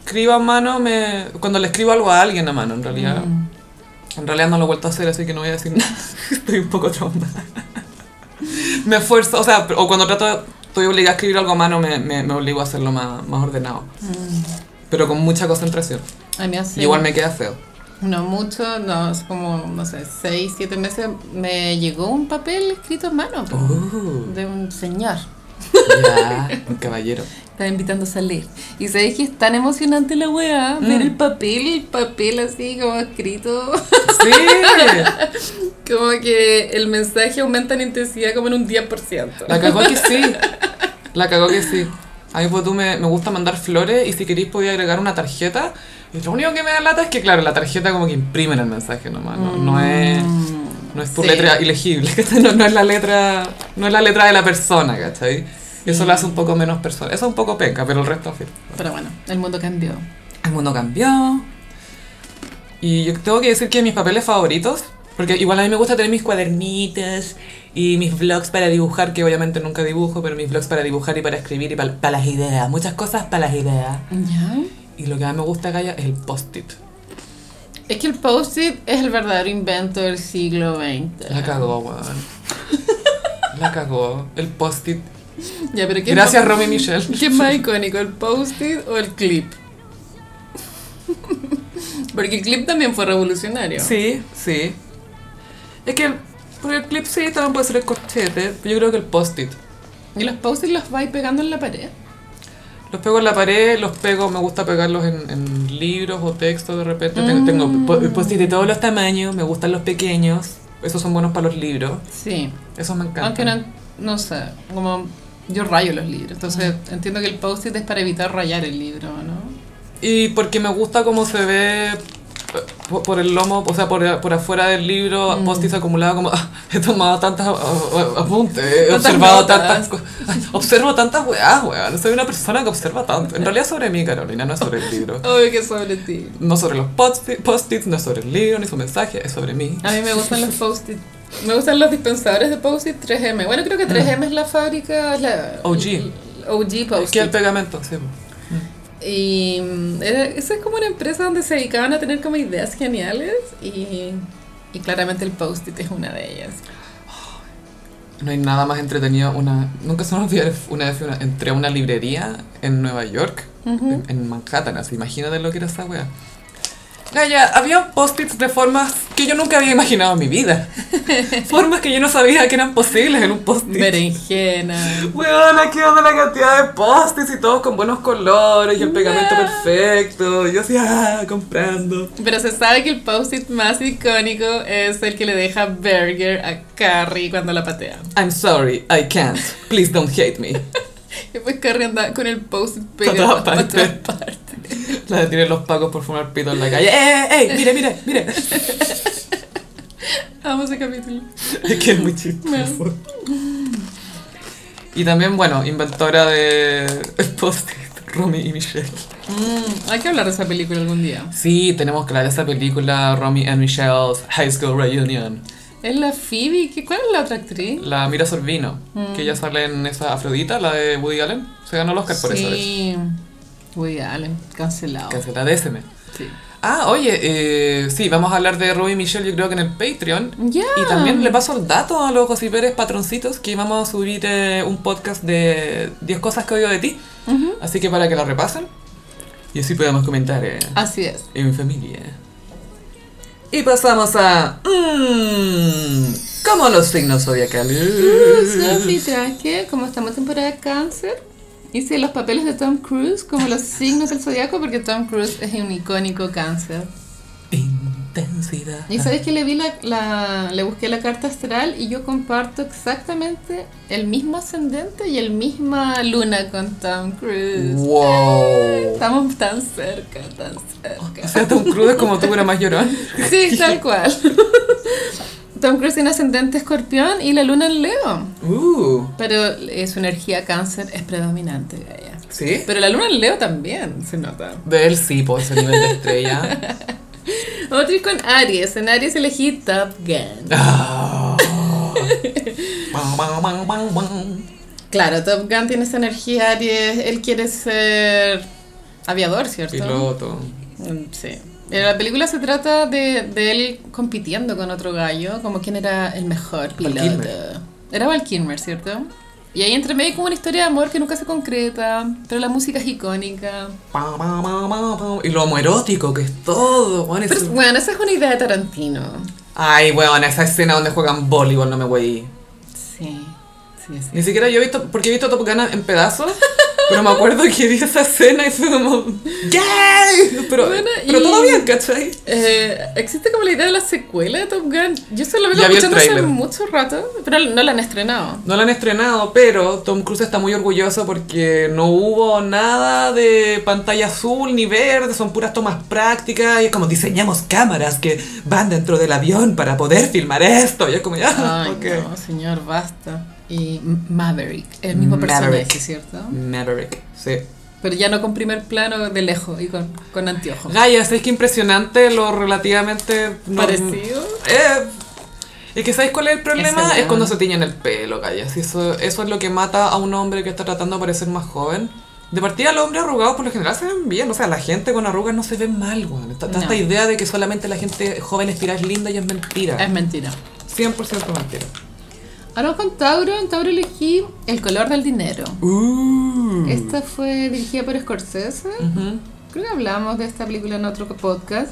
A: escribo a mano, me, cuando le escribo algo a alguien a mano, en realidad. En realidad no lo he vuelto a hacer, así que no voy a decir nada. Estoy un poco traumada. Me esfuerzo, o sea, o cuando trato, estoy obligada a escribir algo a mano, me, me, me obligo a hacerlo más, más ordenado. Pero con mucha concentración.
B: A mí hace
A: Y igual me queda feo.
B: no mucho, no, es como, no sé, seis, siete meses, me llegó un papel escrito a mano po,
A: Oh.
B: de un señor.
A: ya, un caballero.
B: Estaba invitando a salir. Y sabes que es tan emocionante la weá, ver
A: Mm.
B: el papel, el papel así como escrito.
A: Sí.
B: Como que el mensaje aumenta en intensidad como en un 10%.
A: La cagó que sí. La cagó que sí. A mí pues, tú me, me gusta mandar flores y si queréis podía agregar una tarjeta. Y lo único que me da lata es que, claro, la tarjeta como que imprimen el mensaje nomás. No, no es, no es tu
B: Mm, Sí.
A: letra ilegible. ¿cachai? No, no es la letra no es la letra de la persona, ¿cachai? Y eso lo hace un poco menos personal. Eso es un poco penca, pero el resto... fin.
B: Pero bueno, el mundo cambió.
A: El mundo cambió. Y yo tengo que decir que mis papeles favoritos, porque igual a mí me gusta tener mis cuadernitos y mis vlogs para dibujar, que obviamente nunca dibujo, pero mis vlogs para dibujar y para escribir y para las ideas. Muchas cosas para las ideas.
B: ¿Ya?
A: Y lo que más me gusta, Gaya, es el post-it.
B: Es que el post-it es el verdadero invento del siglo XX.
A: La cagó, weón. La cagó. El post-it.
B: Ya, pero ¿qué es
A: Gracias,
B: más-
A: Romy Michelle.
B: ¿Qué es más icónico, el post-it o el clip? Porque el clip también fue revolucionario.
A: Sí, sí. Es que el, porque el clip sí también puede ser el corchete, pero yo creo que el post-it.
B: Y los post-it los vais pegando en la pared.
A: Los pego en la pared, los pego, me gusta pegarlos en, en libros o textos de repente. Tengo,
B: Mm.
A: tengo po- post-it de todos los tamaños, me gustan los pequeños. Esos son buenos para los libros.
B: Sí.
A: Esos me encantan.
B: Aunque no, no sé, como yo rayo los libros, entonces entiendo que el post-it es para evitar rayar el libro, ¿no?
A: Y porque me gusta cómo se ve eh, po- por el lomo, o sea, por, por afuera del libro,
B: Mm.
A: post-its acumulado como "Ah, he tomado tantas ah, ah, apuntes, he
B: Tantas
A: observado
B: notas.
A: tantas co- ay, observo tantas weas, weón. Soy una persona que observa tanto. En realidad sobre mí, Carolina, no sobre el libro.
B: Obvio que sobre ti.
A: No sobre los post-it- post-its, no sobre el libro, ni su mensaje, es sobre mí.
B: A mí me gustan los post-it. Me gustan los dispensadores de post-it 3M. Bueno, creo que 3M es la fábrica, es la
A: OG.
B: OG
A: Que el
B: post-it.
A: pegamento, sí.
B: Y mm, era- esa es como una empresa donde se dedicaban a tener como ideas geniales y, y claramente el post-it es una de ellas.
A: No hay nada más entretenido. Una, nunca se me olvidará una vez fui a una- entré a una librería en Nueva York, en, en Manhattan, así. Imagínate lo que era esa wea. Gaya, había post-its de formas que yo nunca había imaginado en mi vida. formas que yo no sabía que eran posibles en un post-it.
B: Berenjena.
A: Weón, aquí onda la cantidad de post-its y todos con buenos colores y el pegamento perfecto. Y yo así, ah, comprando.
B: Pero se sabe que el post-it más icónico es el que le deja Burger a Carrie cuando la patea.
A: I'm sorry, I can't. Please don't hate me.
B: Y pues Carrie anda con el post-it
A: Pa'
B: pegado
A: todas
B: para todas
A: partes.
B: partes.
A: La de tienen los pacos por fumar pito en la calle. ¡Eh, eh, eh! ¡Mire, mire, mire!
B: Vamos ese capítulo.
A: Es que es muy chistoso. Y también, bueno, inventora de post-it, Romy y Michelle.
B: Mm, hay que hablar de esa película algún día.
A: Sí, tenemos que hablar de esa película, Romy and Michelle's High School Reunion.
B: Es la Phoebe, ¿qué- ¿cuál es la otra actriz?
A: La Mira Sorvino, que ya sale en esa Afrodita, la de Woody Allen. Se ganó el Oscar por esa vez.
B: sí. Woody Allen, cancelado.
A: Cancela déceme.
B: Sí.
A: Ah, oye, eh, sí, vamos a hablar de Romy y Michelle, yo creo que en el Patreon.
B: Ya.
A: Y también le paso el dato a los gossiperes patroncitos que vamos a subir eh, un podcast de 10 cosas que odio de ti.
B: Ujú.
A: Así que para que lo repasen y así podamos comentar eh,
B: Así es.
A: en familia. Y pasamos a. Mmm, ¿Cómo los signos
B: Sophie
A: zodiacales?
B: Traje, como estamos en temporada de cáncer, hice los papeles de Tom Cruise como los signos del zodiaco porque Tom Cruise es un icónico cáncer.
A: Intensidad.
B: Y sabes que le vi la, la- le busqué la carta astral y yo comparto exactamente el mismo ascendente y el misma luna con Tom Cruise.
A: Wow.
B: Estamos tan cerca, tan
A: O
B: cerca.
A: sea, Tom Cruise es como tú, pero más llorón.
B: Sí, tal cual. Tom Cruise tiene ascendente escorpión y la luna en Leo.
A: Uh,
B: Pero eh, su energía cáncer es predominante, Gaia.
A: ¿sí?
B: Pero la luna en Leo también se nota.
A: De él sí, por su nivel de estrella.
B: Otro con Aries. En Aries elegí Top Gun.
A: Ah. Bam, bam, bam, bam, bam.
B: Claro, Top Gun tiene esa energía Aries. Él quiere ser aviador, ¿cierto?
A: Piloto.
B: Mm, Sí. Pero la película se trata de, de él compitiendo con otro gallo, como quién era el mejor piloto.
A: Kilmer.
B: Era Val Kilmer, ¿cierto? Y ahí entre medio hay como una historia de amor que nunca se concreta, pero la música es icónica.
A: Pam, pam, pam, pam, pam. Y lo homoerótico que es todo, weón.
B: Pero
A: eso-
B: bueno, esa es una idea de Tarantino.
A: Ay, weón, esa escena donde juegan voleibol, no me voy.
B: Sí, sí, sí.
A: Ni siquiera yo he visto, porque he visto Top Gun en pedazos, pero me acuerdo que vi esa escena y fue como, ¡Yay! Pero,
B: Bueno,
A: pero
B: y-
A: todo bien, ¿cachai?
B: Eh, existe como la idea de la secuela de Top Gun. Yo se lo vengo
A: Ya vi el
B: escuchando hace
A: tráiler.
B: mucho rato, pero no la han estrenado.
A: No la han estrenado, pero Tom Cruise está muy orgulloso porque no hubo nada de pantalla azul ni verde, son puras tomas prácticas y es como diseñamos cámaras que van dentro del avión para poder filmar esto y es como ya,
B: Ay,
A: ok.
B: no, señor, basta. Y Maverick, el mismo
A: Maverick.
B: personaje, ¿cierto?
A: Maverick, sí.
B: Pero ya no con primer plano de lejos y con, con anteojos.
A: Gaia, es que impresionante lo relativamente norm-
B: Parecido.
A: Eh, es que ¿sabéis cuál es el problema?
B: Esa
A: Es,
B: weá.
A: cuando se tiñen el pelo, Gaia. Si eso, eso es lo que mata a un hombre que está tratando de parecer más joven. De partida, los hombres arrugados por lo general se ven bien. O sea, la gente con arrugas no se ve mal, weón. Está, está
B: No.
A: esta idea de que solamente la gente joven estirada es linda y es
B: Es
A: mentira.
B: mentira.
A: 100% mentira.
B: Ahora con Tauro, en Tauro elegí El color del dinero.
A: Uh.
B: Esta fue dirigida por Scorsese.
A: Ujú.
B: Creo que hablamos de esta película en otro podcast.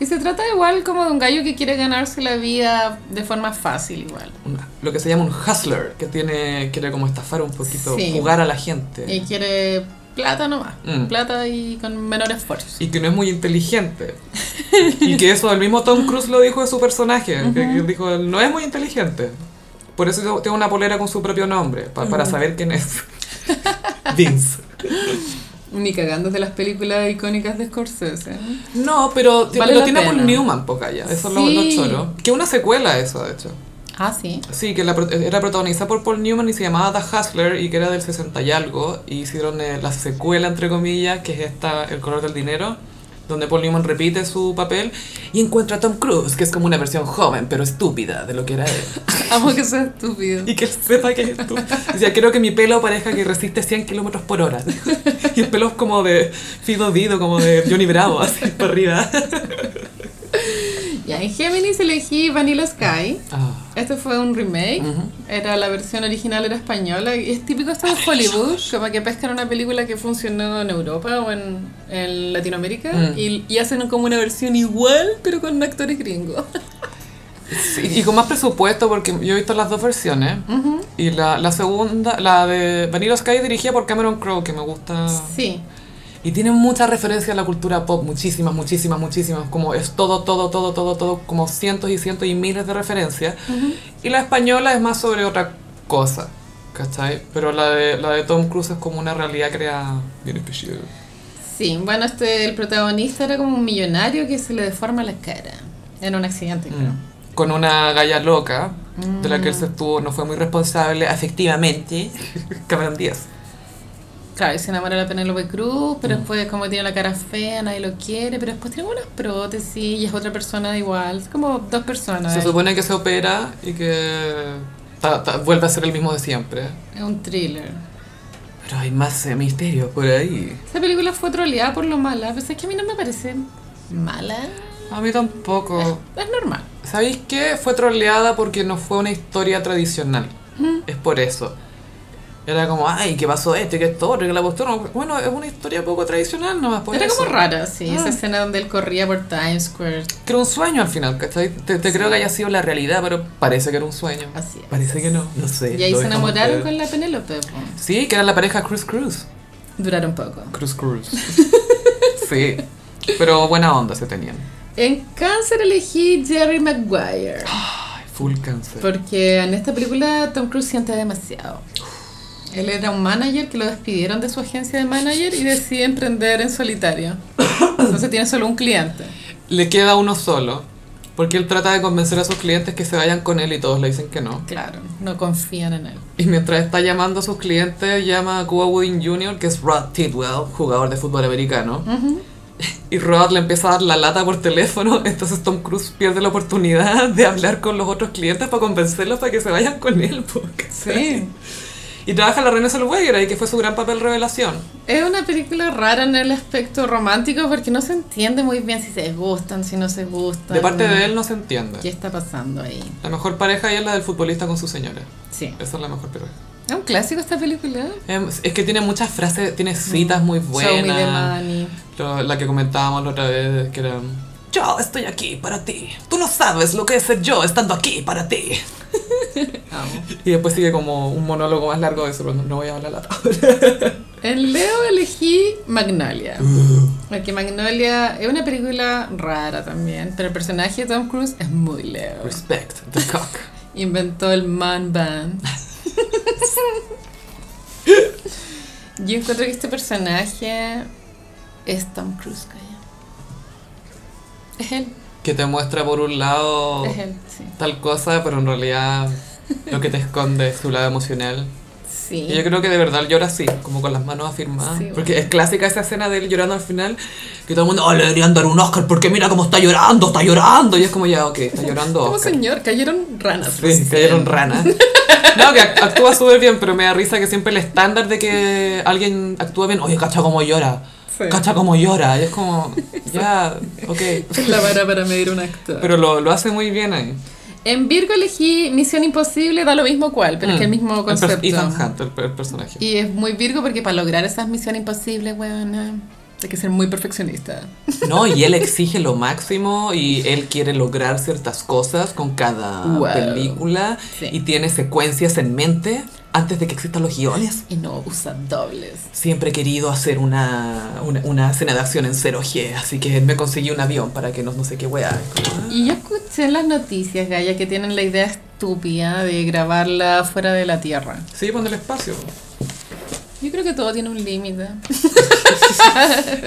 B: Y se trata igual como de un gallo que quiere ganarse la vida de forma fácil igual.
A: Una- lo que se llama un hustler, que tiene quiere como estafar un poquito,
B: Sí.
A: jugar a la gente.
B: Y quiere plata nomás.
A: Mm.
B: Plata y con menor esfuerzo.
A: y que no es muy inteligente. y que eso, el mismo Tom Cruise lo dijo de su personaje, que- que dijo, "Él no es muy inteligente. Por eso tiene una polera con su propio nombre, pa- para saber quién es. Vince.
B: Ni cagando de las películas icónicas de Scorsese.
A: No, pero ti-
B: Vale
A: lo
B: la
A: tiene
B: pena.
A: por Newman, poca ya. Eso es lo-
B: Sí.
A: lo, choro. Que una secuela eso, de hecho.
B: Ah, sí.
A: Sí, que la pro- era protagonizada por Paul Newman y se llamaba The Hustler y que era del 60 y algo. Y hicieron eh, la secuela, entre comillas, que es esta, El color del dinero, donde Paul Newman repite su papel y encuentra a Tom Cruise, que es como una versión joven pero estúpida de lo que era él.
B: Amo que sea estúpido.
A: Y que él sepa que es estúpido. Decía, quiero que mi pelo parezca que resiste 100 kilómetros por hora. Y el pelo es como de Fido Dido, como de Johnny Bravo, así para arriba.
B: Ya, en Géminis elegí Vanilla Sky.
A: Ah,
B: Este fue un remake.
A: Ujú.
B: Era la versión original, era española. Y es típico esto de Hollywood, como que pescan una película que funcionó en Europa o en, en Latinoamérica
A: Mm.
B: y, y hacen como una versión igual, pero con actores gringos.
A: sí, Y con más presupuesto, porque yo he visto las dos versiones. Y la, la segunda, la de Vanilla Sky, dirigida por Cameron Crowe, que me gusta.
B: Sí.
A: Y tiene muchas referencias a la cultura pop, muchísimas, muchísimas, muchísimas. Como es todo, todo, todo, todo, todo, como cientos y cientos y miles de referencias. Y la española es más sobre otra cosa, ¿cachai? Pero la de, la de Tom Cruise es como una realidad creada bien especial.
B: Sí, bueno, este, el protagonista era como un millonario que se le deforma la cara en un accidente, creo.
A: Mm. con una galla loca, de la que él se estuvo, no fue muy responsable,
C: Efectivamente.
A: Cameron Díaz.
B: Claro, y se enamora de la Penélope Cruz,
A: Mm.
B: pero después como tiene la cara fea, nadie lo quiere, pero después tiene unas prótesis y es otra persona igual, es como dos personas.
A: Se
B: Es
A: supone que se opera y que ta- ta- vuelve a ser el mismo de siempre.
B: un thriller.
A: Pero hay más eh, misterio por ahí.
B: Esa película fue troleada por lo mala, pero es que a mí no me parece mala.
A: A mí tampoco.
B: Es normal.
A: ¿Sabéis qué? Fue troleada porque no fue una historia tradicional. Es por eso. Era como, ay, ¿qué pasó esto? ¿Qué esto otro? ¿Qué la postura? Bueno, es una historia poco tradicional nomás. Por
B: Era
A: eso.
B: como rara, sí,
A: Ah.
B: esa escena donde él corría por Times Square.
A: Que era un sueño al final, ¿cachai? Te, te creo que haya sido la realidad, pero parece que era un sueño.
B: Así es.
A: Parece que no.
C: No sé.
B: Y ahí
C: lo
B: se
C: dejamos
B: enamoraron
C: ver.
B: con la Penélope. po.
A: Sí, que era la pareja Cruz Cruz.
B: Duraron poco.
A: Cruz Cruz. sí. Pero buena onda se tenían.
B: En Cáncer elegí Jerry Maguire.
A: Ay, full cáncer.
B: Porque en esta película Tom Cruise siente demasiado. Él era un manager que lo despidieron de su agencia de manager y decide emprender en solitario. Entonces tiene solo un cliente.
A: Le queda uno solo. Porque él trata de convencer a sus clientes que se vayan con él y todos le dicen que no.
B: Claro, no confían en él.
A: Y mientras está llamando a sus clientes, llama a Cuba Wooding Jr., que es Rod Tidwell, jugador de fútbol americano. Y Rod le empieza a dar la lata por teléfono, entonces Tom Cruise pierde la oportunidad de hablar con los otros clientes para convencerlos para que se vayan con él. po, ¿cachai?
B: Sí.
A: Y trabaja la Renée Zellweger ahí, que fue su gran papel revelación.
B: Es una película rara en el aspecto romántico porque no se entiende muy bien si se gustan, si no se gustan.
A: De parte de él no se entiende.
B: ¿Qué está pasando ahí?
A: La mejor pareja ahí es la del futbolista con su señora.
B: Sí.
A: Esa es la mejor pareja.
B: Es un clásico esta película.
A: Em, Es que tiene muchas frases, tiene citas muy
B: Mm. Show me the
A: buenas.
B: money.
A: Lo- la que comentábamos la otra vez, que era...
C: Yo estoy aquí para ti. Tú no sabes lo que es ser yo estando aquí para ti.
B: Amo.
A: Y después sigue como un monólogo más largo de eso, pero no- no voy a hablar ahora.
B: En Leo elegí Magnolia.
A: Uh.
B: Porque Magnolia es una película rara también, pero el personaje de Tom Cruise es muy Leo.
A: Respect the cock.
B: Inventó el man band. Yo encuentro que este personaje es Tom Cruise, calla. Es él,
A: Que te muestra por un lado
B: es él, sí.
A: tal cosa, pero en realidad lo que te esconde es tu lado emocional.
B: Sí.
A: Y yo creo que de verdad él llora así, como con las manos afirmadas.
B: Sí, bueno.
A: Porque es clásica esa escena de él llorando al final, que todo el mundo...
C: No le deberían dar un Oscar porque mira cómo está llorando, está llorando.
A: "Oh", Y es como ya, ok, está llorando
B: Como
A: Oscar.
B: señor, cayeron ranas.
A: Sí, cayeron ranas. No, que act- actúa súper bien, pero me da risa que siempre el estándar de que alguien actúa bien, oye, cacha cómo llora,
B: Sí.
A: cacha cómo llora, y es como, ya, ok.
B: Es la vara para medir un actor.
A: Pero lo, lo hace muy bien ahí.
B: En Virgo elegí Misión Imposible, da lo mismo cuál, pero es que el mismo
A: per-
B: concepto.
A: Mm. Ethan Hunt, el, per- el personaje.
B: Y es muy Virgo porque para lograr esas misiones imposibles, weón, hay que ser muy perfeccionista.
A: No, y él exige lo máximo y él quiere lograr ciertas cosas con cada
B: Wow.
A: película
B: Sí.
A: y tiene secuencias en mente antes de que existan los guiones.
B: Y no usa dobles.
C: Siempre he querido hacer una, una, una escena de acción en 0G, así que me conseguí un avión para que no, no sé qué wea.
B: Y yo escuché en las noticias, Gaya, que tienen la idea estúpida de grabarla fuera de la Tierra.
A: Sí, pone el espacio.
B: Yo creo que todo tiene un límite.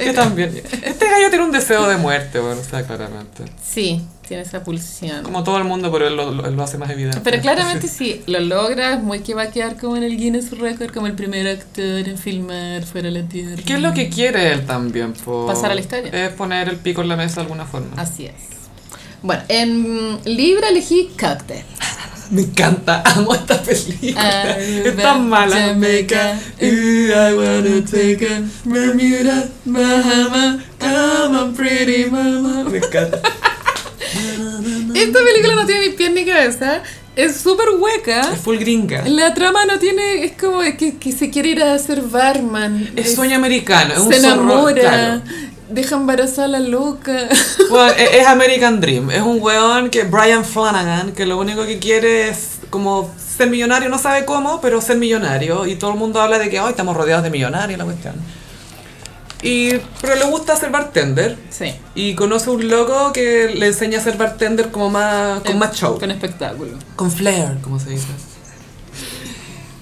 A: Yo también. Este gallo tiene un deseo de muerte, bueno, está claramente.
B: Sí, tiene esa pulsión.
A: Como todo el mundo, pero él lo, lo- él lo hace más evidente.
B: Pero claramente si lo logra, es muy que va a quedar como en el Guinness Record, como el primer actor en filmar fuera de la Tierra.
A: ¿Qué es lo que quiere él también? po?
B: Pasar a la historia.
A: Es poner el pico en la mesa de alguna forma.
B: Así es. Bueno, en Libra elegí Cocktail.
C: Me encanta, amo esta película.
B: Aruba,
C: es tan mala.
B: Jamaica,
C: Ooh, I wanna take a Bermuda, Bahama, come on, pretty mama. Me encanta.
B: Esta película no tiene ni pie ni cabeza. Es súper hueca.
C: Es full gringa.
B: La trama no tiene. Es como que, que se quiere ir a ser barman.
A: Es sueño americano, es un
B: Se
A: zorro,
B: enamora.
A: claro.
B: Deja embarazada a la loca.
A: Bueno, es, es American Dream. Es un weón que Brian Flanagan, que lo único que quiere es como ser millonario, no sabe cómo, pero ser millonario. Y todo el mundo habla de que hoy estamos rodeados de millonarios, la cuestión. Y, pero le gusta ser bartender.
B: Sí.
A: Y conoce un loco que le enseña a ser bartender como más, con más show.
B: Con espectáculo.
A: Con flair, como se dice.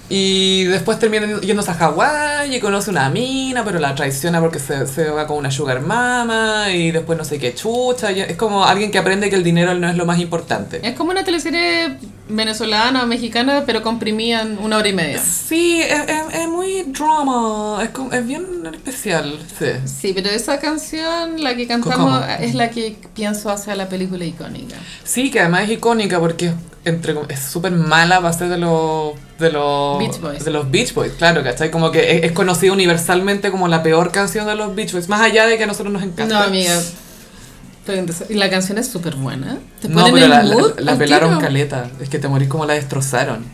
A: Y, Y después termina yéndose a Hawái y conoce una mina, pero la traiciona porque se, se va con una sugar mama y después no sé qué chucha. y es como alguien que aprende que el dinero no es lo más importante.
B: Es como una teleserie venezolana o mexicana, pero comprimida en una hora y media.
A: Sí, es, es- es muy drama, es, como- es bien especial, sí.
B: Sí, pero esa canción, la que cantamos,
A: Cocomo.
B: es la que pienso hace a la película icónica.
A: Sí, que además es icónica porque es entre com- es súper mala va a ser de los de los
B: Beach Boys.
A: de los Beach Boys, claro, ¿cachai? Como que es, es conocida universalmente como la peor canción de los Beach Boys, más allá de que a nosotros nos encanta.
B: No, amiga. Pero entonces- y la canción es súper buena. Te
A: No,
B: ponen
A: pero
B: el
A: la, la-
B: mood.
A: la
B: al
A: pelaron
B: tiro.
A: caleta. Es que te morís como la destrozaron.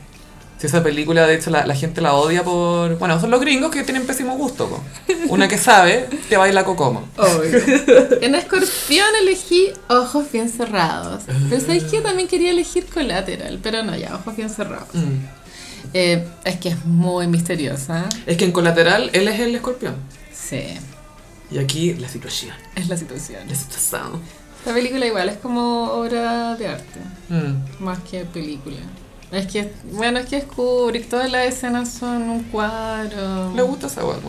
A: Si esa película, de hecho, la, la gente la odia por. Bueno, son los gringos que tienen pésimo gusto. po. Una que sabe, te baila cocomo.
B: Obvio. En Escorpión elegí Ojos Bien Cerrados. Pero sabéis que también quería elegir Collateral, pero no, ya, Ojos Bien Cerrados.
A: Mm.
B: Eh, es que es muy misteriosa.
A: Es que en colateral él es el escorpión.
B: Sí,
A: Y aquí la situación.
B: es la situación.
A: La situación.
B: Esta película igual es como obra de arte,
A: Mm.
B: más que película. Es que, bueno, es que es Kubrick, todas las escenas son un cuadro.
A: Le gusta esa weón.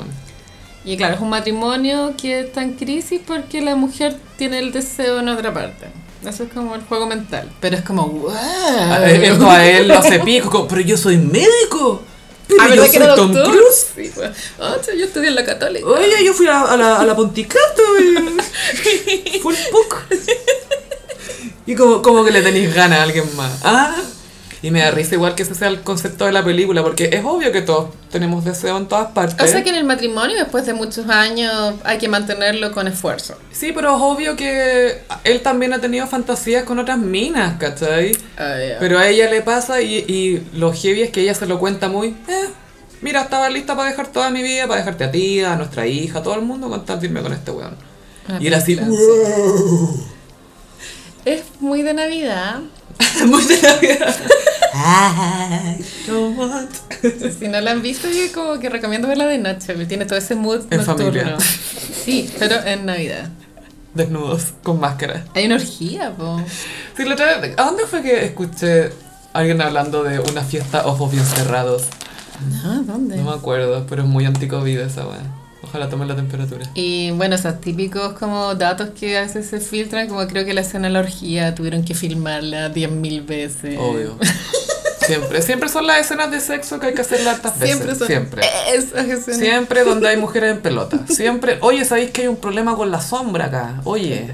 B: Y claro, es un matrimonio que está en crisis porque la mujer tiene el deseo en otra parte. Eso es como el juego mental. Pero es como, wow. Ah,
A: A-
B: eh,
A: Esto Ah, a él lo hace pico. como, Pero yo soy médico. Pero
B: Ah,
A: yo
B: ¿verdad que
A: soy
B: era
A: Tom
B: doctor?
A: Cruise.
B: Sí, pues. Ah, sí, yo estudié en la católica.
A: Oye, yo fui a, a la, a la Ponticato y... Full puc. Y como, como que le tenéis ganas a alguien más. Ah, y me da risa igual que ese sea el concepto de la película, porque es obvio que todos tenemos deseo en todas partes.
B: O sea que en el matrimonio, después de muchos años, hay que mantenerlo con esfuerzo.
A: Sí, pero es obvio que él también ha tenido fantasías con otras minas, ¿cachai?
B: Ah,
A: Pero a ella le pasa y, y lo heavy es que ella se lo cuenta muy... "Eh, mira, estaba lista para dejar toda mi vida, para dejarte a ti, a nuestra hija, a todo el mundo, con tal de irme con este weón.
B: Ah,
A: Y él así...
B: claro. Es muy de Navidad. Si no la han visto, yo como que recomiendo verla de noche. porque Tiene todo ese mood
A: En
B: nocturno.
A: familia.
B: Sí, pero en Navidad.
A: Desnudos, con máscara.
B: Hay una orgía, po.
A: Sí, la otra vez- ¿a dónde fue que escuché a alguien hablando de una fiesta ojos bien cerrados?
B: No, ¿dónde?
A: No me acuerdo, pero es muy anticovid esa weá. Ojalá tomen la temperatura.
B: Y bueno, esos típicos como datos que a veces se filtran, como creo que la escena de la orgía tuvieron que filmarla 10.000 veces.
A: Obvio. Siempre, siempre son las escenas de sexo que hay que hacer hartas veces.
B: Siempre
A: Siempre,
B: son
A: siempre.
B: esas escenas.
A: Siempre donde hay mujeres en pelota. Siempre, oye, ¿sabéis que hay un problema con la sombra acá? Oye,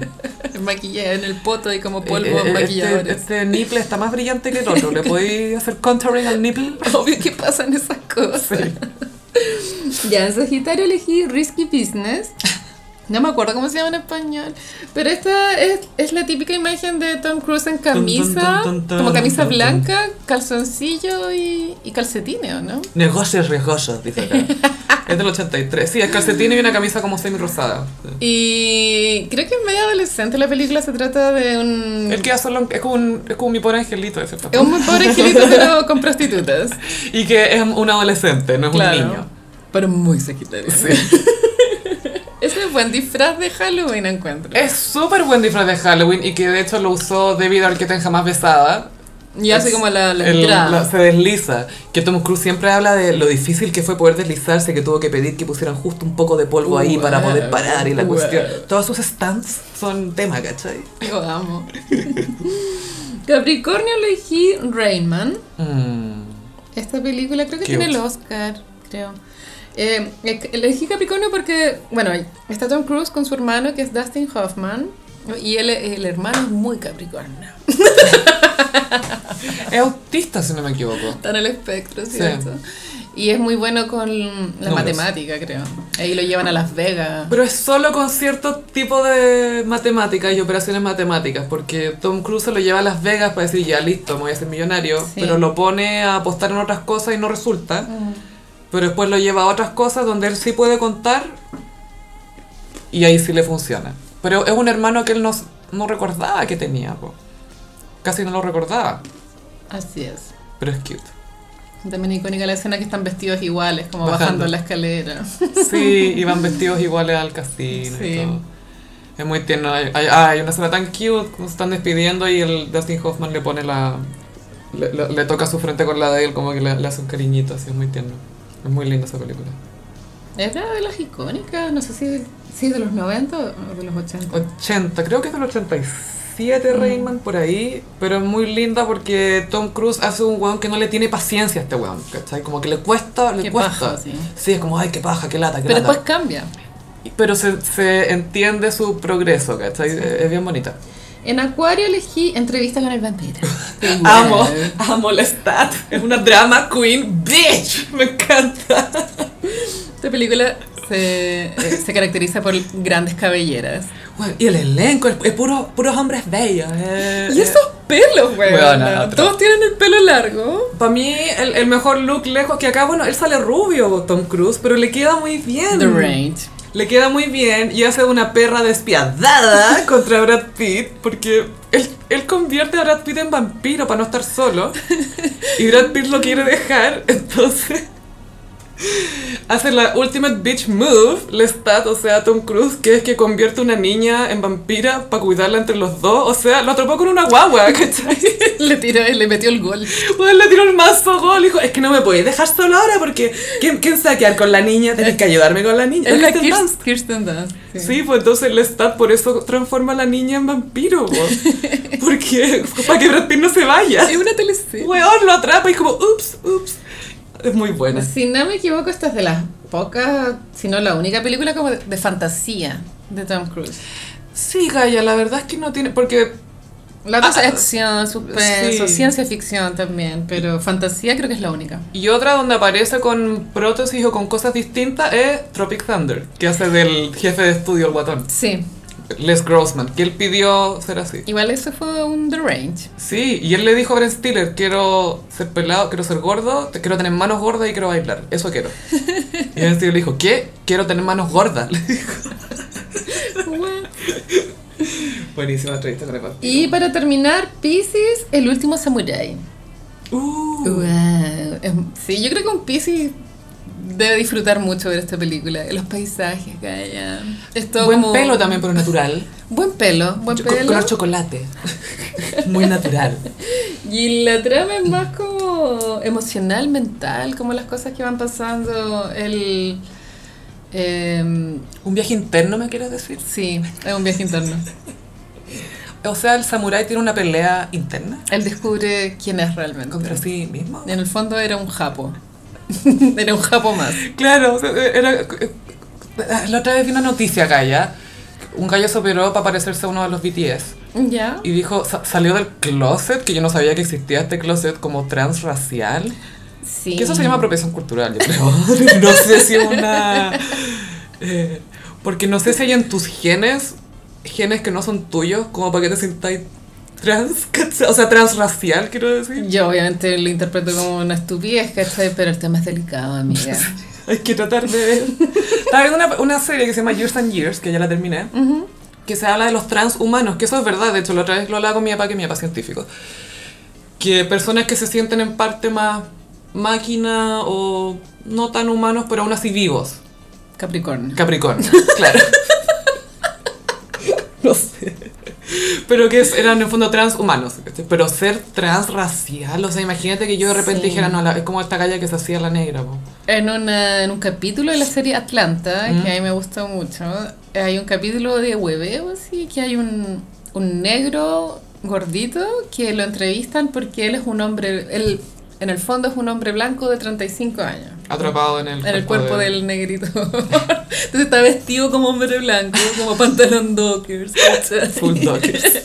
B: Maquillaje en el poto y como polvo
A: eh, eh, este,
B: maquilladores.
A: este nipple está más brillante que el otro. ¿Le podéis hacer contouring al nipple?
B: Obvio que pasan esas cosas. Ya, en Sagitario elegí Risky Business. No me acuerdo cómo se llama en español. Pero esta es, es la típica imagen de Tom Cruise en camisa,
A: Tun, tun, tun, tun,
B: como camisa
A: tun, tun.
B: blanca, calzoncillo y, y calcetines, ¿o ¿no?
A: Negocios riesgosos, dice acá. es del 83. Sí, es calcetín y una camisa como semi-rosada.
B: Y creo que es medio adolescente la película, se trata de un...
A: El que hace lo- es como, un, es como mi pobre angelito, de cierta
B: Mm. Es
A: forma.
B: un muy pobre angelito, pero con prostitutas.
A: Y que es un adolescente, no es un
B: Claro.
A: niño.
B: Pero muy sagitario. Ese es buen disfraz de Halloween, encuentro.
A: Es súper buen disfraz de Halloween y que de hecho lo usó David Arquette en Jamás Besada.
B: Y hace como la, la
A: El-
B: entrada.
A: la- se desliza. Que Tom Cruise siempre habla de lo difícil que fue poder deslizarse, que tuvo que pedir que pusieran justo un poco de polvo ahí
B: Wow.
A: para poder parar y la
B: Wow.
A: cuestión. Todos sus stunts son tema, ¿cachai?
B: Lo amo. Capricornio elegí Rayman.
A: Mm.
B: Esta película creo que
A: Cute.
B: tiene el Oscar, creo. Eh, eh, elegí Capricornio porque, bueno, está Tom Cruise con su hermano que es Dustin Hoffman. Y él, el hermano es muy Capricornio.
A: Es autista, si no me equivoco.
B: Está en el espectro,
A: Sí.
B: ¿cierto? Y es muy bueno con la
A: Números.
B: matemática, creo. Ahí lo llevan a Las Vegas.
A: Pero es solo con cierto tipo de matemáticas y operaciones matemáticas, porque Tom Cruise se lo lleva a Las Vegas para decir, ya listo, me voy a hacer millonario,
B: Sí.
A: pero lo pone a apostar en otras cosas y no resulta, pero después lo lleva a otras cosas donde él sí puede contar y ahí sí le funciona. Pero es un hermano que él no, no recordaba que tenía, po. casi no lo recordaba,
B: Así es.
A: pero es cute.
B: También icónica la escena que están vestidos iguales, como
A: Bajando.
B: bajando la escalera.
A: Sí, y van vestidos iguales al casino y
B: Sí.
A: todo. Es muy tierno. Hay, hay- hay una escena tan cute, nos están despidiendo y el Dustin Hoffman le pone la, le, le- le toca su frente con la de él, como que le, le hace un cariñito, así es muy tierno. Es muy linda esa película.
B: Es una de las icónicas, no sé si, si de los 90 o de los 80.
A: 80, creo que es del 87
B: Mm.
A: Rayman por ahí, pero es muy linda porque Tom Cruise hace un weón que no le tiene paciencia a este weón, ¿cachai? Como que le cuesta, le
B: Qué
A: cuesta.
B: paja, sí.
A: es como, ay, qué paja, qué lata, qué
B: Pero
A: lata.
B: después cambia.
A: Pero se, se entiende su progreso, ¿cachai? Es bien bonita.
B: En Acuario elegí entrevista con el vampiro. Igual.
A: amo la stat. Es una drama queen, bitch. Me encanta.
B: Esta película se, eh, se caracteriza por grandes cabelleras.
A: y el elenco, es, es puro, puros hombres bellos. eh,
B: Y esos pelos, weón.
A: Weona, otro.
B: Todos tienen el pelo largo.
A: Para mí, el, el mejor look lejos, que acá, bueno, él sale rubio, Tom Cruise, pero le queda muy bien.
B: The Range.
A: Le queda muy bien y hace una perra despiadada contra Brad Pitt, porque él, él convierte a Brad Pitt en vampiro para no estar solo. Y Brad Pitt lo quiere dejar, entonces hace la ultimate bitch move, Lestat, o sea, Tom Cruise, que es que convierte a una niña en vampira para cuidarla entre los dos. O sea, lo atropó con una guagua, ¿cachai?
B: Le tiró, le metió el gol.
A: Bueno, le tiró el mazo gol, dijo, es que no me podéis dejar solo ahora porque ¿quién, quién se va a quedar con la niña? Tenéis que ayudarme con la niña.
B: Es la
A: Kirsten Dunst.
B: Kirsten, Kirsten Dunst. sí.
A: Sí, pues entonces Lestat por eso transforma a la niña en vampiro, po. porque para que Brad Pitt no se vaya.
B: Es una teleserie.
A: Weón, lo atrapa y es como, ups, ups. Es muy buena.
B: Si no me equivoco, esta es de las pocas, si no la única película como de, de fantasía de Tom Cruise.
A: Sí, Gaia, la verdad es que no tiene, porque
B: La otra
A: Ah,
B: es acción, suspenso,
A: sí.
B: ciencia ficción también, pero fantasía creo que es la única.
A: y otra donde aparece con prótesis o con cosas distintas es Tropic Thunder, que hace del jefe de estudio el guatón,
B: Sí,
A: Les Grossman, que él pidió ser así.
B: igual eso fue un The Range.
A: Sí, y él le dijo a Ben Stiller, quiero ser pelado, quiero ser gordo, te- quiero tener manos gordas y quiero bailar, eso quiero. Y Ben Stiller le dijo, ¿qué? Quiero tener manos gordas. Le dijo. Buenísima entrevista con el Brad Pitt.
B: y para terminar, Pisces, el último samurái.
A: Uh,
B: Wow. Es- Sí, yo creo que un Pisces debe disfrutar mucho ver esta película. Los paisajes, calla. Es todo
A: buen
B: como-
A: pelo también, pero natural.
B: Buen pelo, buen
A: Yo-
B: pelo.
A: Color chocolate. Muy natural.
B: Y la trama es más como emocional, mental, como las cosas que van pasando. El. em,
A: ¿Un viaje interno me quieres decir?
B: sí, es un viaje interno.
A: O sea, el samurái tiene una pelea interna
B: Él descubre quién es realmente.
A: contra sí mismo.
B: En el fondo era un japo. era un japo más.
A: Claro, o sea, era- eh, la otra vez vi una noticia acá ya. Un gallo se operó para parecerse a uno de los BTS.
B: ¿Ya?
A: Y dijo, sa- salió del closet, que yo no sabía que existía este closet como transracial.
B: Sí.
A: Que eso se llama apropiación cultural, yo creo. no sé si es una... eh, porque no sé si hay en tus genes, genes que no son tuyos, como para que te sintáis trans, ¿cachai? o sea, transracial, quiero decir.
B: Yo obviamente lo interpreto como una estupidez, ¿cachai? Pero el tema es delicado, amiga.
A: Hay que tratar de ver. Estaba viendo una, una serie que se llama Years and Years, que ya la terminé. que se habla de los transhumanos, que eso es verdad, de hecho la otra vez lo hablaba con mi papá, que es mi papá es científico, que personas que se sienten en parte más máquina o no tan humanos, pero aún así vivos.
B: Capricornio.
A: Capricornio, claro. No sé. Pero que es- eran en fondo transhumanos. ¿cachai? Pero ser transracial, o sea, imagínate que yo de repente
B: Sí.
A: dijera, no, la- es como esta galla que se hacía la negra. po".
B: En, una- en un capítulo de la serie Atlanta, que a mí me gusta mucho, hay un capítulo de hueveo, así, que hay un, un negro gordito que lo entrevistan porque él es un hombre, él en el fondo es un hombre blanco de 35 años.
A: Atrapado en el
B: En el cuerpo del negrito. Entonces está vestido como hombre blanco, como pantalón dockers. ¿cachai?
A: Full Dockers.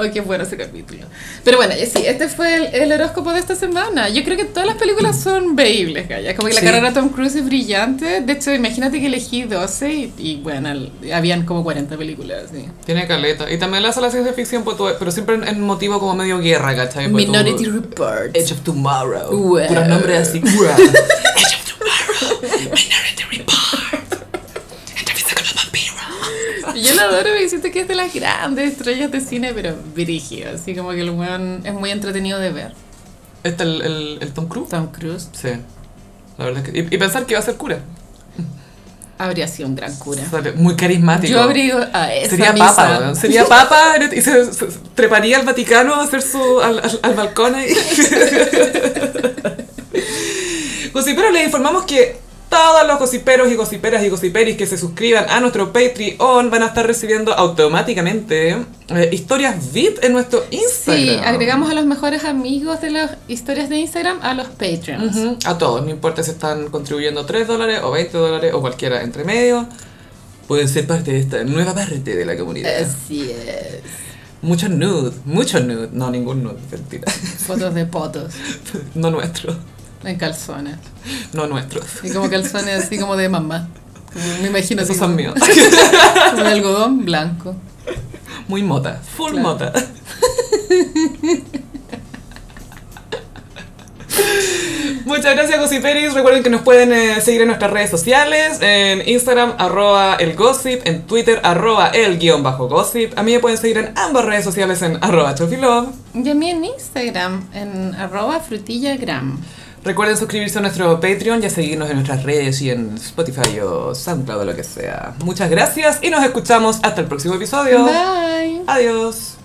B: Ay, qué bueno ese capítulo. Pero bueno, y sí, este fue el, el horóscopo de esta semana. Yo creo que todas las películas son veíbles, Gaya. Como que la
A: Mm. Sí.
B: carrera de Tom Cruise es brillante. De hecho, imagínate que elegí 12 y, y bueno, el- habían como 40 películas. así.
A: Tiene caleta. Y también le hace la ciencia ficción, pues, tú- pero siempre en, en motivo como medio guerra, ¿cachai? Pues, tú-
B: Minority Report.
A: Edge of Tomorrow.
B: Wow.
A: Puros nombres así. wow. Edge of Tomorrow. Minority Report. Entrevista con los vampiros.
B: Yo lo adoro porque siento que es de las grandes estrellas de cine, pero brígido. Así como que el weón es muy entretenido de ver.
A: ¿Este el, el, el Tom Cruise?
B: Tom Cruise.
A: Sí. La verdad es que. Y, y pensar que iba a ser cura.
B: habría sido un gran cura.
A: Sale Muy carismático.
B: Yo habría a esa
A: Sería
B: misa.
A: papa, weón. Sería papa y se, se- se treparía al Vaticano a hacer su. al, al- al balcón ahí. Gossiperos, les informamos que todos los gossiperos y gossiperas y gossiperis que se suscriban a nuestro Patreon van a estar recibiendo automáticamente eh, historias VIP en nuestro Instagram.
B: Sí, agregamos a los mejores amigos de las historias de Instagram a los Patreons.
A: Ujú, A todos, no importa si están contribuyendo 3 dólares o 20 dólares o cualquiera entre medio. Pueden ser parte de esta nueva parte de la comunidad.
B: Así es.
A: Muchos nude, muchos nude. No, ningún nude, mentira.
B: Fotos de potos
A: No nuestro,
B: en calzones.
A: no nuestro.
B: Y como calzones así como de mamá. Como Me imagino así
A: Esos son
B: como-
A: míos.
B: como de algodón blanco.
A: Muy mota, full
B: Claro.
A: mota. Muchas gracias, Gossiperis. Recuerden que nos pueden eh, seguir en nuestras redes sociales, en Instagram, arroba el gossip, en Twitter, arroba el guión bajo gossip. A mí me pueden seguir en ambas redes sociales en arroba chofilove.
B: Y a mí en Instagram, en arroba frutillagram.
A: Recuerden suscribirse a nuestro Patreon y a seguirnos en nuestras redes y en Spotify o SoundCloud o lo que sea. Muchas gracias y nos escuchamos hasta el próximo episodio.
B: Bye.
A: Adiós.